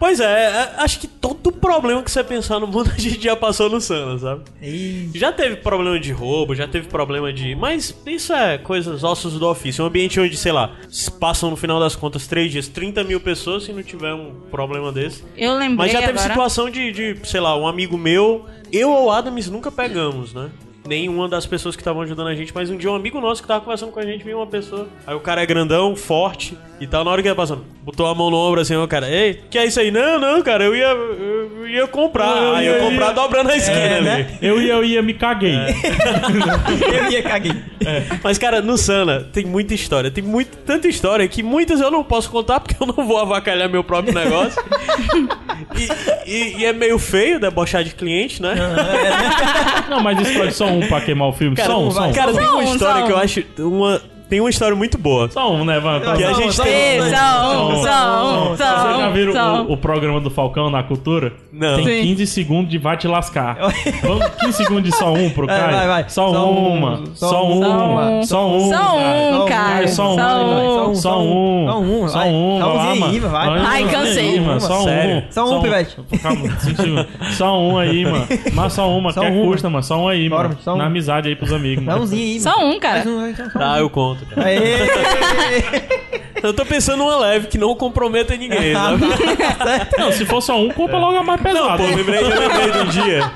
[SPEAKER 4] Pois é, é, acho que todo problema que você pensar no mundo a gente já passou no Sana, sabe? Já teve problema de roubo, já teve problema de. Mas isso é coisas ossos do ofício. Um ambiente onde, sei lá, se passam no final das contas três dias, 30 mil pessoas se não tiver um problema desse.
[SPEAKER 5] Eu lembrei
[SPEAKER 4] Mas já teve
[SPEAKER 5] agora.
[SPEAKER 4] situação de, de, sei lá, um amigo meu, eu ou Adams nunca pegamos, né? Nenhuma das pessoas que estavam ajudando a gente, mas um dia um amigo nosso que tava conversando com a gente viu uma pessoa. Aí o cara é grandão, forte e tal. Na hora que ele passando, botou a mão no ombro assim, ó, cara, ei, que é isso aí? Não, não, cara, eu ia, eu ia comprar.
[SPEAKER 3] Eu
[SPEAKER 4] aí
[SPEAKER 3] ia-
[SPEAKER 4] eu ia comprar dobrando a esquina,
[SPEAKER 2] né?
[SPEAKER 4] ali.
[SPEAKER 3] Eu ia, eu ia, me caguei.
[SPEAKER 2] É. Eu ia caguei.
[SPEAKER 4] Mas, cara, no Sana tem muita história. Tem muito, tanta história que muitas eu não posso contar porque eu não vou avacalhar meu próprio negócio. e, e- e é meio feio debochar de cliente, né?
[SPEAKER 3] Não, mas escolhe só um pra queimar o filme.
[SPEAKER 4] Cara,
[SPEAKER 3] só um, só um.
[SPEAKER 4] cara, tem
[SPEAKER 5] Só
[SPEAKER 4] uma
[SPEAKER 5] um,
[SPEAKER 4] história
[SPEAKER 5] só um.
[SPEAKER 4] que eu acho. Uma, tem uma história muito boa.
[SPEAKER 3] Só um, né? Vai, vai,
[SPEAKER 4] Que a
[SPEAKER 3] vai.
[SPEAKER 2] Só um,
[SPEAKER 4] gente
[SPEAKER 2] só
[SPEAKER 4] tem.
[SPEAKER 5] Ei, só um, só um, só
[SPEAKER 3] Vocês já
[SPEAKER 5] um, só
[SPEAKER 3] viram
[SPEAKER 5] um.
[SPEAKER 3] o, o programa do Falcão na cultura?
[SPEAKER 4] Não.
[SPEAKER 3] Tem
[SPEAKER 5] Sim.
[SPEAKER 3] 15 segundos de vai te lascar. Vamos 15 segundos de só um pro
[SPEAKER 2] Vai,
[SPEAKER 3] Caio?
[SPEAKER 2] vai, vai.
[SPEAKER 3] Só,
[SPEAKER 2] Só
[SPEAKER 3] uma,
[SPEAKER 2] um,
[SPEAKER 3] só,
[SPEAKER 2] só um,
[SPEAKER 3] uma, só um.
[SPEAKER 5] Só
[SPEAKER 3] cara.
[SPEAKER 5] um, cara.
[SPEAKER 3] Só um,
[SPEAKER 5] Só um.
[SPEAKER 3] só um,
[SPEAKER 2] Só um,
[SPEAKER 3] só
[SPEAKER 2] vai.
[SPEAKER 3] um,
[SPEAKER 2] Só
[SPEAKER 3] vai,
[SPEAKER 2] umzinho
[SPEAKER 3] mano.
[SPEAKER 2] aí, vai.
[SPEAKER 3] Vai,
[SPEAKER 5] Ai,
[SPEAKER 3] vai,
[SPEAKER 5] cansei.
[SPEAKER 3] vai, mano, Só
[SPEAKER 4] Sério?
[SPEAKER 3] um,
[SPEAKER 2] Só um, pivete.
[SPEAKER 3] Calma, cinco segundos. Só um aí, mano. Mas só uma,
[SPEAKER 2] Só
[SPEAKER 3] que
[SPEAKER 2] uma.
[SPEAKER 3] custa, mano. Só um aí,
[SPEAKER 2] Bora,
[SPEAKER 3] mano.
[SPEAKER 2] só um.
[SPEAKER 3] Na amizade aí pros amigos,
[SPEAKER 2] Dá
[SPEAKER 3] mano.
[SPEAKER 2] umzinho aí.
[SPEAKER 5] Só um, cara.
[SPEAKER 2] um, só um.
[SPEAKER 4] Ah, eu conto, cara.
[SPEAKER 2] Aê!
[SPEAKER 4] Eu tô pensando uma leve que não comprometa ninguém, né?
[SPEAKER 3] Ah,
[SPEAKER 4] sabe?
[SPEAKER 3] tá. Não, se for só um, compra logo a mais pesada. né?
[SPEAKER 4] Pô, eu lembrei, eu lembrei do dia.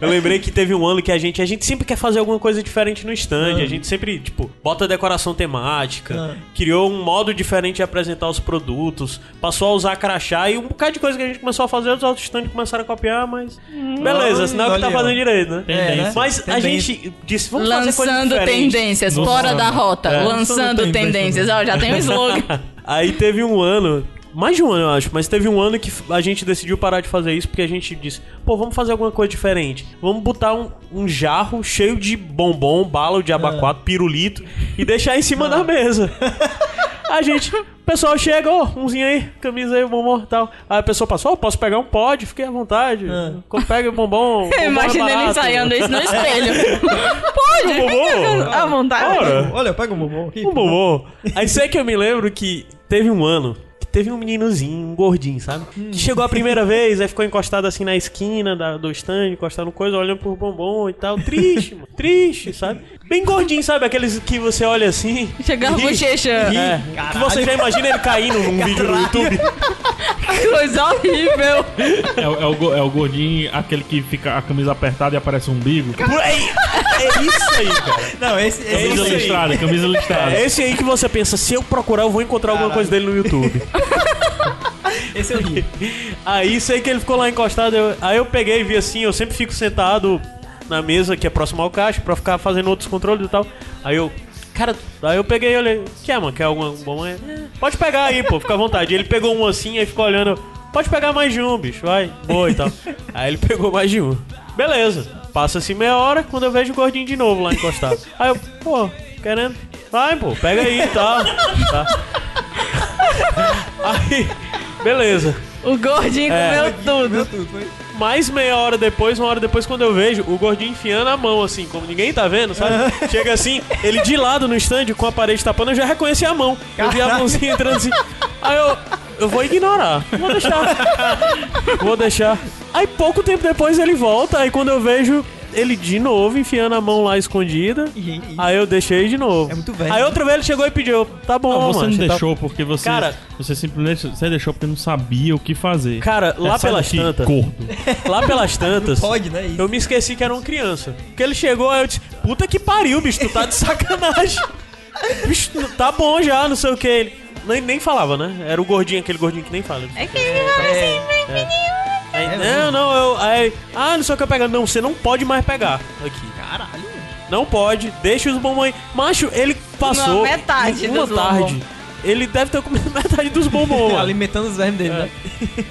[SPEAKER 4] Eu lembrei que teve um ano que a gente, a gente sempre quer fazer alguma coisa diferente no stand.
[SPEAKER 3] Ah.
[SPEAKER 4] A gente sempre, tipo, bota decoração temática,
[SPEAKER 5] Ah.
[SPEAKER 4] criou um modo diferente de apresentar os produtos, passou a usar crachá e um bocado de coisa que a gente começou a fazer, os outros stands começaram a copiar, mas.
[SPEAKER 5] Hum.
[SPEAKER 4] Beleza,
[SPEAKER 2] Ai,
[SPEAKER 4] senão é o que tá
[SPEAKER 2] olha,
[SPEAKER 4] fazendo direito, né?
[SPEAKER 3] Tendência.
[SPEAKER 2] né?
[SPEAKER 4] Mas a
[SPEAKER 2] Tendência.
[SPEAKER 4] gente disse, vamos fazer coisa
[SPEAKER 5] Lançando
[SPEAKER 4] diferente.
[SPEAKER 5] tendências,
[SPEAKER 3] Lançando.
[SPEAKER 5] fora da rota.
[SPEAKER 4] É.
[SPEAKER 5] Lançando
[SPEAKER 2] Lançando tendências.
[SPEAKER 5] tendências. Ó, já tem um slogan.
[SPEAKER 4] Aí teve um ano, mais de um ano eu acho, mas teve um ano que a gente decidiu parar de fazer isso porque a gente disse, pô, vamos fazer alguma coisa diferente. Vamos botar um, um jarro cheio de bombom, bala
[SPEAKER 5] É.
[SPEAKER 4] de abacuado, pirulito e deixar em cima da mesa. A gente, o pessoal chega, ó, umzinho aí, camisa aí, bombom e tal. Aí a pessoa passou, ó, posso pegar um? Pode, fiquei à vontade. Como Pega o bombom. bombom é
[SPEAKER 5] Imagina ele
[SPEAKER 4] barato.
[SPEAKER 5] ensaiando isso no espelho. Pode,
[SPEAKER 4] Bombom.
[SPEAKER 5] fica à vontade.
[SPEAKER 4] Ora.
[SPEAKER 2] Olha, eu pego o bombom aqui.
[SPEAKER 4] Um bombom. Aí sei que eu me lembro que teve um ano que teve um meninozinho, um gordinho, sabe? Que chegou a primeira vez, aí ficou encostado assim na esquina da- do stand, encostado no coisa, olhando pro bombom e tal. Triste, mano. Triste, sabe? Bem gordinho, sabe? Aqueles que você olha assim. É,
[SPEAKER 5] Chegava a
[SPEAKER 4] ri,
[SPEAKER 5] bochecha.
[SPEAKER 4] ri. Que você já imagina ele caindo num vídeo no YouTube.
[SPEAKER 8] coisa horrível.
[SPEAKER 3] É, o- é o, go- é o gordinho, aquele que fica a camisa apertada e aparece um umbigo.
[SPEAKER 4] É isso aí, cara.
[SPEAKER 2] Não, esse, é esse
[SPEAKER 4] é isso
[SPEAKER 3] Camisa
[SPEAKER 4] aí.
[SPEAKER 3] listrada, camisa listrada.
[SPEAKER 4] É esse aí que você pensa, se eu procurar, eu vou encontrar alguma coisa dele no YouTube.
[SPEAKER 2] Esse é eu ri.
[SPEAKER 4] Aí sei que ele ficou lá encostado, eu- aí eu peguei e vi assim, eu sempre fico sentado na mesa que é próximo ao caixa pra ficar fazendo outros controles e tal. Aí eu, cara, aí eu peguei e olhei, que é, mano, quer alguma bom é? Pode pegar aí, pô, fica à vontade. Ele pegou um assim, aí ficou olhando, pode pegar mais de um, bicho, vai, boa e tal. Aí ele pegou mais de um. Beleza. Passa-se meia hora, quando eu vejo o gordinho de novo lá encostado. Aí eu, pô, querendo? Vai, pô, pega aí e tal. Tá. Aí, beleza.
[SPEAKER 8] O gordinho
[SPEAKER 4] É.
[SPEAKER 8] comeu tudo.
[SPEAKER 4] Mais meia hora depois, uma hora depois, quando eu vejo o gordinho enfiando a mão, assim, como ninguém tá vendo, sabe? Chega assim, ele de lado no stand, com a parede tapando, eu já reconheci a mão. Eu vi a mãozinha entrando assim. Aí eu, eu vou ignorar, vou deixar. Vou deixar. Aí pouco tempo depois ele volta, aí quando eu vejo ele de novo enfiando a mão lá escondida,
[SPEAKER 2] Gente,
[SPEAKER 4] aí eu deixei de novo.
[SPEAKER 2] É muito velho,
[SPEAKER 4] Aí
[SPEAKER 2] né?
[SPEAKER 4] outra vez ele chegou e pediu, tá bom,
[SPEAKER 3] Não, você
[SPEAKER 4] mano,
[SPEAKER 3] não
[SPEAKER 4] tá-
[SPEAKER 3] deixou porque você.
[SPEAKER 4] Cara-
[SPEAKER 3] você simplesmente você deixou porque não sabia o que fazer.
[SPEAKER 4] Cara, lá
[SPEAKER 3] É, sai
[SPEAKER 4] pelas
[SPEAKER 3] daqui,
[SPEAKER 4] tantas.
[SPEAKER 3] Gordo.
[SPEAKER 4] Lá pelas tantas.
[SPEAKER 2] Pode, né? Isso.
[SPEAKER 4] Eu me esqueci que era uma criança. Porque ele chegou, aí eu disse, puta que pariu, bicho, tu tá de sacanagem. bicho, tu tá bom já, não sei o que. Ele nem, nem falava, né? Era o gordinho, aquele gordinho que nem fala.
[SPEAKER 5] É que ele fala assim,
[SPEAKER 4] Aí,
[SPEAKER 2] É
[SPEAKER 4] não,
[SPEAKER 2] mesmo?
[SPEAKER 4] não, eu. Aí, ah, não sei o que eu pegar. Não, você não pode mais pegar aqui.
[SPEAKER 2] Caralho.
[SPEAKER 4] Não pode, deixa os bombons. Macho, ele passou.
[SPEAKER 5] Não, metade
[SPEAKER 4] uma
[SPEAKER 5] dos
[SPEAKER 4] tarde.
[SPEAKER 5] bombons.
[SPEAKER 4] Ele deve ter comido metade dos bombons. mano.
[SPEAKER 2] Alimentando os vermes dele, né?
[SPEAKER 4] É.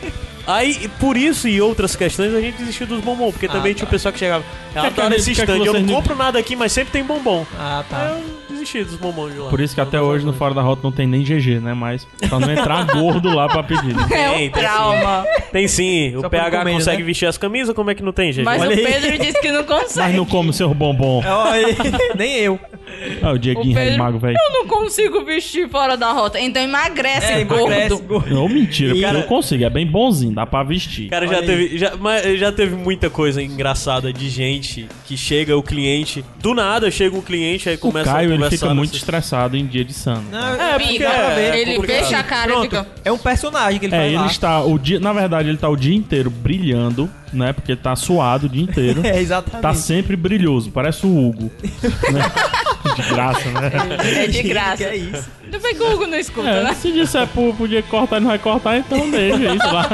[SPEAKER 4] Aí, por isso e outras questões, a gente desistiu dos bombons, porque também
[SPEAKER 2] tá.
[SPEAKER 4] tinha o pessoal que chegava. Eu
[SPEAKER 3] que
[SPEAKER 4] adoro
[SPEAKER 3] a
[SPEAKER 4] esse
[SPEAKER 3] gente- que Ah, é que
[SPEAKER 4] stand, eu
[SPEAKER 3] vocês
[SPEAKER 4] não
[SPEAKER 3] não-
[SPEAKER 4] compro nada aqui, mas sempre tem bombom.
[SPEAKER 2] Ah,
[SPEAKER 4] Aí
[SPEAKER 2] tá.
[SPEAKER 4] eu desisti dos bombons de lá.
[SPEAKER 3] Por isso que até hoje no Fora da Rota não tem nem GG, né? Mas pra não entrar gordo lá pra pedir. né?
[SPEAKER 5] é
[SPEAKER 4] Tem,
[SPEAKER 5] um
[SPEAKER 4] tem
[SPEAKER 5] trauma.
[SPEAKER 4] Tem sim, o
[SPEAKER 2] Só
[SPEAKER 4] PH
[SPEAKER 2] por encomenda,
[SPEAKER 4] consegue
[SPEAKER 2] né?
[SPEAKER 4] vestir as camisas, como é que não tem, gente?
[SPEAKER 5] Mas
[SPEAKER 4] Olha
[SPEAKER 5] o
[SPEAKER 4] aí.
[SPEAKER 5] Pedro disse que não
[SPEAKER 3] Mas
[SPEAKER 5] consegue.
[SPEAKER 3] não come seu
[SPEAKER 4] É.
[SPEAKER 3] bombom.
[SPEAKER 2] Olha aí, Nem eu.
[SPEAKER 3] Ah, o Dieguinho é
[SPEAKER 5] Pedro-
[SPEAKER 3] mago, velho.
[SPEAKER 5] Eu não consigo vestir fora da rota. Então emagrece,
[SPEAKER 4] É,
[SPEAKER 5] gordo.
[SPEAKER 2] emagrece, É gordo.
[SPEAKER 3] Não, mentira, porque
[SPEAKER 2] Cara-
[SPEAKER 3] eu consigo. É bem bonzinho, dá pra vestir.
[SPEAKER 4] Cara,
[SPEAKER 2] Olha
[SPEAKER 4] já
[SPEAKER 2] aí.
[SPEAKER 4] teve, já, mas já teve muita coisa engraçada de gente que chega o cliente. Do nada chega o cliente, aí
[SPEAKER 3] o
[SPEAKER 4] começa a
[SPEAKER 3] Caio, ele
[SPEAKER 4] conversar.
[SPEAKER 3] fica muito
[SPEAKER 4] assim.
[SPEAKER 3] estressado em dia de samba.
[SPEAKER 2] Não,
[SPEAKER 4] É, porque
[SPEAKER 5] Fica.
[SPEAKER 4] é
[SPEAKER 5] ele
[SPEAKER 4] complicado.
[SPEAKER 5] fecha a cara
[SPEAKER 4] Pronto.
[SPEAKER 5] e fica.
[SPEAKER 2] É um personagem que ele
[SPEAKER 3] É,
[SPEAKER 2] faz
[SPEAKER 3] ele
[SPEAKER 2] lá.
[SPEAKER 3] está o dia, na verdade, ele tá o dia inteiro brilhando, né? Porque ele tá suado o dia inteiro.
[SPEAKER 2] É, exatamente.
[SPEAKER 3] Tá sempre brilhoso, parece o Hugo. né? De graça, né?
[SPEAKER 5] É de
[SPEAKER 2] Que
[SPEAKER 5] graça.
[SPEAKER 2] é isso.
[SPEAKER 5] Ainda bem que o Hugo não escuta,
[SPEAKER 3] É,
[SPEAKER 5] né?
[SPEAKER 3] se disser pro, podia cortar e não vai cortar, então deixa isso lá.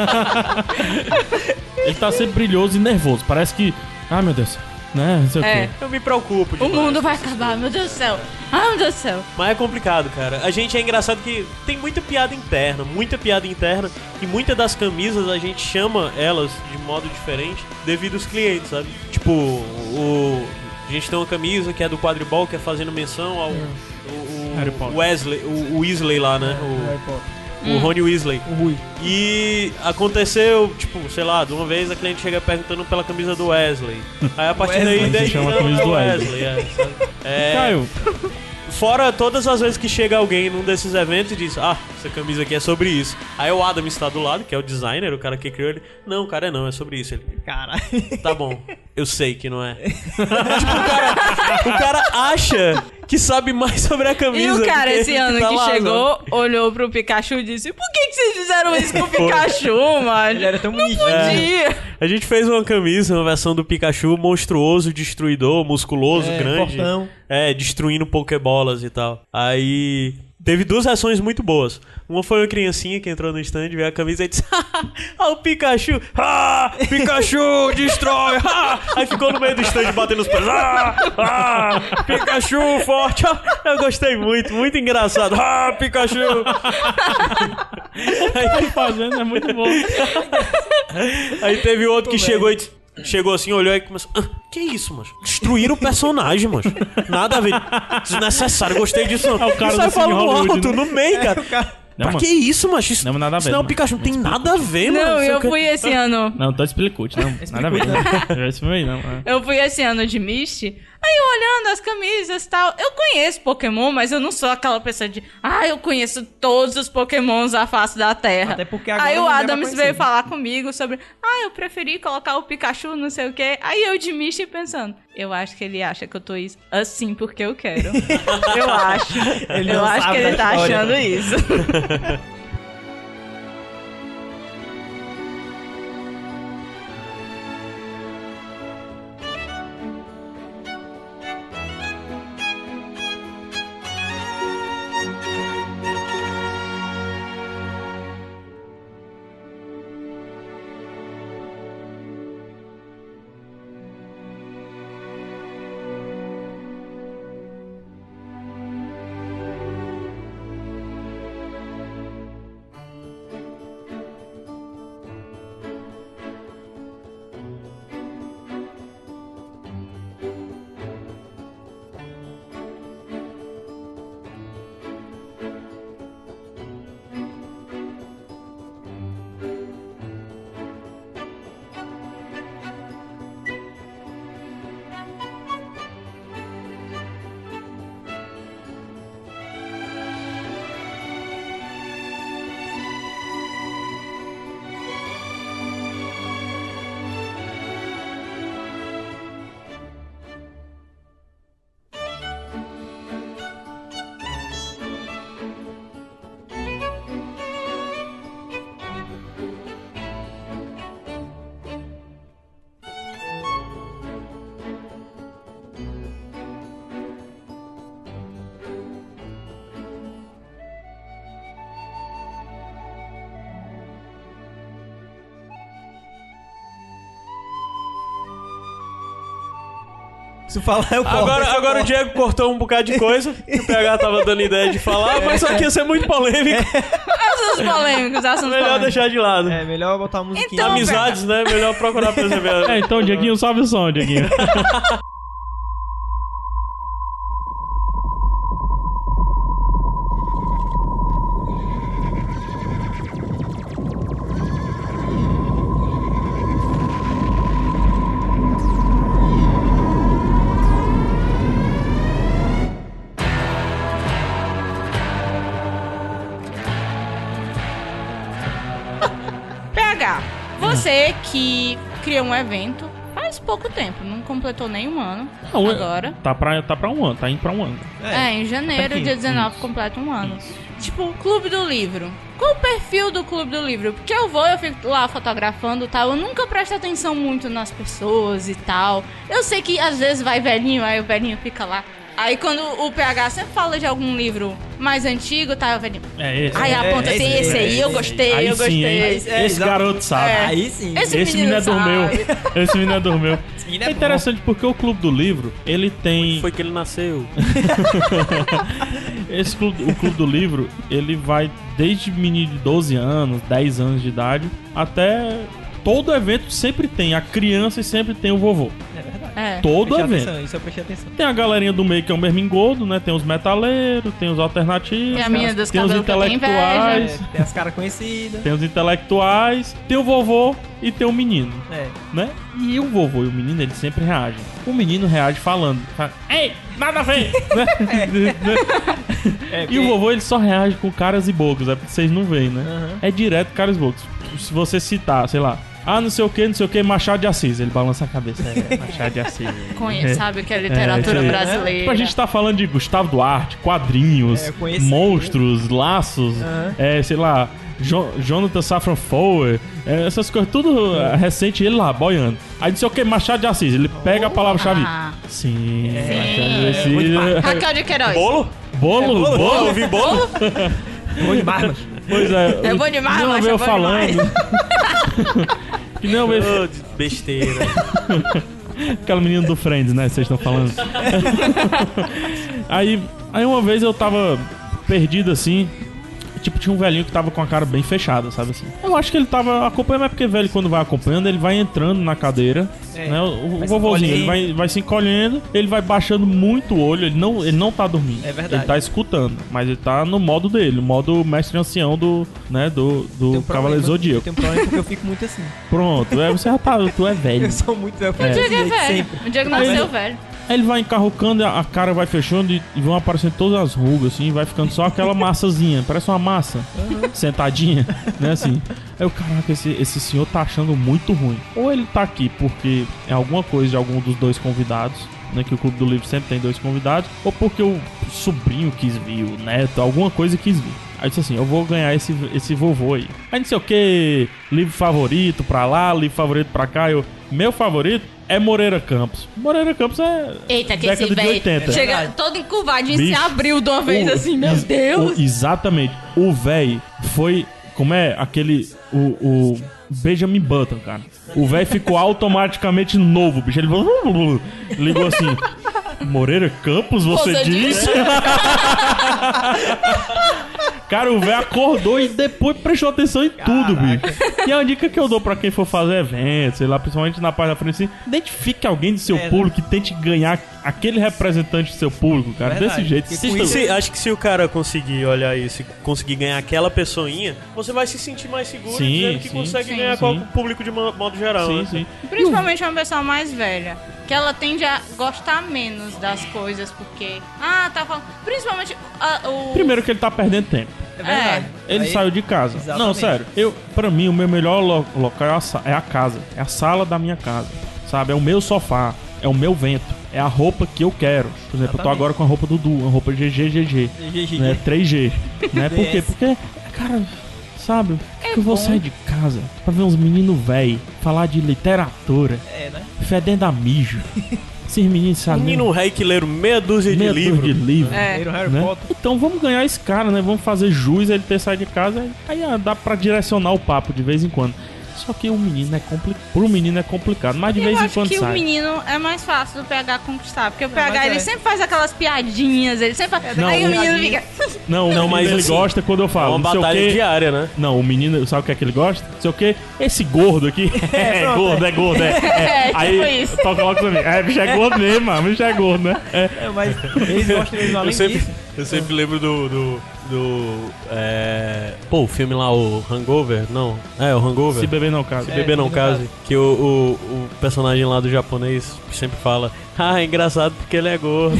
[SPEAKER 3] ele tá sempre brilhoso e nervoso. Parece que. Ai meu Deus. Né? Não sei
[SPEAKER 5] É.
[SPEAKER 3] o quê.
[SPEAKER 4] Eu me preocupo.
[SPEAKER 5] O
[SPEAKER 4] demais.
[SPEAKER 5] mundo vai acabar, meu Deus do céu. Ah, meu Deus do céu.
[SPEAKER 4] Mas é complicado, cara. A gente é engraçado que tem muita piada interna, muita piada interna, e muitas das camisas a gente chama elas de modo diferente devido aos clientes, sabe? Tipo, o. A gente tem uma camisa que é do quadribol, que é fazendo menção ao. o-
[SPEAKER 3] Harry
[SPEAKER 4] O,
[SPEAKER 3] Potter.
[SPEAKER 4] Wesley, o, o Weasley lá, né?
[SPEAKER 2] Harry
[SPEAKER 4] O,
[SPEAKER 2] Potter.
[SPEAKER 4] o Rony Weasley.
[SPEAKER 2] O Rui.
[SPEAKER 4] E aconteceu, tipo, sei lá, de uma vez a cliente chega perguntando pela camisa do Wesley. Aí a partir daí
[SPEAKER 2] Wesley.
[SPEAKER 4] daí
[SPEAKER 3] Se chama
[SPEAKER 4] não,
[SPEAKER 3] camisa
[SPEAKER 4] é
[SPEAKER 3] do
[SPEAKER 4] Wesley. é, sabe? É,
[SPEAKER 3] Caio,
[SPEAKER 4] Fora todas as vezes que chega alguém num desses eventos e diz: Ah, essa camisa aqui é sobre isso. Aí o Adam está do lado, que é o designer, o cara que criou ele. Não, cara, não, é sobre isso. Ele,
[SPEAKER 2] Caralho.
[SPEAKER 4] tá bom, eu sei que não é. tipo, o cara, o cara acha que sabe mais sobre a
[SPEAKER 5] E
[SPEAKER 4] camisa.
[SPEAKER 5] o cara
[SPEAKER 4] do
[SPEAKER 5] esse
[SPEAKER 4] ele
[SPEAKER 5] ano
[SPEAKER 4] tá
[SPEAKER 5] que
[SPEAKER 4] lá,
[SPEAKER 5] chegou, olhou pro Pikachu e disse: Por que, que vocês fizeram isso com o Pikachu, mano? Um
[SPEAKER 2] Ele era tão bonito.
[SPEAKER 4] É.
[SPEAKER 5] Podia.
[SPEAKER 4] sabe? A gente fez uma camisa, uma versão do Pikachu monstruoso, destruidor, musculoso,
[SPEAKER 2] É,
[SPEAKER 4] grande.
[SPEAKER 2] fortão.
[SPEAKER 4] É, destruindo pokebolas e tal. Aí teve duas ações muito boas. Uma foi uma criancinha que entrou no stand, viu a camisa e disse: Ah, o Pikachu! Ah, Pikachu destrói! Ah! Aí ficou no meio do stand batendo os pés. Ah, ah, Pikachu forte! Ah, eu gostei muito, muito engraçado. Ah, Pikachu! Aí
[SPEAKER 3] tá fazendo, é muito bom.
[SPEAKER 4] Aí teve outro que chegou e disse- Chegou assim, olhou e começou. "Ah, que isso, mano? Destruíram o personagem, mano. Nada a ver. Desnecessário, gostei disso. Não.
[SPEAKER 3] É o cara
[SPEAKER 4] E sai
[SPEAKER 3] do Cine
[SPEAKER 4] falando
[SPEAKER 3] Hollywood,
[SPEAKER 4] alto
[SPEAKER 3] né?
[SPEAKER 4] no meio, cara.
[SPEAKER 3] Não,
[SPEAKER 4] pra
[SPEAKER 3] mano.
[SPEAKER 4] que isso, macho? Isso,
[SPEAKER 3] Não, mas nada a ver,
[SPEAKER 4] Senão o
[SPEAKER 3] mano.
[SPEAKER 4] Pikachu não tem nada a ver, mano.
[SPEAKER 5] Não,
[SPEAKER 4] Sei o
[SPEAKER 5] eu
[SPEAKER 4] quê.
[SPEAKER 5] fui esse ano.
[SPEAKER 3] Não, então explicute, não. Nada a ver. Não é esse filme aí, não. é.
[SPEAKER 5] Eu fui esse ano de Mist, aí eu olhando as camisas e tal. Eu conheço Pokémon, mas eu não sou aquela pessoa de. Ah, eu conheço todos os Pokémons da face da Terra.
[SPEAKER 2] Até porque agora
[SPEAKER 5] aí o
[SPEAKER 2] ninguém vai
[SPEAKER 5] Adams
[SPEAKER 2] conhecer,
[SPEAKER 5] veio
[SPEAKER 2] né?
[SPEAKER 5] falar comigo sobre. Ah, eu preferi colocar o Pikachu, não sei o quê. Aí eu de Mist pensando. Eu acho que ele acha que eu tô is- assim porque eu quero. eu acho.
[SPEAKER 2] Ele
[SPEAKER 5] eu
[SPEAKER 2] não
[SPEAKER 5] acho tá
[SPEAKER 2] sabe
[SPEAKER 5] que ele
[SPEAKER 2] da
[SPEAKER 5] tá
[SPEAKER 2] história.
[SPEAKER 5] achando isso.
[SPEAKER 2] Se falar, eu corto.
[SPEAKER 4] Agora,
[SPEAKER 2] Esse eu
[SPEAKER 4] agora o
[SPEAKER 2] corto.
[SPEAKER 4] Diego cortou um bocado de coisa que o PH tava dando ideia de falar, mas isso aqui ia ser muito polêmico.
[SPEAKER 3] É.
[SPEAKER 5] Assuntos polêmicos, assuntos
[SPEAKER 4] Melhor
[SPEAKER 5] polêmicos.
[SPEAKER 4] deixar de lado.
[SPEAKER 2] É, melhor botar a musiquinha.
[SPEAKER 5] Então,
[SPEAKER 4] Amizades, né? Melhor procurar perceber.
[SPEAKER 3] É, então, Dieguinho, sobe o som, Dieguinho.
[SPEAKER 5] PH, você que criou um evento faz pouco tempo, não completou nem um ano
[SPEAKER 3] Não, é-
[SPEAKER 5] agora.
[SPEAKER 3] Tá pra, tá pra um ano, tá indo pra um ano.
[SPEAKER 2] Então,
[SPEAKER 5] É, em janeiro,
[SPEAKER 2] aqui.
[SPEAKER 5] dia 19, completa um ano. Tipo, o Clube do Livro. Qual o perfil do Clube do Livro? Porque eu vou, eu fico lá fotografando e tal. Eu nunca presto atenção muito nas pessoas e tal. Eu sei que às vezes vai velhinho, aí o velhinho fica lá. Aí quando o PH sempre fala de algum livro mais antigo, tá, o velhinho.
[SPEAKER 3] É esse.
[SPEAKER 5] Aí aponta assim,
[SPEAKER 2] esse,
[SPEAKER 5] esse aí,
[SPEAKER 2] esse,
[SPEAKER 5] eu
[SPEAKER 2] esse.
[SPEAKER 5] gostei,
[SPEAKER 3] Aí
[SPEAKER 5] eu
[SPEAKER 3] sim,
[SPEAKER 5] gostei.
[SPEAKER 3] hein?
[SPEAKER 2] Esse- é,
[SPEAKER 3] Esse
[SPEAKER 2] exato.
[SPEAKER 3] garoto sabe.
[SPEAKER 5] É.
[SPEAKER 2] Aí sim.
[SPEAKER 5] Esse
[SPEAKER 3] Esse menino é
[SPEAKER 5] menino
[SPEAKER 3] dormeu. Esse menino é dormeu.
[SPEAKER 2] menino
[SPEAKER 3] É
[SPEAKER 2] é
[SPEAKER 3] interessante porque o Clube do Livro, ele tem...
[SPEAKER 4] Foi que ele nasceu.
[SPEAKER 3] Esse clube, o Clube do Livro, ele vai desde menino de 12 anos, 10 anos de idade, até. Todo evento sempre tem a criança e sempre tem o vovô.
[SPEAKER 2] É verdade.
[SPEAKER 5] É.
[SPEAKER 3] Todo
[SPEAKER 2] Prestei
[SPEAKER 3] evento.
[SPEAKER 2] atenção, Isso eu prestei atenção.
[SPEAKER 3] Tem a galerinha do meio que é um mermingoldo, né? Tem os metaleiros, tem os alternativos,
[SPEAKER 5] Tem a menina dos
[SPEAKER 3] tem os
[SPEAKER 5] cabelos que eu tenho
[SPEAKER 2] É,
[SPEAKER 3] intelectuais,
[SPEAKER 2] tem as caras conhecidas.
[SPEAKER 3] tem os intelectuais, tem o vovô e tem o menino,
[SPEAKER 2] É.
[SPEAKER 3] né? E o vovô e o menino, eles sempre reagem. O menino reage falando. fala, Ei, nada a ver! né?
[SPEAKER 2] É,
[SPEAKER 3] E
[SPEAKER 2] porque-
[SPEAKER 3] o vovô ele só reage com caras e bocas, é porque vocês não veem, né?
[SPEAKER 2] Aham.
[SPEAKER 3] É direto caras e bocas. Se você citar, sei lá, ah, não sei o que, não sei o que, Machado de Assis, ele balança a cabeça. É, Machado de Assis.
[SPEAKER 5] Conhe- sabe que é literatura
[SPEAKER 3] É, isso aí. Tipo,
[SPEAKER 5] brasileira.
[SPEAKER 3] a gente tá falando de Gustavo Duarte, quadrinhos,
[SPEAKER 2] É, eu conheço-
[SPEAKER 3] monstros, laços, é, sei lá, jo Jonathan Safran Foer, é, essas coisas, tudo é, recente, ele lá, boiando. Aí não sei o que, Machado de Assis, ele pega a palavra-chave.
[SPEAKER 5] Ah.
[SPEAKER 3] Sim,
[SPEAKER 2] é muito É
[SPEAKER 3] Machado de Assis.
[SPEAKER 5] Raquel de Queiroz.
[SPEAKER 4] Bolo?
[SPEAKER 3] Bolo,
[SPEAKER 2] bolo,
[SPEAKER 3] bolo,
[SPEAKER 4] Vi bolo?
[SPEAKER 2] Bom demais, mano.
[SPEAKER 3] Pois é.
[SPEAKER 5] É bom demais,
[SPEAKER 3] não
[SPEAKER 5] macho,
[SPEAKER 3] veio
[SPEAKER 5] é bom
[SPEAKER 3] falando. Que não veio
[SPEAKER 4] Ô, de- besteira.
[SPEAKER 3] aquela menina do Friends, né? Vocês estão falando. aí, aí uma vez eu tava perdido assim. Tipo, tinha um velhinho que tava com a cara bem fechada, sabe assim? Eu acho que ele tava acompanhando, mas é porque velho, quando vai acompanhando, ele vai entrando na cadeira,
[SPEAKER 2] É,
[SPEAKER 3] né? O, o
[SPEAKER 2] vai se
[SPEAKER 3] vovozinho, ele
[SPEAKER 2] encolhendo.
[SPEAKER 3] vai, vai se encolhendo, ele vai baixando muito o olho, ele não, ele não tá dormindo.
[SPEAKER 2] É verdade.
[SPEAKER 3] Ele tá escutando, mas ele tá no modo dele, o modo mestre ancião do, né, do, do Cavaleiro Zodíaco.
[SPEAKER 2] um Tem um problema porque eu fico muito assim.
[SPEAKER 3] Pronto, é, você já tá, tu é velho.
[SPEAKER 2] Eu sou muito velho.
[SPEAKER 5] O
[SPEAKER 2] É.
[SPEAKER 5] Diego é velho. O Diego nasceu
[SPEAKER 3] Ele-
[SPEAKER 5] velho.
[SPEAKER 3] Aí ele vai encarrucando, a a cara vai fechando e e vão aparecendo todas as rugas, assim, vai ficando só aquela massazinha, parece uma massa, sentadinha, né, assim. Aí eu, caraca, esse, esse senhor tá achando muito ruim. Ou ele tá aqui porque é alguma coisa de algum dos dois convidados, né, que o Clube do Livro sempre tem dois convidados, ou porque o sobrinho quis vir, o neto, alguma coisa quis vir. Aí disse assim, eu vou ganhar esse, esse vovô aí. Aí não sei o que, livro favorito pra lá, livro favorito pra cá. Eu, meu favorito é Moreira Campos. Moreira Campos é
[SPEAKER 5] Eita, que
[SPEAKER 3] década
[SPEAKER 5] esse
[SPEAKER 3] de
[SPEAKER 5] velho
[SPEAKER 3] 80.
[SPEAKER 5] chega todo encurvadinho, se
[SPEAKER 3] Bicho.
[SPEAKER 5] abriu de uma vez
[SPEAKER 3] O-
[SPEAKER 5] assim, meu
[SPEAKER 3] ex-
[SPEAKER 5] Deus.
[SPEAKER 3] o- exatamente. O véi foi. Como é? Aquele. O. o Benjamin Button, cara. O véi ficou automaticamente novo, bicho. Ele falou- ligou assim. Moreira Campos, você,
[SPEAKER 5] Você
[SPEAKER 3] disse? Cara, o velho acordou e depois prestou atenção em tudo, bicho. E a dica que eu dou pra quem for fazer evento, sei lá, principalmente na parte da frente, assim, identifique alguém do seu
[SPEAKER 2] É, né?
[SPEAKER 3] público que tente ganhar aquele representante do seu público, cara.
[SPEAKER 2] Verdade.
[SPEAKER 3] Desse jeito.
[SPEAKER 2] Porque
[SPEAKER 3] Se-
[SPEAKER 2] com
[SPEAKER 4] Se-
[SPEAKER 2] isso-
[SPEAKER 4] se- acho que se o cara conseguir olhar isso e conseguir ganhar aquela pessoinha, você vai se sentir mais seguro
[SPEAKER 3] Sim,
[SPEAKER 4] dizendo que
[SPEAKER 3] sim.
[SPEAKER 4] consegue
[SPEAKER 5] Sim.
[SPEAKER 4] ganhar
[SPEAKER 3] Sim.
[SPEAKER 4] com o público de mo- modo geral.
[SPEAKER 3] Sim,
[SPEAKER 4] né?
[SPEAKER 3] sim.
[SPEAKER 5] Principalmente uma pessoa mais velha. Que ela tende a gostar menos das coisas, porque. Ah, tá falando. Principalmente ah, o.
[SPEAKER 3] Primeiro que ele tá perdendo tempo.
[SPEAKER 2] É verdade.
[SPEAKER 3] Ele
[SPEAKER 2] Aí-
[SPEAKER 3] saiu de casa.
[SPEAKER 2] Exatamente.
[SPEAKER 3] Não, sério. Eu, para mim, o meu melhor lo- local é a, sa- é a casa. É a sala da minha casa. Sabe? É o meu sofá. É o meu vento. É a roupa que eu quero. Por exemplo, eu tô
[SPEAKER 2] Exatamente.
[SPEAKER 3] agora com a roupa do Du, uma roupa GGGG.
[SPEAKER 2] GG.
[SPEAKER 3] Né? 3G. né? Por quê?
[SPEAKER 2] Yes.
[SPEAKER 3] Porque, cara, sabe?
[SPEAKER 2] É
[SPEAKER 3] que eu vou sair de casa pra ver uns meninos velho falar de literatura,
[SPEAKER 2] É, né?
[SPEAKER 3] fedendo a mijo. Esses meninos sabem.
[SPEAKER 4] Menino rei que leram meia dúzia
[SPEAKER 3] meia
[SPEAKER 4] de
[SPEAKER 3] dúzia
[SPEAKER 4] livro.
[SPEAKER 3] de livro.
[SPEAKER 5] É.
[SPEAKER 2] Leram Harry
[SPEAKER 3] né?
[SPEAKER 2] Potter.
[SPEAKER 3] Então vamos ganhar esse cara, né? Vamos fazer jus a ele ter saído de casa. Aí ah, dá pra direcionar o papo de vez em quando. Só que o menino é complicado. Pro menino é complicado, mas de
[SPEAKER 5] Eu
[SPEAKER 3] vez em
[SPEAKER 5] acho
[SPEAKER 3] quando
[SPEAKER 5] que o
[SPEAKER 3] sai.
[SPEAKER 5] menino é mais fácil do PH conquistar, porque o
[SPEAKER 2] mas
[SPEAKER 5] PH ele
[SPEAKER 2] é.
[SPEAKER 5] sempre faz aquelas piadinhas, ele sempre faz...
[SPEAKER 3] Não,
[SPEAKER 5] Aí
[SPEAKER 3] o-
[SPEAKER 5] o menino fica... é
[SPEAKER 3] Não, o menino
[SPEAKER 4] mas
[SPEAKER 3] ele
[SPEAKER 4] assim,
[SPEAKER 3] gosta quando eu
[SPEAKER 4] É
[SPEAKER 3] falo.
[SPEAKER 4] uma
[SPEAKER 3] não sei o
[SPEAKER 4] batalha
[SPEAKER 3] quê.
[SPEAKER 4] diária, né?
[SPEAKER 3] Não, o menino, sabe o que é que ele gosta? Não sei o quê? Esse gordo aqui. É,
[SPEAKER 2] pronto,
[SPEAKER 3] gordo, é gordo, é.
[SPEAKER 5] É, tipo
[SPEAKER 3] Aí
[SPEAKER 5] isso.
[SPEAKER 3] toca logo pra mim. É, bicho é gordo mesmo, mano. Bicho é gordo, né? É.
[SPEAKER 2] É, mas eles gostam deles além
[SPEAKER 4] Eu sempre,
[SPEAKER 2] disso.
[SPEAKER 4] eu sempre lembro do. do, do é... Pô, o filme lá, o Hangover? Não. É, o Hangover.
[SPEAKER 3] Se beber não casa.
[SPEAKER 4] Se Bebê Não
[SPEAKER 2] se
[SPEAKER 4] Case, que o, o, o personagem lá do japonês sempre fala, ah, é engraçado porque ele é gordo.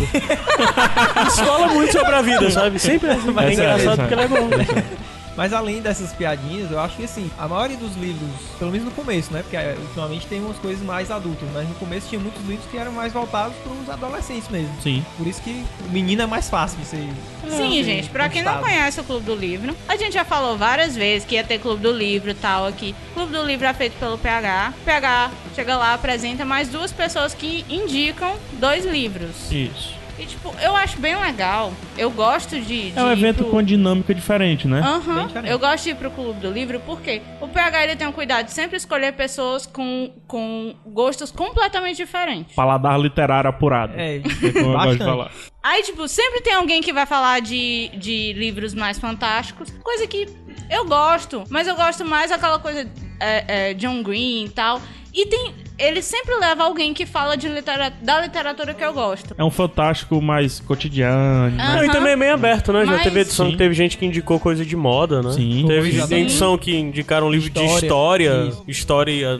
[SPEAKER 4] Isso fala muito sobre a vida, sabe? Sempre é, assim,
[SPEAKER 3] É
[SPEAKER 4] é
[SPEAKER 3] sério, é
[SPEAKER 4] engraçado
[SPEAKER 3] sério.
[SPEAKER 4] porque ele é gordo.
[SPEAKER 2] Mas além dessas piadinhas, eu acho que assim, a maioria dos livros, pelo menos no começo, né? Porque eh, ultimamente tem umas coisas mais adultas, mas no começo tinha muitos livros que eram mais voltados para os adolescentes mesmo.
[SPEAKER 3] Sim.
[SPEAKER 2] Por isso que o menino é mais fácil de ser. assim,
[SPEAKER 5] Sim, gente, pra quem não
[SPEAKER 2] gostado.
[SPEAKER 5] conhece o Clube do Livro, a gente já falou várias vezes que ia ter Clube do Livro e tal aqui. Clube do Livro é feito pelo PH. O PH chega lá, apresenta mais duas pessoas que indicam dois livros.
[SPEAKER 3] Isso.
[SPEAKER 5] E, tipo, eu acho bem legal. Eu gosto de. de
[SPEAKER 3] É um
[SPEAKER 5] ir
[SPEAKER 3] evento
[SPEAKER 5] pro-
[SPEAKER 3] com dinâmica diferente, né?
[SPEAKER 5] Aham.
[SPEAKER 2] Bem diferente.
[SPEAKER 5] Eu gosto de ir pro Clube do Livro porque o PH ele tem um cuidado de sempre escolher pessoas com, com gostos completamente diferentes.
[SPEAKER 3] Paladar literário apurado.
[SPEAKER 2] É,
[SPEAKER 3] É como eu gosto de
[SPEAKER 2] bastante.
[SPEAKER 3] falar.
[SPEAKER 5] Aí, tipo, sempre tem alguém que vai falar de, de livros mais fantásticos, coisa que eu gosto, mas eu gosto mais aquela coisa é, é, John Green e tal. E tem. Ele sempre leva alguém que fala de litera- da literatura que eu gosto.
[SPEAKER 3] É um fantástico mais cotidiano. né?
[SPEAKER 5] Aham.
[SPEAKER 4] E também é meio aberto, né? Já
[SPEAKER 5] Mas-
[SPEAKER 4] teve edição
[SPEAKER 3] Sim.
[SPEAKER 4] que teve gente que indicou coisa de moda, né?
[SPEAKER 3] Sim.
[SPEAKER 4] Teve
[SPEAKER 2] Sim.
[SPEAKER 4] edição que indicaram livro de
[SPEAKER 2] História.
[SPEAKER 4] história.
[SPEAKER 2] Isso.
[SPEAKER 4] História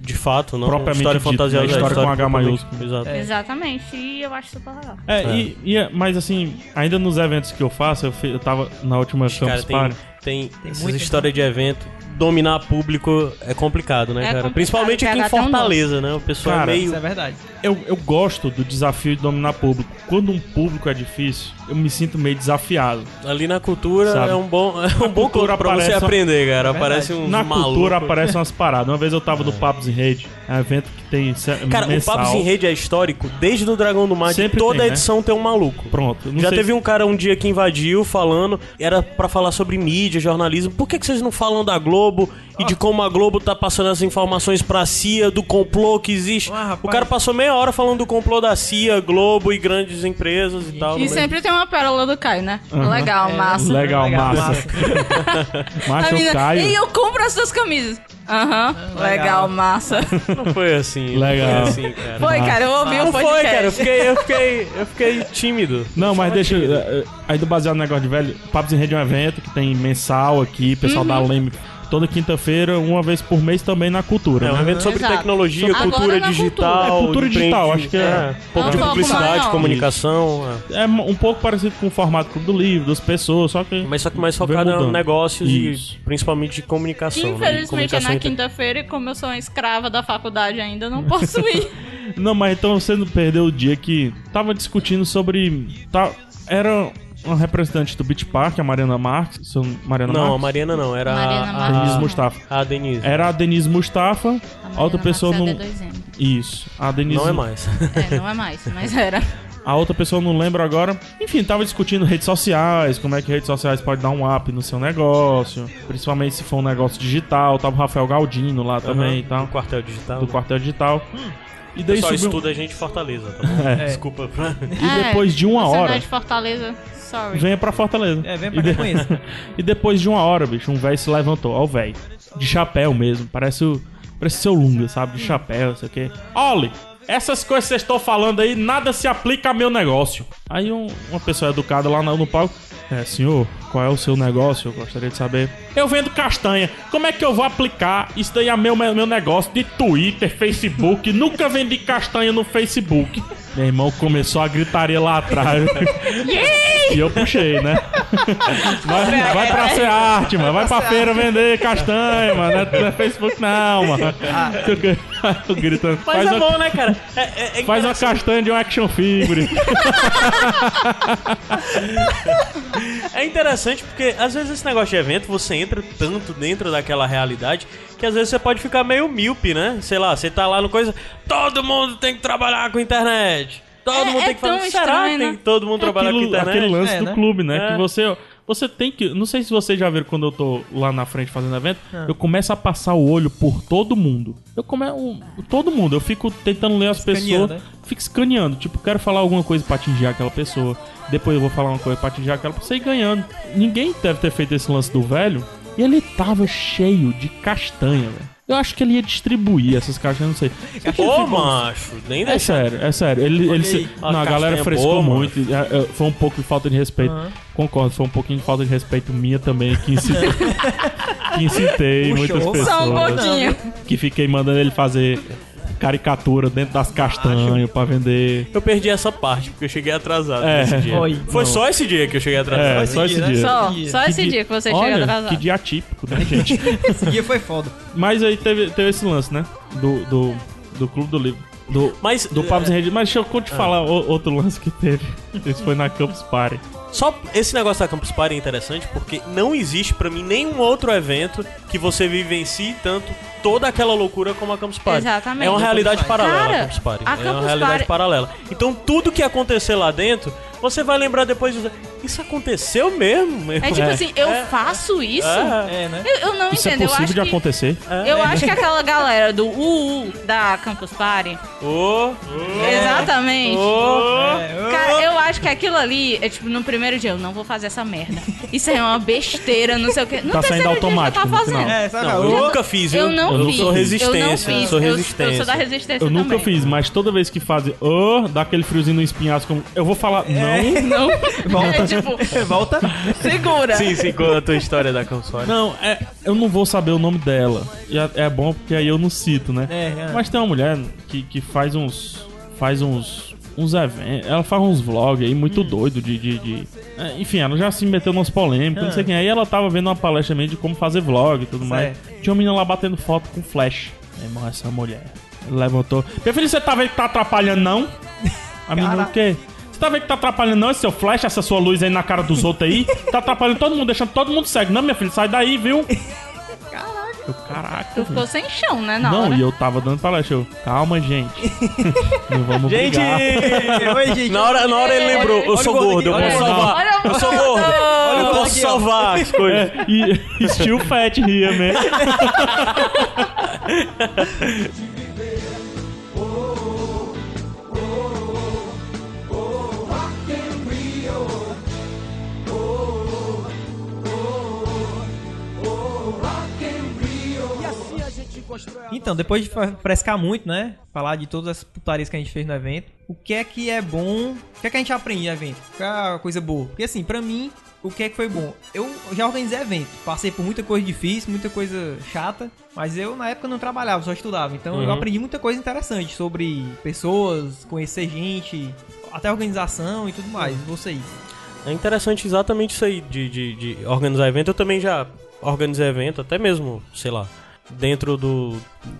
[SPEAKER 4] de fato, não.
[SPEAKER 3] Propriamente
[SPEAKER 4] história
[SPEAKER 3] dito,
[SPEAKER 4] fantasiada.
[SPEAKER 3] né?
[SPEAKER 4] é,
[SPEAKER 3] História com H
[SPEAKER 4] propriamente-
[SPEAKER 3] maiúsculo.
[SPEAKER 4] Exato.
[SPEAKER 5] Exatamente, e eu acho super legal.
[SPEAKER 3] É, E, e é- mas assim, ainda nos eventos que eu faço, eu, fi- eu tava na última
[SPEAKER 4] Cara,
[SPEAKER 3] Campus
[SPEAKER 4] tem,
[SPEAKER 3] Party.
[SPEAKER 4] tem, essas
[SPEAKER 2] muita
[SPEAKER 4] histórias de evento. Dominar público é complicado,
[SPEAKER 5] então.
[SPEAKER 4] né,
[SPEAKER 5] É
[SPEAKER 4] cara?
[SPEAKER 5] complicado,
[SPEAKER 4] Principalmente aqui em
[SPEAKER 5] pegar tão novo.
[SPEAKER 4] Fortaleza, né? O pessoal
[SPEAKER 3] Cara,
[SPEAKER 4] é meio.
[SPEAKER 2] Isso é verdade.
[SPEAKER 3] Eu, eu gosto do desafio de dominar público. Quando um público é difícil, eu me sinto meio desafiado.
[SPEAKER 4] Ali na cultura
[SPEAKER 3] Sabe?
[SPEAKER 4] é um bom, é um bom
[SPEAKER 3] cultura
[SPEAKER 4] cultura pra você
[SPEAKER 3] aparece-
[SPEAKER 4] aprender, cara. Aparece um
[SPEAKER 3] Na
[SPEAKER 4] maluco.
[SPEAKER 3] cultura aparecem umas paradas. Uma vez eu tava no Papos em Rede, é um evento que tem se-
[SPEAKER 4] Cara,
[SPEAKER 3] um mensal.
[SPEAKER 4] o Papo Sem Rede é histórico desde o Dragão do Mar. que
[SPEAKER 3] Sempre
[SPEAKER 4] toda
[SPEAKER 3] tem, né?
[SPEAKER 4] edição tem um maluco.
[SPEAKER 3] Pronto. eu não
[SPEAKER 4] Já
[SPEAKER 3] sei
[SPEAKER 4] teve
[SPEAKER 3] se-
[SPEAKER 4] um cara um dia que invadiu falando, era pra falar sobre mídia, jornalismo. Por que, que vocês não falam da Globo e de como a Globo tá passando as informações pra CIA, do complô que existe?
[SPEAKER 2] Ah, rapaz.
[SPEAKER 4] o cara passou meia hora falando do complô da CIA, Globo e grandes empresas e tal.
[SPEAKER 5] E
[SPEAKER 4] Mas-
[SPEAKER 5] sempre tem uma pérola do Caio, né?
[SPEAKER 4] É.
[SPEAKER 5] Legal, massa.
[SPEAKER 3] Legal,
[SPEAKER 2] Legal,
[SPEAKER 3] massa.
[SPEAKER 5] A
[SPEAKER 3] Macho
[SPEAKER 5] menina,
[SPEAKER 3] Caio.
[SPEAKER 5] E eu compro as suas camisas. Aham, legal.
[SPEAKER 2] legal.
[SPEAKER 5] massa.
[SPEAKER 4] Não foi assim.
[SPEAKER 3] Legal.
[SPEAKER 4] Não foi assim, cara.
[SPEAKER 5] Foi, cara, eu ouvi
[SPEAKER 4] Não
[SPEAKER 5] um
[SPEAKER 4] foi, cara. Eu
[SPEAKER 5] podcast.
[SPEAKER 4] fiquei, eu fiquei, eu fiquei tímido.
[SPEAKER 3] Não, mas deixa. eh, eh, Ainda baseado no negócio de velho, Papos em Rede é um evento que tem mensal aqui, pessoal
[SPEAKER 4] Uhum.
[SPEAKER 3] da Leme. Toda quinta-feira, uma vez por mês também na cultura.
[SPEAKER 4] É um
[SPEAKER 3] né?
[SPEAKER 4] evento sobre
[SPEAKER 5] Exato.
[SPEAKER 4] tecnologia,
[SPEAKER 5] Agora
[SPEAKER 4] cultura
[SPEAKER 5] na
[SPEAKER 4] digital.
[SPEAKER 3] cultura. É, cultura digital,
[SPEAKER 4] empreende-
[SPEAKER 3] acho que é.
[SPEAKER 4] Um pouco
[SPEAKER 5] É um
[SPEAKER 4] de
[SPEAKER 5] pouco
[SPEAKER 4] publicidade,
[SPEAKER 5] maior.
[SPEAKER 4] comunicação. é.
[SPEAKER 3] É m- um pouco parecido com o formato do Clube do livro, das pessoas, só que.
[SPEAKER 4] Mas só que mais
[SPEAKER 3] Vem
[SPEAKER 4] focado em
[SPEAKER 3] mudando.
[SPEAKER 4] negócios
[SPEAKER 3] Isso.
[SPEAKER 4] e principalmente de comunicação. né?
[SPEAKER 5] Infelizmente é
[SPEAKER 4] Comunicação
[SPEAKER 5] na
[SPEAKER 4] entre-
[SPEAKER 5] quinta-feira e como eu sou uma escrava da faculdade ainda, eu não posso ir.
[SPEAKER 3] Não, mas então você não perdeu o dia que tava discutindo sobre. tá- era uma representante do Beach Park, a Mariana Marques. seu- Mariana
[SPEAKER 4] Não, a
[SPEAKER 3] Marques?
[SPEAKER 4] Mariana não, era
[SPEAKER 5] Mariana
[SPEAKER 4] a,
[SPEAKER 5] Marques.
[SPEAKER 3] Denise
[SPEAKER 4] a,
[SPEAKER 3] Mustafa.
[SPEAKER 4] a Denise.
[SPEAKER 3] Era a Denise Mustafa, outra pessoa não.
[SPEAKER 5] É,
[SPEAKER 3] Isso. A Denise.
[SPEAKER 4] Não é mais.
[SPEAKER 5] não é mais, mas era.
[SPEAKER 3] A outra pessoa não lembra agora. Enfim, tava discutindo redes sociais, como é que redes sociais pode dar um up no seu negócio, principalmente se for um negócio digital. Tava o Rafael Galdino lá também e tal,
[SPEAKER 4] Uhum. Do quartel digital.
[SPEAKER 3] do
[SPEAKER 4] né?
[SPEAKER 3] quartel digital. E daí
[SPEAKER 4] Pessoal,
[SPEAKER 3] subiu...
[SPEAKER 4] estuda a gente em Fortaleza, tá bom?
[SPEAKER 3] É.
[SPEAKER 4] Desculpa. pra-
[SPEAKER 3] E depois de uma
[SPEAKER 5] você não é
[SPEAKER 3] hora,
[SPEAKER 5] de Fortaleza, sorry.
[SPEAKER 3] venha pra Fortaleza.
[SPEAKER 2] É, vem
[SPEAKER 3] E
[SPEAKER 2] pra
[SPEAKER 3] de-
[SPEAKER 2] quem conhece.
[SPEAKER 3] e depois de uma hora, bicho, um velho se levantou. Ó, o velho. De chapéu mesmo. Parece o. Parece o seu Lunga, sabe? De chapéu, sei o quê. Olha, essas coisas que vocês estão falando aí, nada se aplica a meu negócio. Aí um- uma pessoa educada lá no, no palco. É, senhor, qual é o seu negócio? Eu gostaria de saber. Eu vendo castanha. Como é que eu vou aplicar isso daí a meu, meu, meu negócio de Twitter, Facebook? Nunca vendi castanha no Facebook. Meu irmão começou a gritaria lá atrás. né? e eu puxei, né? Vai, vai pra ser arte, mano. Vai pra feira vender castanha, mano. Não é- Não é Facebook, não, mano. Tô gritando.
[SPEAKER 4] Mas
[SPEAKER 3] Faz,
[SPEAKER 4] é
[SPEAKER 3] uma,
[SPEAKER 4] bom, né, cara? É- é- é
[SPEAKER 3] faz uma castanha de um action figure.
[SPEAKER 4] É interessante porque às vezes esse negócio de evento você entra tanto dentro daquela realidade que às vezes você pode ficar meio míope, né? Sei lá, você tá lá no coisa, todo mundo tem que trabalhar com internet. Todo
[SPEAKER 5] É-
[SPEAKER 4] mundo
[SPEAKER 5] é
[SPEAKER 4] tem que falar,
[SPEAKER 5] tão
[SPEAKER 4] será
[SPEAKER 5] estranho,
[SPEAKER 4] que tem
[SPEAKER 5] né?
[SPEAKER 4] que todo mundo trabalhar
[SPEAKER 3] É Aquilo-
[SPEAKER 4] com internet?
[SPEAKER 3] aquele lance
[SPEAKER 2] É,
[SPEAKER 3] do
[SPEAKER 2] né?
[SPEAKER 3] clube, né?
[SPEAKER 4] É.
[SPEAKER 3] Que você. Você tem que. Não sei se vocês já viram quando eu tô lá na frente fazendo evento.
[SPEAKER 2] Ah.
[SPEAKER 3] Eu começo a passar o olho por todo mundo. Eu começo. Todo mundo. Eu fico tentando ler as
[SPEAKER 2] Escaneando,
[SPEAKER 3] pessoas.
[SPEAKER 2] né?
[SPEAKER 3] Fico escaneando. Tipo, quero falar alguma coisa pra atingir aquela pessoa. Depois eu vou falar uma coisa pra atingir aquela pessoa e ganhando. Ninguém deve ter feito esse lance do velho. E ele tava cheio de castanha, velho. Eu acho que ele ia distribuir essas castanhas, não sei. Só que ele
[SPEAKER 4] Ô,
[SPEAKER 3] ficou-
[SPEAKER 4] macho, nem
[SPEAKER 3] é
[SPEAKER 4] deixa.
[SPEAKER 3] sério, é sério. Ele,
[SPEAKER 4] Olha
[SPEAKER 3] ele se-
[SPEAKER 4] aí, a
[SPEAKER 3] Não, a galera
[SPEAKER 4] castanha
[SPEAKER 3] frescou
[SPEAKER 4] boa, mano.
[SPEAKER 3] muito. É, é, Foi um pouco de falta de respeito. Concordo, foi um pouquinho de falta de respeito minha também, que incitei, que incitei
[SPEAKER 2] Puxou.
[SPEAKER 3] muitas pessoas. né,
[SPEAKER 5] Só um pouquinho.
[SPEAKER 3] Que fiquei mandando ele fazer caricatura dentro das castanhas pra vender.
[SPEAKER 4] Eu perdi essa parte, porque eu cheguei atrasado
[SPEAKER 3] É.
[SPEAKER 4] nesse dia.
[SPEAKER 2] Oi.
[SPEAKER 4] Foi só esse dia que eu cheguei atrasado.
[SPEAKER 3] É, só esse
[SPEAKER 2] dia, né?
[SPEAKER 3] dia.
[SPEAKER 5] Só,
[SPEAKER 2] dia.
[SPEAKER 5] só
[SPEAKER 3] Que
[SPEAKER 5] esse
[SPEAKER 3] di-
[SPEAKER 5] dia que você
[SPEAKER 3] Olha,
[SPEAKER 5] chega atrasado.
[SPEAKER 3] Que dia atípico, né, gente?
[SPEAKER 2] Esse dia foi foda.
[SPEAKER 3] Mas aí teve, teve esse lance, né? Do, do, do Clube do Livro. Do,
[SPEAKER 4] Mas- é. Ah.
[SPEAKER 3] do Pablo Sem Rede. Mas deixa eu te falar o- outro lance que teve. Isso foi na Campus Party.
[SPEAKER 4] Só esse negócio da Campus Party é interessante porque não existe pra mim nenhum outro evento que você vivencie tanto toda aquela loucura como a Campus Party.
[SPEAKER 5] Exatamente.
[SPEAKER 4] É uma realidade
[SPEAKER 5] Party.
[SPEAKER 4] paralela
[SPEAKER 5] Cara,
[SPEAKER 4] a Campus Party.
[SPEAKER 5] a
[SPEAKER 4] é uma
[SPEAKER 5] Campus
[SPEAKER 4] realidade
[SPEAKER 5] Party-
[SPEAKER 4] paralela. Então tudo que acontecer lá dentro, você vai lembrar depois de... isso aconteceu mesmo. meu?"
[SPEAKER 5] É tipo assim, eu
[SPEAKER 4] É.
[SPEAKER 5] faço isso?
[SPEAKER 4] É.
[SPEAKER 2] É, né?
[SPEAKER 5] Eu, eu não
[SPEAKER 3] Isso
[SPEAKER 5] entendo. eu
[SPEAKER 3] é
[SPEAKER 5] acho
[SPEAKER 3] possível de
[SPEAKER 5] que... é,
[SPEAKER 3] acontecer.
[SPEAKER 5] Eu acho que aquela galera do UU da Campus Party,
[SPEAKER 4] Ô,
[SPEAKER 3] É.
[SPEAKER 5] exatamente.
[SPEAKER 4] ô,
[SPEAKER 2] É,
[SPEAKER 5] Cara, eu acho que aquilo ali é tipo, no primeiro dia, eu não vou fazer essa merda. Isso aí é uma besteira, não sei o quê. No
[SPEAKER 3] Tá
[SPEAKER 5] terceiro
[SPEAKER 3] saindo
[SPEAKER 5] dia eu já
[SPEAKER 3] automático
[SPEAKER 5] tava
[SPEAKER 3] no
[SPEAKER 5] fazendo.
[SPEAKER 3] final.
[SPEAKER 2] É, sabe?
[SPEAKER 4] Não, eu
[SPEAKER 2] ô,
[SPEAKER 4] nunca fiz, viu?
[SPEAKER 5] Eu não
[SPEAKER 4] eu
[SPEAKER 5] fiz.
[SPEAKER 4] Sou resistência,
[SPEAKER 5] eu não fiz.
[SPEAKER 4] sou
[SPEAKER 5] eu-
[SPEAKER 4] resistência.
[SPEAKER 5] Eu, sou da resistência
[SPEAKER 3] Eu nunca
[SPEAKER 5] também.
[SPEAKER 3] fiz, mas toda vez que fazem, oh, dá aquele friozinho no espinhaço, como eu vou falar, não.
[SPEAKER 5] Não. É tipo,
[SPEAKER 2] Volta.
[SPEAKER 5] segura.
[SPEAKER 4] Sim, sim, conta a tua história da Campus Party.
[SPEAKER 3] Não, é, eu não vou saber o nome dela. E é, é bom porque aí eu não cito, né?
[SPEAKER 2] É, é.
[SPEAKER 3] Mas tem uma mulher que, que faz uns. faz uns. uns eventos. Ela faz uns vlogs aí muito doido de. de, de- é, enfim, ela já se meteu nas polêmicas, não sei quem. Aí ela tava vendo uma palestra meio de como fazer vlog e tudo mais. Tinha uma menina lá batendo foto com flash. Meu É, irmão, essa mulher levantou. Meu filho, você tá vendo que tá atrapalhando, não? A menina o quê? Você tá vendo que tá atrapalhando não esse seu flash, essa sua luz aí na cara dos outros aí? Tá atrapalhando todo mundo, deixando todo mundo cego. Não, minha filha, sai daí, viu? Eu, Caraca.
[SPEAKER 5] Tu
[SPEAKER 3] velho.
[SPEAKER 5] ficou sem chão, né, na
[SPEAKER 3] Não,
[SPEAKER 5] hora.
[SPEAKER 3] e eu tava dando palestra. Eu, calma, gente. não vamos
[SPEAKER 4] Gente!
[SPEAKER 3] brigar.
[SPEAKER 2] Oi, gente.
[SPEAKER 4] Na hora, na hora ele lembrou, eu
[SPEAKER 2] Olha
[SPEAKER 4] sou
[SPEAKER 2] o gordo
[SPEAKER 4] gordo, eu
[SPEAKER 2] aqui,
[SPEAKER 4] posso
[SPEAKER 2] olha.
[SPEAKER 4] salvar.
[SPEAKER 5] Olha o
[SPEAKER 4] Eu sou gordo, eu posso
[SPEAKER 2] aqui, ó.
[SPEAKER 4] salvar as coisas.
[SPEAKER 3] É, e Steel Fat ria, né?
[SPEAKER 2] Então, depois de fa- frescar muito, né? Falar de todas as putarias que a gente fez no evento, o que é que é bom? O que é que a gente aprende no evento? Qual é a coisa boa? Porque assim, pra mim, o que é que foi bom? Eu já organizei evento, passei por muita coisa difícil, muita coisa chata, mas eu na época não trabalhava, só estudava. Então
[SPEAKER 4] Uhum.
[SPEAKER 2] eu aprendi muita coisa interessante sobre pessoas, conhecer gente, até organização e tudo mais.
[SPEAKER 4] Uhum.
[SPEAKER 2] Vocês.
[SPEAKER 4] É interessante exatamente isso aí de, de, de organizar evento. Eu também já organizei evento, até mesmo, sei lá, dentro do.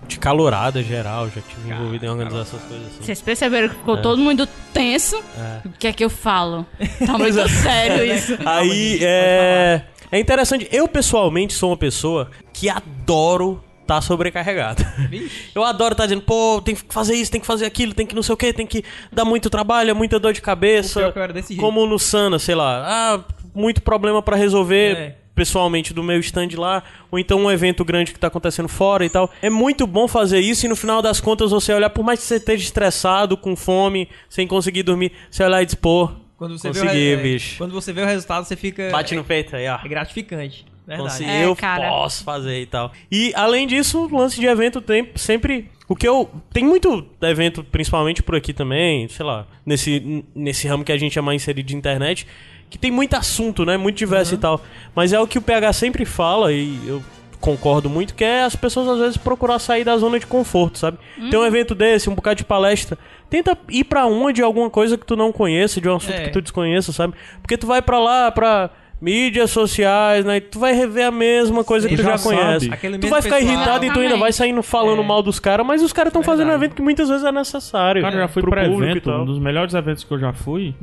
[SPEAKER 4] de calorada geral, já tive envolvido em organizar essas coisas assim.
[SPEAKER 5] Vocês perceberam que
[SPEAKER 2] É.
[SPEAKER 5] ficou todo mundo tenso? O que é que eu falo? Tá muito sério isso.
[SPEAKER 4] Aí é. É interessante. Eu pessoalmente sou uma pessoa que adoro estar tá sobrecarregado. Eu adoro estar dizendo, pô, tem que fazer isso, tem que fazer aquilo, tem que não sei o que, tem que dar muito trabalho, é muita dor de
[SPEAKER 2] O pior
[SPEAKER 4] cabeça.
[SPEAKER 2] é que eu era desse jeito.
[SPEAKER 4] Como no Sana, sei lá. Ah, muito problema pra resolver.
[SPEAKER 2] É.
[SPEAKER 4] Pessoalmente do meu stand lá, ou então um evento grande que tá acontecendo fora e tal. É muito bom fazer isso e no final das contas você olhar, por mais que você esteja estressado, com fome, sem conseguir dormir, você olhar e dispor.
[SPEAKER 2] Quando você,
[SPEAKER 4] Consegui,
[SPEAKER 2] vê é, o, re-
[SPEAKER 4] bicho.
[SPEAKER 2] quando você vê o resultado, você fica.
[SPEAKER 4] Bate no peito aí, ó.
[SPEAKER 2] É gratificante. Verdade.
[SPEAKER 4] Consegui,
[SPEAKER 5] É,
[SPEAKER 4] eu
[SPEAKER 5] cara.
[SPEAKER 4] posso fazer e tal. E além disso, o lance de evento tem sempre. O que eu. Tem muito evento, principalmente por aqui também, sei lá, nesse, n- nesse ramo que a gente é mais inserido de internet, que tem muito assunto, né? Muito diverso e tal. Mas é o que o PH sempre fala, e eu concordo muito, que é as pessoas às vezes procurar sair da zona de conforto, sabe? Tem um evento desse, um bocado de palestra. Tenta ir pra uma de alguma coisa que tu não conheça, de um assunto
[SPEAKER 2] É.
[SPEAKER 4] que tu desconheça, sabe? Porque tu vai pra lá, pra mídias sociais, né? E Tu vai rever a mesma coisa
[SPEAKER 2] Sim,
[SPEAKER 4] que é tu
[SPEAKER 3] já
[SPEAKER 4] já,
[SPEAKER 3] sabe.
[SPEAKER 4] conhece.
[SPEAKER 2] Aquele
[SPEAKER 4] Tu
[SPEAKER 2] mesmo
[SPEAKER 4] vai ficar
[SPEAKER 2] pessoal.
[SPEAKER 4] irritado e tu ainda
[SPEAKER 5] Exatamente.
[SPEAKER 4] vai saindo falando
[SPEAKER 2] É.
[SPEAKER 4] mal dos caras, mas os caras estão fazendo um evento que muitas vezes é necessário.
[SPEAKER 3] Cara, eu já fui
[SPEAKER 4] pro
[SPEAKER 3] pra
[SPEAKER 4] público e
[SPEAKER 3] evento,
[SPEAKER 4] tal.
[SPEAKER 3] um dos melhores eventos que eu já fui.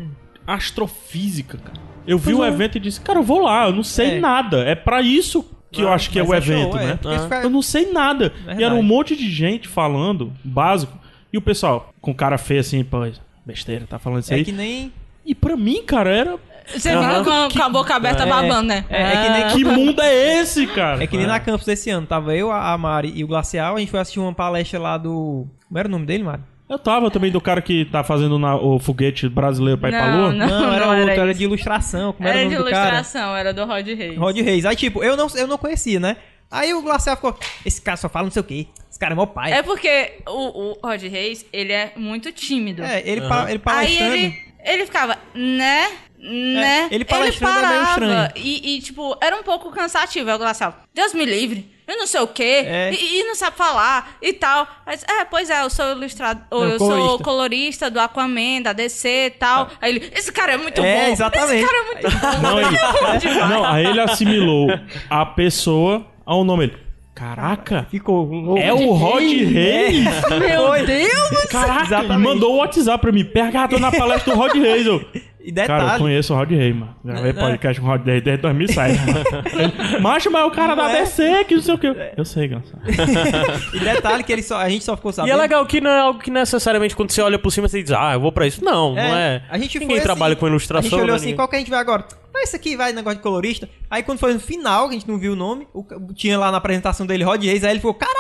[SPEAKER 3] Astrofísica, cara. Eu vi
[SPEAKER 4] é.
[SPEAKER 3] o evento e disse, cara, eu vou lá, eu não sei
[SPEAKER 2] É.
[SPEAKER 3] nada. É pra isso que eu acho que é
[SPEAKER 2] Mas
[SPEAKER 3] o
[SPEAKER 2] show,
[SPEAKER 3] evento,
[SPEAKER 2] é.
[SPEAKER 3] né?
[SPEAKER 2] Porque fica-
[SPEAKER 3] Eu não sei nada.
[SPEAKER 2] Verdade.
[SPEAKER 3] E era um monte de gente falando, básico. E o pessoal, com cara feia assim, pô, besteira, tá falando isso
[SPEAKER 2] É
[SPEAKER 3] aí.
[SPEAKER 2] que nem.
[SPEAKER 3] E pra mim, cara, era.
[SPEAKER 5] Você fica com, com a boca aberta babando, né?
[SPEAKER 2] É, é que nem
[SPEAKER 3] Que mundo é esse, cara?
[SPEAKER 2] É que nem na campus esse ano, tava eu, a a Mari e o Glacial, a gente foi assistir uma palestra lá do. Como era o nome dele, Mari?
[SPEAKER 3] Eu tava também do cara que tá fazendo na- o foguete brasileiro pra ir pra
[SPEAKER 5] Não,
[SPEAKER 3] lua.
[SPEAKER 5] não.
[SPEAKER 2] era
[SPEAKER 5] era
[SPEAKER 2] outro, era
[SPEAKER 5] isso.
[SPEAKER 2] de ilustração, como era,
[SPEAKER 5] Era
[SPEAKER 2] o
[SPEAKER 5] de
[SPEAKER 2] nome do cara?
[SPEAKER 5] ilustração, era do Rod Reis.
[SPEAKER 2] Rod Reis. Aí, tipo, eu não, eu não conhecia, né? Aí o Glacial ficou, esse cara só fala não sei o quê, esse cara é meu pai.
[SPEAKER 5] É porque o, o Rod Reis, ele é muito tímido.
[SPEAKER 2] É, ele, pa- ele
[SPEAKER 5] Aí
[SPEAKER 2] palestrando. É,
[SPEAKER 5] ele, ele ficava, né? Né?
[SPEAKER 2] ele palestrando era meio estranho.
[SPEAKER 5] e, e, tipo, era um pouco cansativo. Aí o Glacial, Deus me livre, eu não sei o quê,
[SPEAKER 2] É.
[SPEAKER 5] e, e não sabe falar e tal. Mas, é, pois é, eu sou ilustrado, ou
[SPEAKER 2] Não,
[SPEAKER 5] eu sou
[SPEAKER 2] colorista. Ah.
[SPEAKER 5] colorista do Aquaman, da DC e tal. Aí ele, esse cara é muito
[SPEAKER 2] É,
[SPEAKER 5] bom.
[SPEAKER 2] exatamente.
[SPEAKER 5] Esse cara é muito bom. Tipo,
[SPEAKER 3] Não, ele-
[SPEAKER 2] É.
[SPEAKER 5] bom demais.
[SPEAKER 3] não, aí ele assimilou a pessoa ao nome dele. Caraca,
[SPEAKER 2] Ficou um louco.
[SPEAKER 3] é o Rod Reis?
[SPEAKER 2] Meu Deus!
[SPEAKER 3] Caraca,
[SPEAKER 2] né? Exatamente.
[SPEAKER 3] mandou o WhatsApp pra mim. PH, tô na palestra do Rod Reis. Eu.
[SPEAKER 2] E
[SPEAKER 3] Cara, eu
[SPEAKER 2] detalhe, É.
[SPEAKER 3] conheço o Rod Reis, mano. Gravei podcast com o Rod Reis desde 2007. mano. Macho, mas é o cara da
[SPEAKER 2] Não é?
[SPEAKER 3] DC, que não sei o quê. Eu sei, Gonçalo.
[SPEAKER 2] e detalhe que ele só, a gente só ficou
[SPEAKER 4] E
[SPEAKER 2] sabendo.
[SPEAKER 4] é legal que não é algo que necessariamente quando você olha por cima você diz, ah, eu vou pra isso. Não,
[SPEAKER 2] É,
[SPEAKER 4] não é.
[SPEAKER 2] A gente
[SPEAKER 4] Ninguém
[SPEAKER 2] foi
[SPEAKER 4] trabalha
[SPEAKER 2] assim,
[SPEAKER 4] com ilustração.
[SPEAKER 2] A gente olhou
[SPEAKER 4] né,
[SPEAKER 2] assim,
[SPEAKER 4] ninguém.
[SPEAKER 2] qual que a gente vai agora? Ah, esse aqui vai, negócio de colorista. Aí quando foi no final, que a gente não viu o nome, o ca- tinha lá na apresentação dele Rod Reis, aí ele ficou, caralho,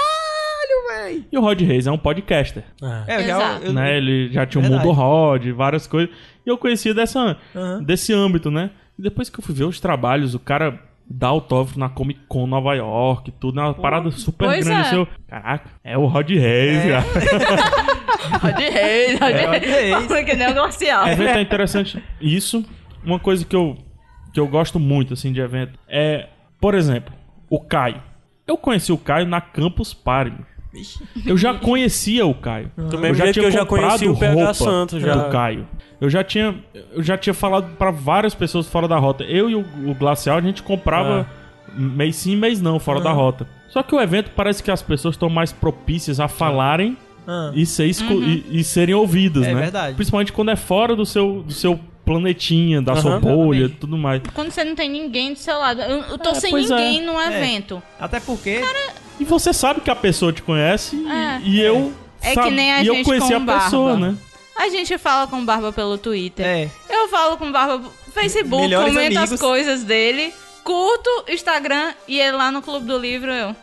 [SPEAKER 2] véi!
[SPEAKER 3] E o Rod Reis é um podcaster.
[SPEAKER 4] Ah.
[SPEAKER 2] É, eu já,
[SPEAKER 5] Exato.
[SPEAKER 2] eu,
[SPEAKER 3] né? Ele já tinha o
[SPEAKER 2] Verdade.
[SPEAKER 3] Mundo Rod, várias coisas. E eu conhecia dessa,
[SPEAKER 2] Aham.
[SPEAKER 3] desse âmbito, né? E depois que eu fui ver os trabalhos, o cara dá autógrafo na Comic Con Nova York, tudo, é uma parada super
[SPEAKER 5] Pois
[SPEAKER 3] grande.
[SPEAKER 5] é.
[SPEAKER 3] assim, eu, Caraca, é o Rod Reis, cara.
[SPEAKER 5] Rod Reis, Rod
[SPEAKER 2] É, Rod
[SPEAKER 5] Reis.
[SPEAKER 2] Reis.
[SPEAKER 5] Falando que nem o Glacial.
[SPEAKER 3] O evento é interessante isso. Uma coisa que eu, que eu gosto muito, assim, de evento é, por exemplo, o Caio. Eu conheci o Caio na Campus Party. Eu já conhecia o Caio.
[SPEAKER 4] Do mesmo jeito que eu já conheci o PH
[SPEAKER 3] roupa
[SPEAKER 4] Santos, já.
[SPEAKER 3] do Caio. Eu já tinha, eu já tinha falado pra várias pessoas fora da rota. Eu e o, o Glacial, a gente comprava
[SPEAKER 4] Ah.
[SPEAKER 3] mês sim, mês não, fora da rota. Só que o evento parece que as pessoas estão mais propícias a falarem
[SPEAKER 2] Ah.
[SPEAKER 3] e, ser escu- e, e serem ouvidas,
[SPEAKER 2] É
[SPEAKER 3] né?
[SPEAKER 2] verdade.
[SPEAKER 3] Principalmente quando é fora do seu, do seu planetinha, da sua
[SPEAKER 4] Aham.
[SPEAKER 3] bolha e tudo mais.
[SPEAKER 5] Quando você não tem ninguém do seu lado. Eu, eu tô
[SPEAKER 3] É,
[SPEAKER 5] sem
[SPEAKER 3] pois é.
[SPEAKER 5] ninguém num
[SPEAKER 2] É.
[SPEAKER 5] evento.
[SPEAKER 2] Até porque.
[SPEAKER 3] E você sabe que a pessoa te conhece e-
[SPEAKER 5] É.
[SPEAKER 3] e eu.
[SPEAKER 5] É
[SPEAKER 3] sabe-
[SPEAKER 5] que nem a
[SPEAKER 3] e eu
[SPEAKER 5] gente
[SPEAKER 3] conheci
[SPEAKER 5] com um
[SPEAKER 3] a pessoa,
[SPEAKER 5] barba.
[SPEAKER 3] né?
[SPEAKER 5] A gente fala com o Barba pelo Twitter.
[SPEAKER 2] É.
[SPEAKER 5] Eu falo com o Barba no Facebook,
[SPEAKER 2] Melhores
[SPEAKER 5] comento as
[SPEAKER 2] amigos.
[SPEAKER 5] coisas dele, curto Instagram e ele lá no Clube do Livro eu.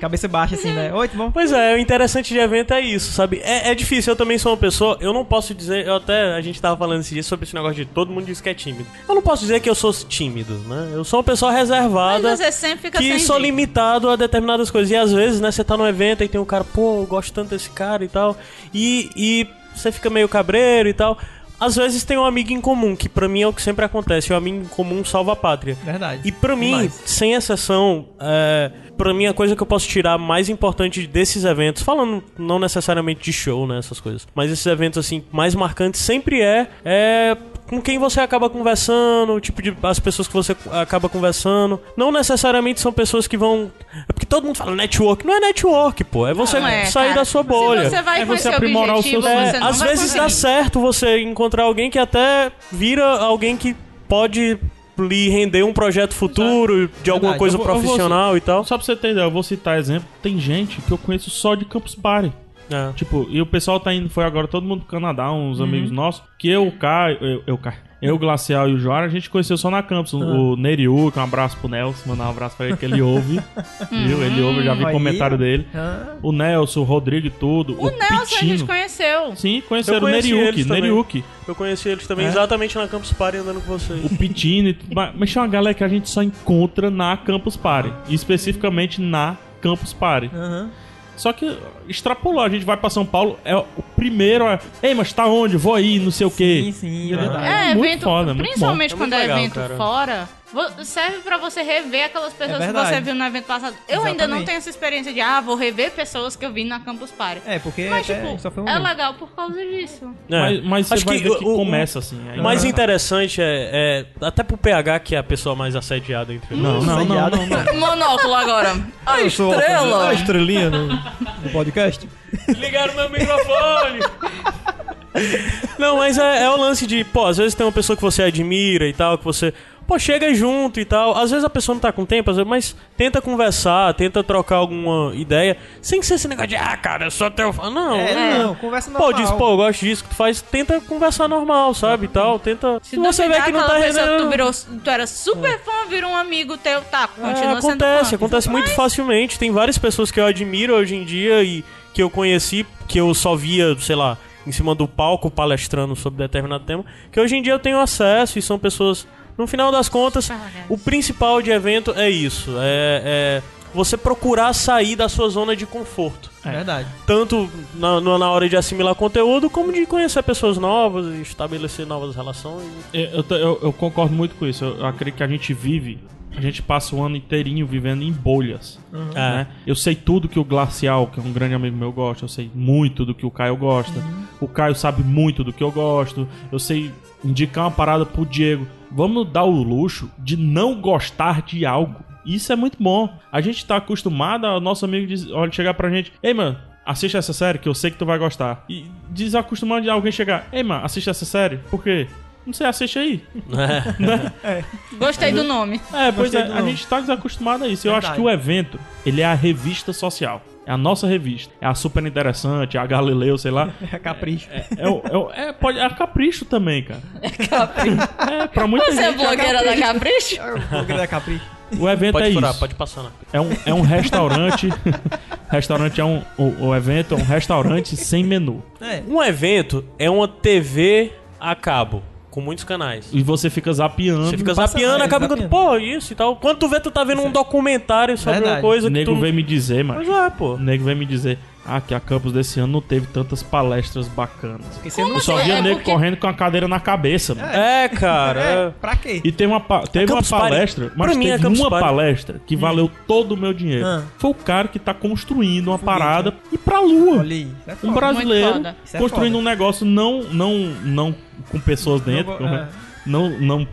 [SPEAKER 2] Cabeça baixa assim, né? Oi, tudo bom?
[SPEAKER 4] Pois é, o interessante de evento é isso, sabe? É, é difícil, eu também sou uma pessoa, eu não posso dizer, eu até a gente tava falando esse dia sobre esse negócio de todo mundo diz que é tímido. Eu não posso dizer que eu sou tímido, né? Eu sou uma pessoa
[SPEAKER 5] Mas
[SPEAKER 4] reservada.
[SPEAKER 5] você sempre fica
[SPEAKER 4] Que
[SPEAKER 5] sem
[SPEAKER 4] sou
[SPEAKER 5] jeito.
[SPEAKER 4] limitado a determinadas coisas. E às vezes, né, você tá num evento e tem um cara, pô, eu gosto tanto desse cara e tal. E, e você fica meio cabreiro e tal. Às vezes tem um amigo em comum, que pra mim é o que sempre acontece. O amigo em comum salva a pátria.
[SPEAKER 2] Verdade.
[SPEAKER 4] E pra mim,
[SPEAKER 2] Demais.
[SPEAKER 4] sem exceção, é, para mim a coisa que eu posso tirar mais importante desses eventos, falando não necessariamente de show, né, essas coisas, mas esses eventos assim mais marcantes sempre é, é com quem você acaba conversando, o tipo de as pessoas que você acaba conversando, não necessariamente são pessoas que vão, é porque todo mundo fala network, não é network, pô, é você
[SPEAKER 5] Não é,
[SPEAKER 4] sair
[SPEAKER 5] cara.
[SPEAKER 4] da sua
[SPEAKER 5] Se
[SPEAKER 4] bolha.
[SPEAKER 5] você vai
[SPEAKER 3] É
[SPEAKER 5] com esse
[SPEAKER 3] você aprimorar o
[SPEAKER 5] objetivo,
[SPEAKER 3] seu sonho.
[SPEAKER 5] você não
[SPEAKER 4] É, Às
[SPEAKER 5] vai
[SPEAKER 4] vezes dá
[SPEAKER 5] conseguir.
[SPEAKER 4] certo você encontrar alguém que até vira alguém que pode lhe render um projeto futuro de alguma
[SPEAKER 2] Verdade.
[SPEAKER 4] coisa
[SPEAKER 3] Eu vou- eu vou-
[SPEAKER 4] profissional e tal.
[SPEAKER 3] Então, Só pra você ter ideia, eu vou citar exemplo. Tem gente que eu conheço só de Campus Party.
[SPEAKER 4] É.
[SPEAKER 3] Tipo, e o pessoal tá indo, foi agora todo mundo pro Canadá,
[SPEAKER 5] Uhum.
[SPEAKER 3] uns amigos nossos, que eu, o Caio, eu, eu, Caio, eu, o Glacial e o Joara, a gente conheceu só na campus.
[SPEAKER 2] Uhum.
[SPEAKER 3] O Neriu, que um abraço pro Nelson, mandar um abraço pra ele, que ele ouve. viu? Ele ouve, eu já vi
[SPEAKER 2] Olha aí,
[SPEAKER 3] comentário
[SPEAKER 2] ó.
[SPEAKER 3] dele.
[SPEAKER 2] Ah,
[SPEAKER 3] O Nelson, o Rodrigo e tudo. O,
[SPEAKER 5] O Nelson a gente
[SPEAKER 3] Pitino.
[SPEAKER 5] conheceu.
[SPEAKER 3] Sim, conheceram o
[SPEAKER 4] Eu conheci
[SPEAKER 3] Neriuki,
[SPEAKER 4] eles também.
[SPEAKER 3] Neriuki,
[SPEAKER 4] Eu conheci eles também
[SPEAKER 2] É?
[SPEAKER 4] exatamente na Campus Party andando com vocês.
[SPEAKER 3] o Pitino e tudo mais. Mas tinha uma galera que a gente só encontra na Campus Party. E especificamente na Campus Party.
[SPEAKER 2] aham.
[SPEAKER 3] Só que extrapolou, a gente vai pra São Paulo, é o primeiro é. Ei, mas tá onde? Vou aí, não sei o quê.
[SPEAKER 2] Sim, sim, é
[SPEAKER 3] Aham.
[SPEAKER 2] verdade.
[SPEAKER 5] É,
[SPEAKER 3] muito
[SPEAKER 5] evento,
[SPEAKER 3] foda, muito
[SPEAKER 5] principalmente
[SPEAKER 4] bom. É
[SPEAKER 5] quando
[SPEAKER 4] muito
[SPEAKER 5] é,
[SPEAKER 4] legal,
[SPEAKER 5] evento
[SPEAKER 4] cara. É
[SPEAKER 5] fora, vo- serve pra você rever aquelas pessoas que
[SPEAKER 2] verdade.
[SPEAKER 5] você viu no evento passado. Eu ainda não
[SPEAKER 2] Exatamente.
[SPEAKER 5] tenho essa experiência de, ah, vou rever pessoas que eu vi na Campus Party.
[SPEAKER 2] É, porque
[SPEAKER 5] Mas,
[SPEAKER 2] até
[SPEAKER 5] tipo,
[SPEAKER 2] só foi um.
[SPEAKER 5] é
[SPEAKER 2] momento.
[SPEAKER 5] legal por causa disso.
[SPEAKER 4] É.
[SPEAKER 3] Mas, mas
[SPEAKER 4] Acho
[SPEAKER 3] você vai
[SPEAKER 4] que
[SPEAKER 3] ver que
[SPEAKER 4] o- o-
[SPEAKER 3] começa assim. aí-
[SPEAKER 4] O mais
[SPEAKER 3] Não,
[SPEAKER 4] interessante é, é- Até pro PH, que é a pessoa mais assediada entre nós.
[SPEAKER 3] Não, não, não, não, não.
[SPEAKER 5] Monóculo agora. A
[SPEAKER 2] Ah,
[SPEAKER 5] estrela.
[SPEAKER 2] a estrelinha no, no podcast.
[SPEAKER 4] Ligaram meu microfone! Não, mas é, é o lance de, pô, às vezes tem uma pessoa que você admira e tal, que você. Pô, chega junto e tal. Às vezes a pessoa não tá com tempo, às vezes, mas tenta conversar, tenta trocar alguma ideia. Sem ser esse negócio de, ah, cara, eu sou teu fã. Não,
[SPEAKER 2] É, não, conversa
[SPEAKER 4] Pô,
[SPEAKER 2] normal.
[SPEAKER 4] diz, pô, eu gosto disso que tu faz, tenta conversar normal, sabe? E tal, tenta. Se você vê que não tá
[SPEAKER 5] pessoa, tu,
[SPEAKER 4] rendendo.
[SPEAKER 5] virou, tu era super
[SPEAKER 2] É.
[SPEAKER 5] fã, virou um amigo teu, tá,
[SPEAKER 4] É,
[SPEAKER 5] continua sendo
[SPEAKER 4] acontece,
[SPEAKER 5] fã.
[SPEAKER 4] acontece muito facilmente. Tem várias pessoas que eu admiro hoje em dia e que eu conheci, que eu só via, sei lá, em cima do palco palestrando sobre determinado tema, que hoje em dia eu tenho acesso e são pessoas. No final das contas, o principal de evento é isso: é, é você procurar sair da sua zona de conforto.
[SPEAKER 2] É verdade.
[SPEAKER 4] tanto na, na na hora de assimilar conteúdo, como de conhecer pessoas novas e estabelecer novas relações.
[SPEAKER 3] Eu, É, eu tô- eu- eu concordo muito com isso. Eu, eu acredito que a gente vive, a gente passa o ano inteirinho vivendo em bolhas. né? Eu sei tudo que o Glacial, que é um grande amigo meu, gosta. Eu sei muito do que o Caio gosta. O Caio sabe muito do que eu gosto. Eu sei indicar uma parada pro Diego. Vamos dar o luxo de não gostar de algo. Isso é muito bom. A gente tá acostumado ao nosso amigo diz, olha, chegar pra gente. Ei, mano, assiste essa série que eu sei que tu vai gostar. E desacostumado de alguém chegar. Ei, mano, assiste essa série. Por quê? Não sei, assiste aí.
[SPEAKER 5] Gostei do nome.
[SPEAKER 3] É, pois
[SPEAKER 2] Gostei
[SPEAKER 3] é,
[SPEAKER 2] do
[SPEAKER 3] a
[SPEAKER 2] nome.
[SPEAKER 3] gente tá desacostumado a isso. Eu acho
[SPEAKER 2] Verdade.
[SPEAKER 3] que o evento, ele é a revista social. É a nossa revista. É a super interessante, é a Galileu, sei lá.
[SPEAKER 2] É capricho.
[SPEAKER 3] É, o- é, o- é, pode, é a capricho também, cara. É capricho. É, pra muita
[SPEAKER 5] Você é
[SPEAKER 3] gente.
[SPEAKER 5] blogueira da Capricho?
[SPEAKER 2] É o programa da capricho.
[SPEAKER 3] O evento
[SPEAKER 4] Pode
[SPEAKER 3] é
[SPEAKER 4] furar,
[SPEAKER 3] isso.
[SPEAKER 4] pode passar né? na.
[SPEAKER 3] É um, é um restaurante. restaurante é um. O, o evento é um restaurante sem menu.
[SPEAKER 2] É.
[SPEAKER 4] Um evento é uma TV a cabo, com muitos canais.
[SPEAKER 3] E você fica zapeando.
[SPEAKER 4] Você fica
[SPEAKER 2] passa
[SPEAKER 4] zapeando,
[SPEAKER 2] mais,
[SPEAKER 4] acaba ficando,
[SPEAKER 2] zapeando. é
[SPEAKER 4] pô, isso e tal. Quando tu vê, tu tá vendo um documentário sobre uma
[SPEAKER 2] Verdade.
[SPEAKER 4] coisa
[SPEAKER 3] O
[SPEAKER 4] que
[SPEAKER 3] nego
[SPEAKER 4] tu...
[SPEAKER 3] vem me dizer, mano.
[SPEAKER 4] Mas é, pô.
[SPEAKER 3] O nego vem me dizer. Ah, que a campus desse ano não teve tantas palestras bacanas.
[SPEAKER 2] Porque você não
[SPEAKER 3] Eu só
[SPEAKER 5] assim?
[SPEAKER 3] via
[SPEAKER 5] É
[SPEAKER 3] nego
[SPEAKER 5] porque-
[SPEAKER 3] correndo com a cadeira na cabeça, mano.
[SPEAKER 4] É, cara.
[SPEAKER 2] É,
[SPEAKER 4] é.
[SPEAKER 2] pra quê?
[SPEAKER 3] E teve uma, pa- teve uma
[SPEAKER 4] Campus Party.
[SPEAKER 3] palestra, mas
[SPEAKER 4] Pra mim, a
[SPEAKER 3] teve
[SPEAKER 4] Campus
[SPEAKER 3] uma
[SPEAKER 4] Party.
[SPEAKER 3] palestra que valeu todo o meu dinheiro.
[SPEAKER 2] Ah.
[SPEAKER 3] Foi o cara que tá construindo uma parada e pra lua.
[SPEAKER 2] Olha aí. isso é
[SPEAKER 3] Um
[SPEAKER 2] foda.
[SPEAKER 3] brasileiro
[SPEAKER 5] foda.
[SPEAKER 2] Isso é
[SPEAKER 3] construindo
[SPEAKER 2] foda.
[SPEAKER 3] um negócio não, não, não com pessoas dentro,
[SPEAKER 2] Não,
[SPEAKER 3] como é?
[SPEAKER 2] é.
[SPEAKER 3] não, não,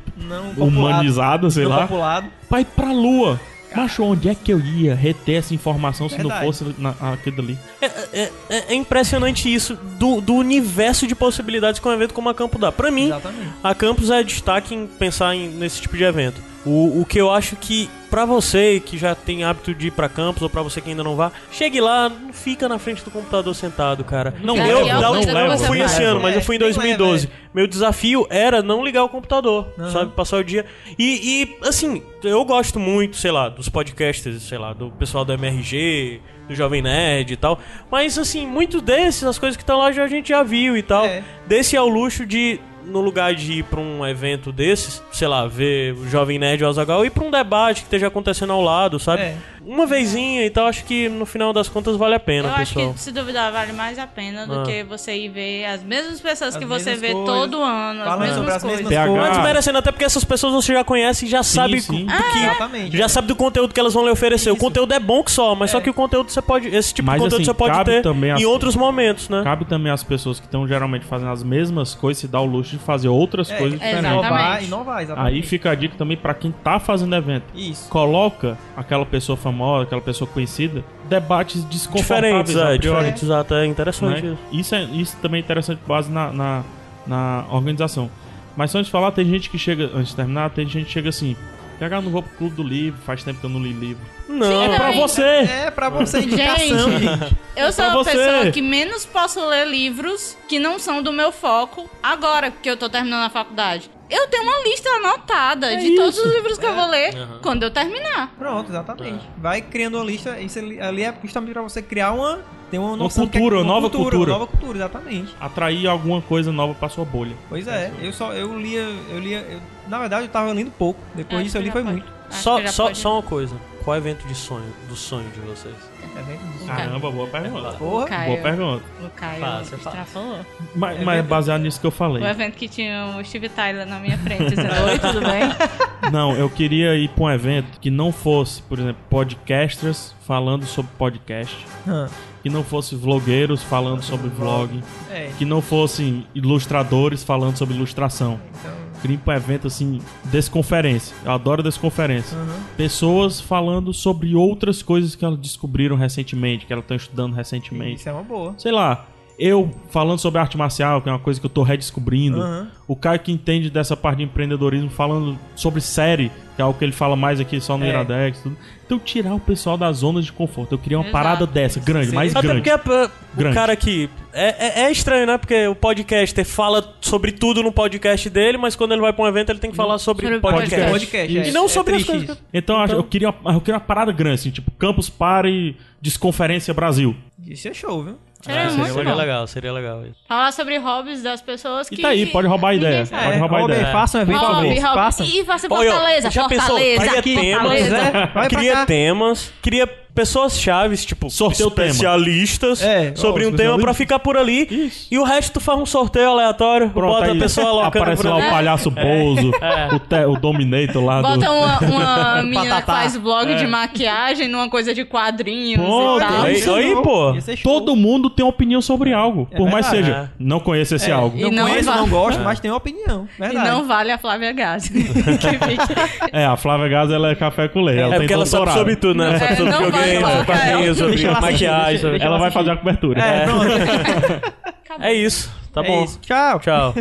[SPEAKER 2] Não
[SPEAKER 3] humanizado, sei
[SPEAKER 2] não
[SPEAKER 3] lá.
[SPEAKER 2] populado.
[SPEAKER 3] Vai pra lua. Macho, onde é que eu ia reter essa informação se
[SPEAKER 2] Verdade.
[SPEAKER 3] não fosse na, aquilo ali?
[SPEAKER 4] É, é- é- é impressionante isso do, do universo de possibilidades que um evento como a Campo dá. Pra mim,
[SPEAKER 2] Exatamente.
[SPEAKER 4] a Campus é destaque em pensar em- nesse tipo de evento. O, o que eu acho que, pra você que já tem hábito de ir pra Campus ou pra você que ainda não vá, chegue lá, não fica na frente do computador sentado, cara.
[SPEAKER 3] Não
[SPEAKER 5] Cara,
[SPEAKER 4] eu,
[SPEAKER 5] e é uma
[SPEAKER 4] da-
[SPEAKER 5] coisa que
[SPEAKER 4] eu
[SPEAKER 5] você
[SPEAKER 4] fui
[SPEAKER 5] faz.
[SPEAKER 4] esse ano, mas
[SPEAKER 2] É,
[SPEAKER 4] eu fui em
[SPEAKER 2] quem
[SPEAKER 3] né?
[SPEAKER 4] 2012.
[SPEAKER 2] leva,
[SPEAKER 4] Meu desafio era não ligar o computador,
[SPEAKER 2] Aham.
[SPEAKER 4] sabe? Passar o dia. E, e, assim, eu gosto muito, sei lá, dos podcasters, sei lá, do pessoal do MRG, do Jovem Nerd e tal. Mas, assim, muito desses, as coisas que estão lá já, a gente já viu e tal.
[SPEAKER 2] É.
[SPEAKER 4] Desse é o luxo de. No lugar de ir pra um evento desses, sei lá, ver o Jovem Nerd ou Azagal, ir pra um debate que esteja acontecendo ao lado, sabe?
[SPEAKER 2] É.
[SPEAKER 4] Uma vezinha e tal, acho que no final das contas vale a pena,
[SPEAKER 5] Eu acho
[SPEAKER 4] pessoal.
[SPEAKER 5] que, se duvidar, vale mais a pena do
[SPEAKER 4] Ah.
[SPEAKER 5] que você ir ver as mesmas pessoas
[SPEAKER 2] As
[SPEAKER 5] que você
[SPEAKER 2] mesmas
[SPEAKER 5] vê
[SPEAKER 2] coisas,
[SPEAKER 5] todo ano, as
[SPEAKER 2] Falando sobre
[SPEAKER 5] mesmas
[SPEAKER 2] as
[SPEAKER 5] coisas.
[SPEAKER 2] mesmas
[SPEAKER 3] PH.
[SPEAKER 4] Mas
[SPEAKER 2] coisas.
[SPEAKER 4] é desmerecendo, até porque essas pessoas você já conhece e já sabe
[SPEAKER 3] Ah. sim.
[SPEAKER 4] do
[SPEAKER 3] Ah,
[SPEAKER 4] que.
[SPEAKER 2] Exatamente.
[SPEAKER 4] Já sabe do conteúdo que elas vão lhe oferecer. O
[SPEAKER 2] Isso.
[SPEAKER 4] conteúdo é bom que só,
[SPEAKER 2] É.
[SPEAKER 4] mas só que o conteúdo você pode. Esse tipo
[SPEAKER 3] Mas,
[SPEAKER 4] de conteúdo
[SPEAKER 3] assim,
[SPEAKER 4] você pode
[SPEAKER 3] cabe
[SPEAKER 4] ter
[SPEAKER 3] também
[SPEAKER 4] em
[SPEAKER 3] as-
[SPEAKER 4] outros momentos, né?
[SPEAKER 3] Cabe também às pessoas que estão geralmente fazendo as mesmas coisas se dar o luxo de fazer outras
[SPEAKER 2] É,
[SPEAKER 3] coisas diferentes.
[SPEAKER 5] exatamente.
[SPEAKER 2] Inovar, inovar, exatamente.
[SPEAKER 3] Aí fica a dica também pra quem tá fazendo evento.
[SPEAKER 2] Isso.
[SPEAKER 3] Coloca aquela pessoa famosa, aquela pessoa conhecida, debates desconfortáveis
[SPEAKER 4] Diferentes, é,
[SPEAKER 3] a priori,
[SPEAKER 4] diferentes, exato. É interessante
[SPEAKER 3] né?
[SPEAKER 4] isso.
[SPEAKER 3] Isso, é, isso também é interessante base na, na, na organização. Mas só antes de falar, tem gente que chega, antes de terminar, tem gente que chega assim, PH, eu não vou pro clube do livro, faz tempo que eu não li livro.
[SPEAKER 4] Não,
[SPEAKER 5] Sim,
[SPEAKER 4] pra
[SPEAKER 5] também.
[SPEAKER 4] você.
[SPEAKER 2] É, pra você indicação,
[SPEAKER 5] Gente.
[SPEAKER 2] gente.
[SPEAKER 4] É
[SPEAKER 5] Eu sou
[SPEAKER 3] Pra
[SPEAKER 5] a
[SPEAKER 3] você.
[SPEAKER 5] pessoa que menos posso ler livros que não são do meu foco agora que eu tô terminando a faculdade. Eu tenho uma lista anotada
[SPEAKER 4] É
[SPEAKER 5] de todos os livros que eu
[SPEAKER 2] É.
[SPEAKER 5] vou ler quando eu terminar.
[SPEAKER 2] Pronto, exatamente. Vai criando uma lista. Isso ali, ali é justamente pra você criar uma... Tem uma, noção do que é-
[SPEAKER 3] cultura, nova cultura.
[SPEAKER 2] Nova cultura, exatamente.
[SPEAKER 3] Atrair alguma coisa nova pra sua bolha.
[SPEAKER 2] Pois é, eu só... Eu lia... Eu lia eu- na verdade, eu tava lendo pouco. Depois
[SPEAKER 5] Acho
[SPEAKER 2] disso, eu
[SPEAKER 5] que Ah,
[SPEAKER 2] li
[SPEAKER 5] já
[SPEAKER 2] foi
[SPEAKER 5] pode.
[SPEAKER 2] muito.
[SPEAKER 5] Acho que
[SPEAKER 4] Só,
[SPEAKER 5] já
[SPEAKER 4] só,
[SPEAKER 5] pode.
[SPEAKER 4] só uma coisa. Qual é o evento de sonho, do sonho de vocês?
[SPEAKER 2] É mesmo?
[SPEAKER 3] Caramba, boa pergunta.
[SPEAKER 4] um
[SPEAKER 2] Porra.
[SPEAKER 3] Boa
[SPEAKER 5] Caio,
[SPEAKER 3] pergunta.
[SPEAKER 5] o Caio
[SPEAKER 2] é
[SPEAKER 4] Passa, passa.
[SPEAKER 5] extrapolou.
[SPEAKER 3] Mas, mas baseado nisso que eu falei.
[SPEAKER 5] O evento que tinha o Steve Tyler na minha frente, dizendo, oi, tudo bem?
[SPEAKER 3] Não, eu queria ir pra um evento que não fosse, por exemplo, podcasters falando sobre podcast,
[SPEAKER 2] Ah,
[SPEAKER 3] que não fosse vlogueiros falando sobre vlog,
[SPEAKER 2] É,
[SPEAKER 3] que não fossem ilustradores falando sobre ilustração.
[SPEAKER 2] então...
[SPEAKER 3] Queria ir pra um evento assim, desconferência. Eu adoro desconferência.
[SPEAKER 2] Aham.
[SPEAKER 3] Pessoas falando sobre outras coisas que elas descobriram recentemente, que elas estão estudando recentemente.
[SPEAKER 2] Isso é uma boa.
[SPEAKER 3] Sei lá, Eu falando sobre arte marcial, que é uma coisa que eu tô redescobrindo.
[SPEAKER 2] Aham.
[SPEAKER 3] O Caio que entende dessa parte de empreendedorismo falando sobre série, que é algo que ele fala mais aqui só no
[SPEAKER 2] É.
[SPEAKER 3] Iradex. Tudo. Então tirar o pessoal das zonas de conforto. Eu queria uma
[SPEAKER 5] Exato.
[SPEAKER 3] parada dessa, grande, mais
[SPEAKER 4] Até
[SPEAKER 3] grande.
[SPEAKER 4] porque é, é, o
[SPEAKER 3] Grande.
[SPEAKER 4] cara aqui. É, é- é estranho, né? Porque o podcaster fala sobre tudo no podcast dele, mas quando ele vai pra um evento, ele tem que falar sobre,
[SPEAKER 5] Sobre
[SPEAKER 4] podcast.
[SPEAKER 5] podcast.
[SPEAKER 2] Podcast, é.
[SPEAKER 4] E não
[SPEAKER 2] É
[SPEAKER 4] sobre as
[SPEAKER 2] triste
[SPEAKER 4] coisas.
[SPEAKER 2] isso.
[SPEAKER 4] que-
[SPEAKER 3] Então, eu acho- eu, queria uma, eu queria uma parada grande, assim, tipo Campus Party Desconferência Brasil.
[SPEAKER 2] Isso é show, viu?
[SPEAKER 5] Seria
[SPEAKER 4] Ah,
[SPEAKER 5] muito
[SPEAKER 4] seria
[SPEAKER 5] bom.
[SPEAKER 4] legal, seria legal isso.
[SPEAKER 5] Falar sobre hobbies das pessoas que.
[SPEAKER 3] E tá aí, pode roubar a
[SPEAKER 5] ninguém
[SPEAKER 3] ideia.
[SPEAKER 5] sabe.
[SPEAKER 3] Pode
[SPEAKER 2] É,
[SPEAKER 3] roubar a
[SPEAKER 2] Robert,
[SPEAKER 3] ideia.
[SPEAKER 2] Faça um evento
[SPEAKER 5] Hobby,
[SPEAKER 2] sobre isso.
[SPEAKER 5] hobby.
[SPEAKER 2] Faça.
[SPEAKER 5] E vai ser
[SPEAKER 4] Olha,
[SPEAKER 5] Fortaleza,
[SPEAKER 4] já pensou,
[SPEAKER 5] Fortaleza,
[SPEAKER 4] cria temas,
[SPEAKER 5] Fortaleza.
[SPEAKER 2] né? Vai pra cá.
[SPEAKER 4] Cria temas, cria pessoas chaves, tipo,
[SPEAKER 3] Sorteio o tema.
[SPEAKER 4] especialistas
[SPEAKER 2] É, ó,
[SPEAKER 4] sobre um tema
[SPEAKER 3] especialistas.
[SPEAKER 4] pra ficar por ali.
[SPEAKER 3] Isso.
[SPEAKER 4] E o resto tu faz um sorteio aleatório,
[SPEAKER 3] Pronto,
[SPEAKER 4] bota
[SPEAKER 3] aí
[SPEAKER 4] a pessoa alocando É.
[SPEAKER 3] aparece
[SPEAKER 4] por
[SPEAKER 3] lá
[SPEAKER 4] ali.
[SPEAKER 3] o palhaço Bozo, o, te- o Dominator lá do...
[SPEAKER 5] Bota uma, uma menina que
[SPEAKER 2] Patatá.
[SPEAKER 5] faz vlog de maquiagem numa coisa de quadrinhos
[SPEAKER 3] Pronto,
[SPEAKER 5] e tal.
[SPEAKER 4] aí-
[SPEAKER 2] Isso
[SPEAKER 4] aí,
[SPEAKER 2] não.
[SPEAKER 4] pô.
[SPEAKER 2] Isso é show.
[SPEAKER 3] Todo mundo tem opinião sobre algo, por mais
[SPEAKER 2] É. verdade. É.
[SPEAKER 3] seja, não conheça esse algo.
[SPEAKER 5] E
[SPEAKER 2] Não,
[SPEAKER 5] não
[SPEAKER 2] conheço,
[SPEAKER 5] vai.
[SPEAKER 2] não gosto, mas tenho opinião.
[SPEAKER 5] E
[SPEAKER 2] Verdade.
[SPEAKER 5] não vale a Flávia Gazi. Que fique-
[SPEAKER 3] É, a Flávia Gás, ela é café com leite, ela
[SPEAKER 4] É
[SPEAKER 3] tem
[SPEAKER 4] porque ela sabe
[SPEAKER 3] doutorado.
[SPEAKER 4] sobre tudo, né? Ela
[SPEAKER 5] É,
[SPEAKER 4] sabe sobre
[SPEAKER 5] não vai
[SPEAKER 4] videogame, sobre
[SPEAKER 5] colocar ela.
[SPEAKER 4] quadrinhos, sobre
[SPEAKER 2] Deixa ela assistir,
[SPEAKER 4] maquiagem.
[SPEAKER 2] deixa-
[SPEAKER 4] sobre-
[SPEAKER 2] deixa
[SPEAKER 3] Ela vai fazer a cobertura.
[SPEAKER 2] É, pronto.
[SPEAKER 4] É isso, tá
[SPEAKER 2] É
[SPEAKER 4] bom.
[SPEAKER 2] isso. Tchau.
[SPEAKER 4] Tchau.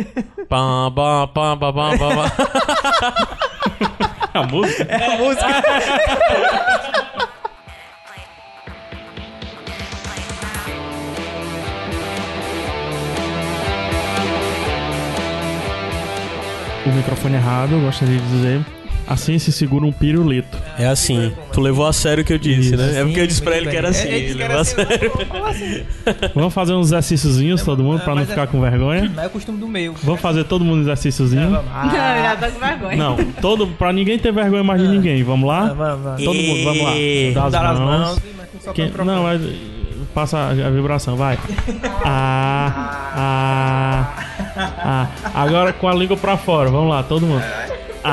[SPEAKER 4] pam, pam, pam, pam, pam, pam, pam.
[SPEAKER 3] A música.
[SPEAKER 2] A música.
[SPEAKER 3] O microfone é errado, eu gostaria de dizer. Assim se segura um pirulito.
[SPEAKER 4] É assim, tu levou a sério o que eu disse,
[SPEAKER 3] Isso.
[SPEAKER 4] né? É porque eu disse pra ele que era assim,
[SPEAKER 2] É, ele
[SPEAKER 4] ele
[SPEAKER 2] disse que
[SPEAKER 4] levou
[SPEAKER 2] era assim.
[SPEAKER 4] a sério.
[SPEAKER 2] Como assim?
[SPEAKER 3] Vamos fazer uns exercíciozinhos, todo mundo, pra não
[SPEAKER 2] mas é-
[SPEAKER 3] ficar com vergonha.
[SPEAKER 2] Mas é o costume do meu.
[SPEAKER 3] Vamos fazer todo mundo uns
[SPEAKER 2] É,
[SPEAKER 3] exercíciozinhos.
[SPEAKER 5] Não, já tô com vergonha.
[SPEAKER 3] Não, todo, pra ninguém ter vergonha mais de ninguém. Vamos lá?
[SPEAKER 2] É. Vamos, vamos.
[SPEAKER 3] Todo mundo, vamos lá.
[SPEAKER 4] E-
[SPEAKER 3] Dá as
[SPEAKER 2] Dar as
[SPEAKER 3] mãos.
[SPEAKER 2] mãos. mas com só
[SPEAKER 3] Quem-
[SPEAKER 2] pra-
[SPEAKER 3] Não, mas eh, passa a, a vibração, vai. Ah, ah, ah. Agora com a língua pra fora, vamos lá, todo mundo. Ah,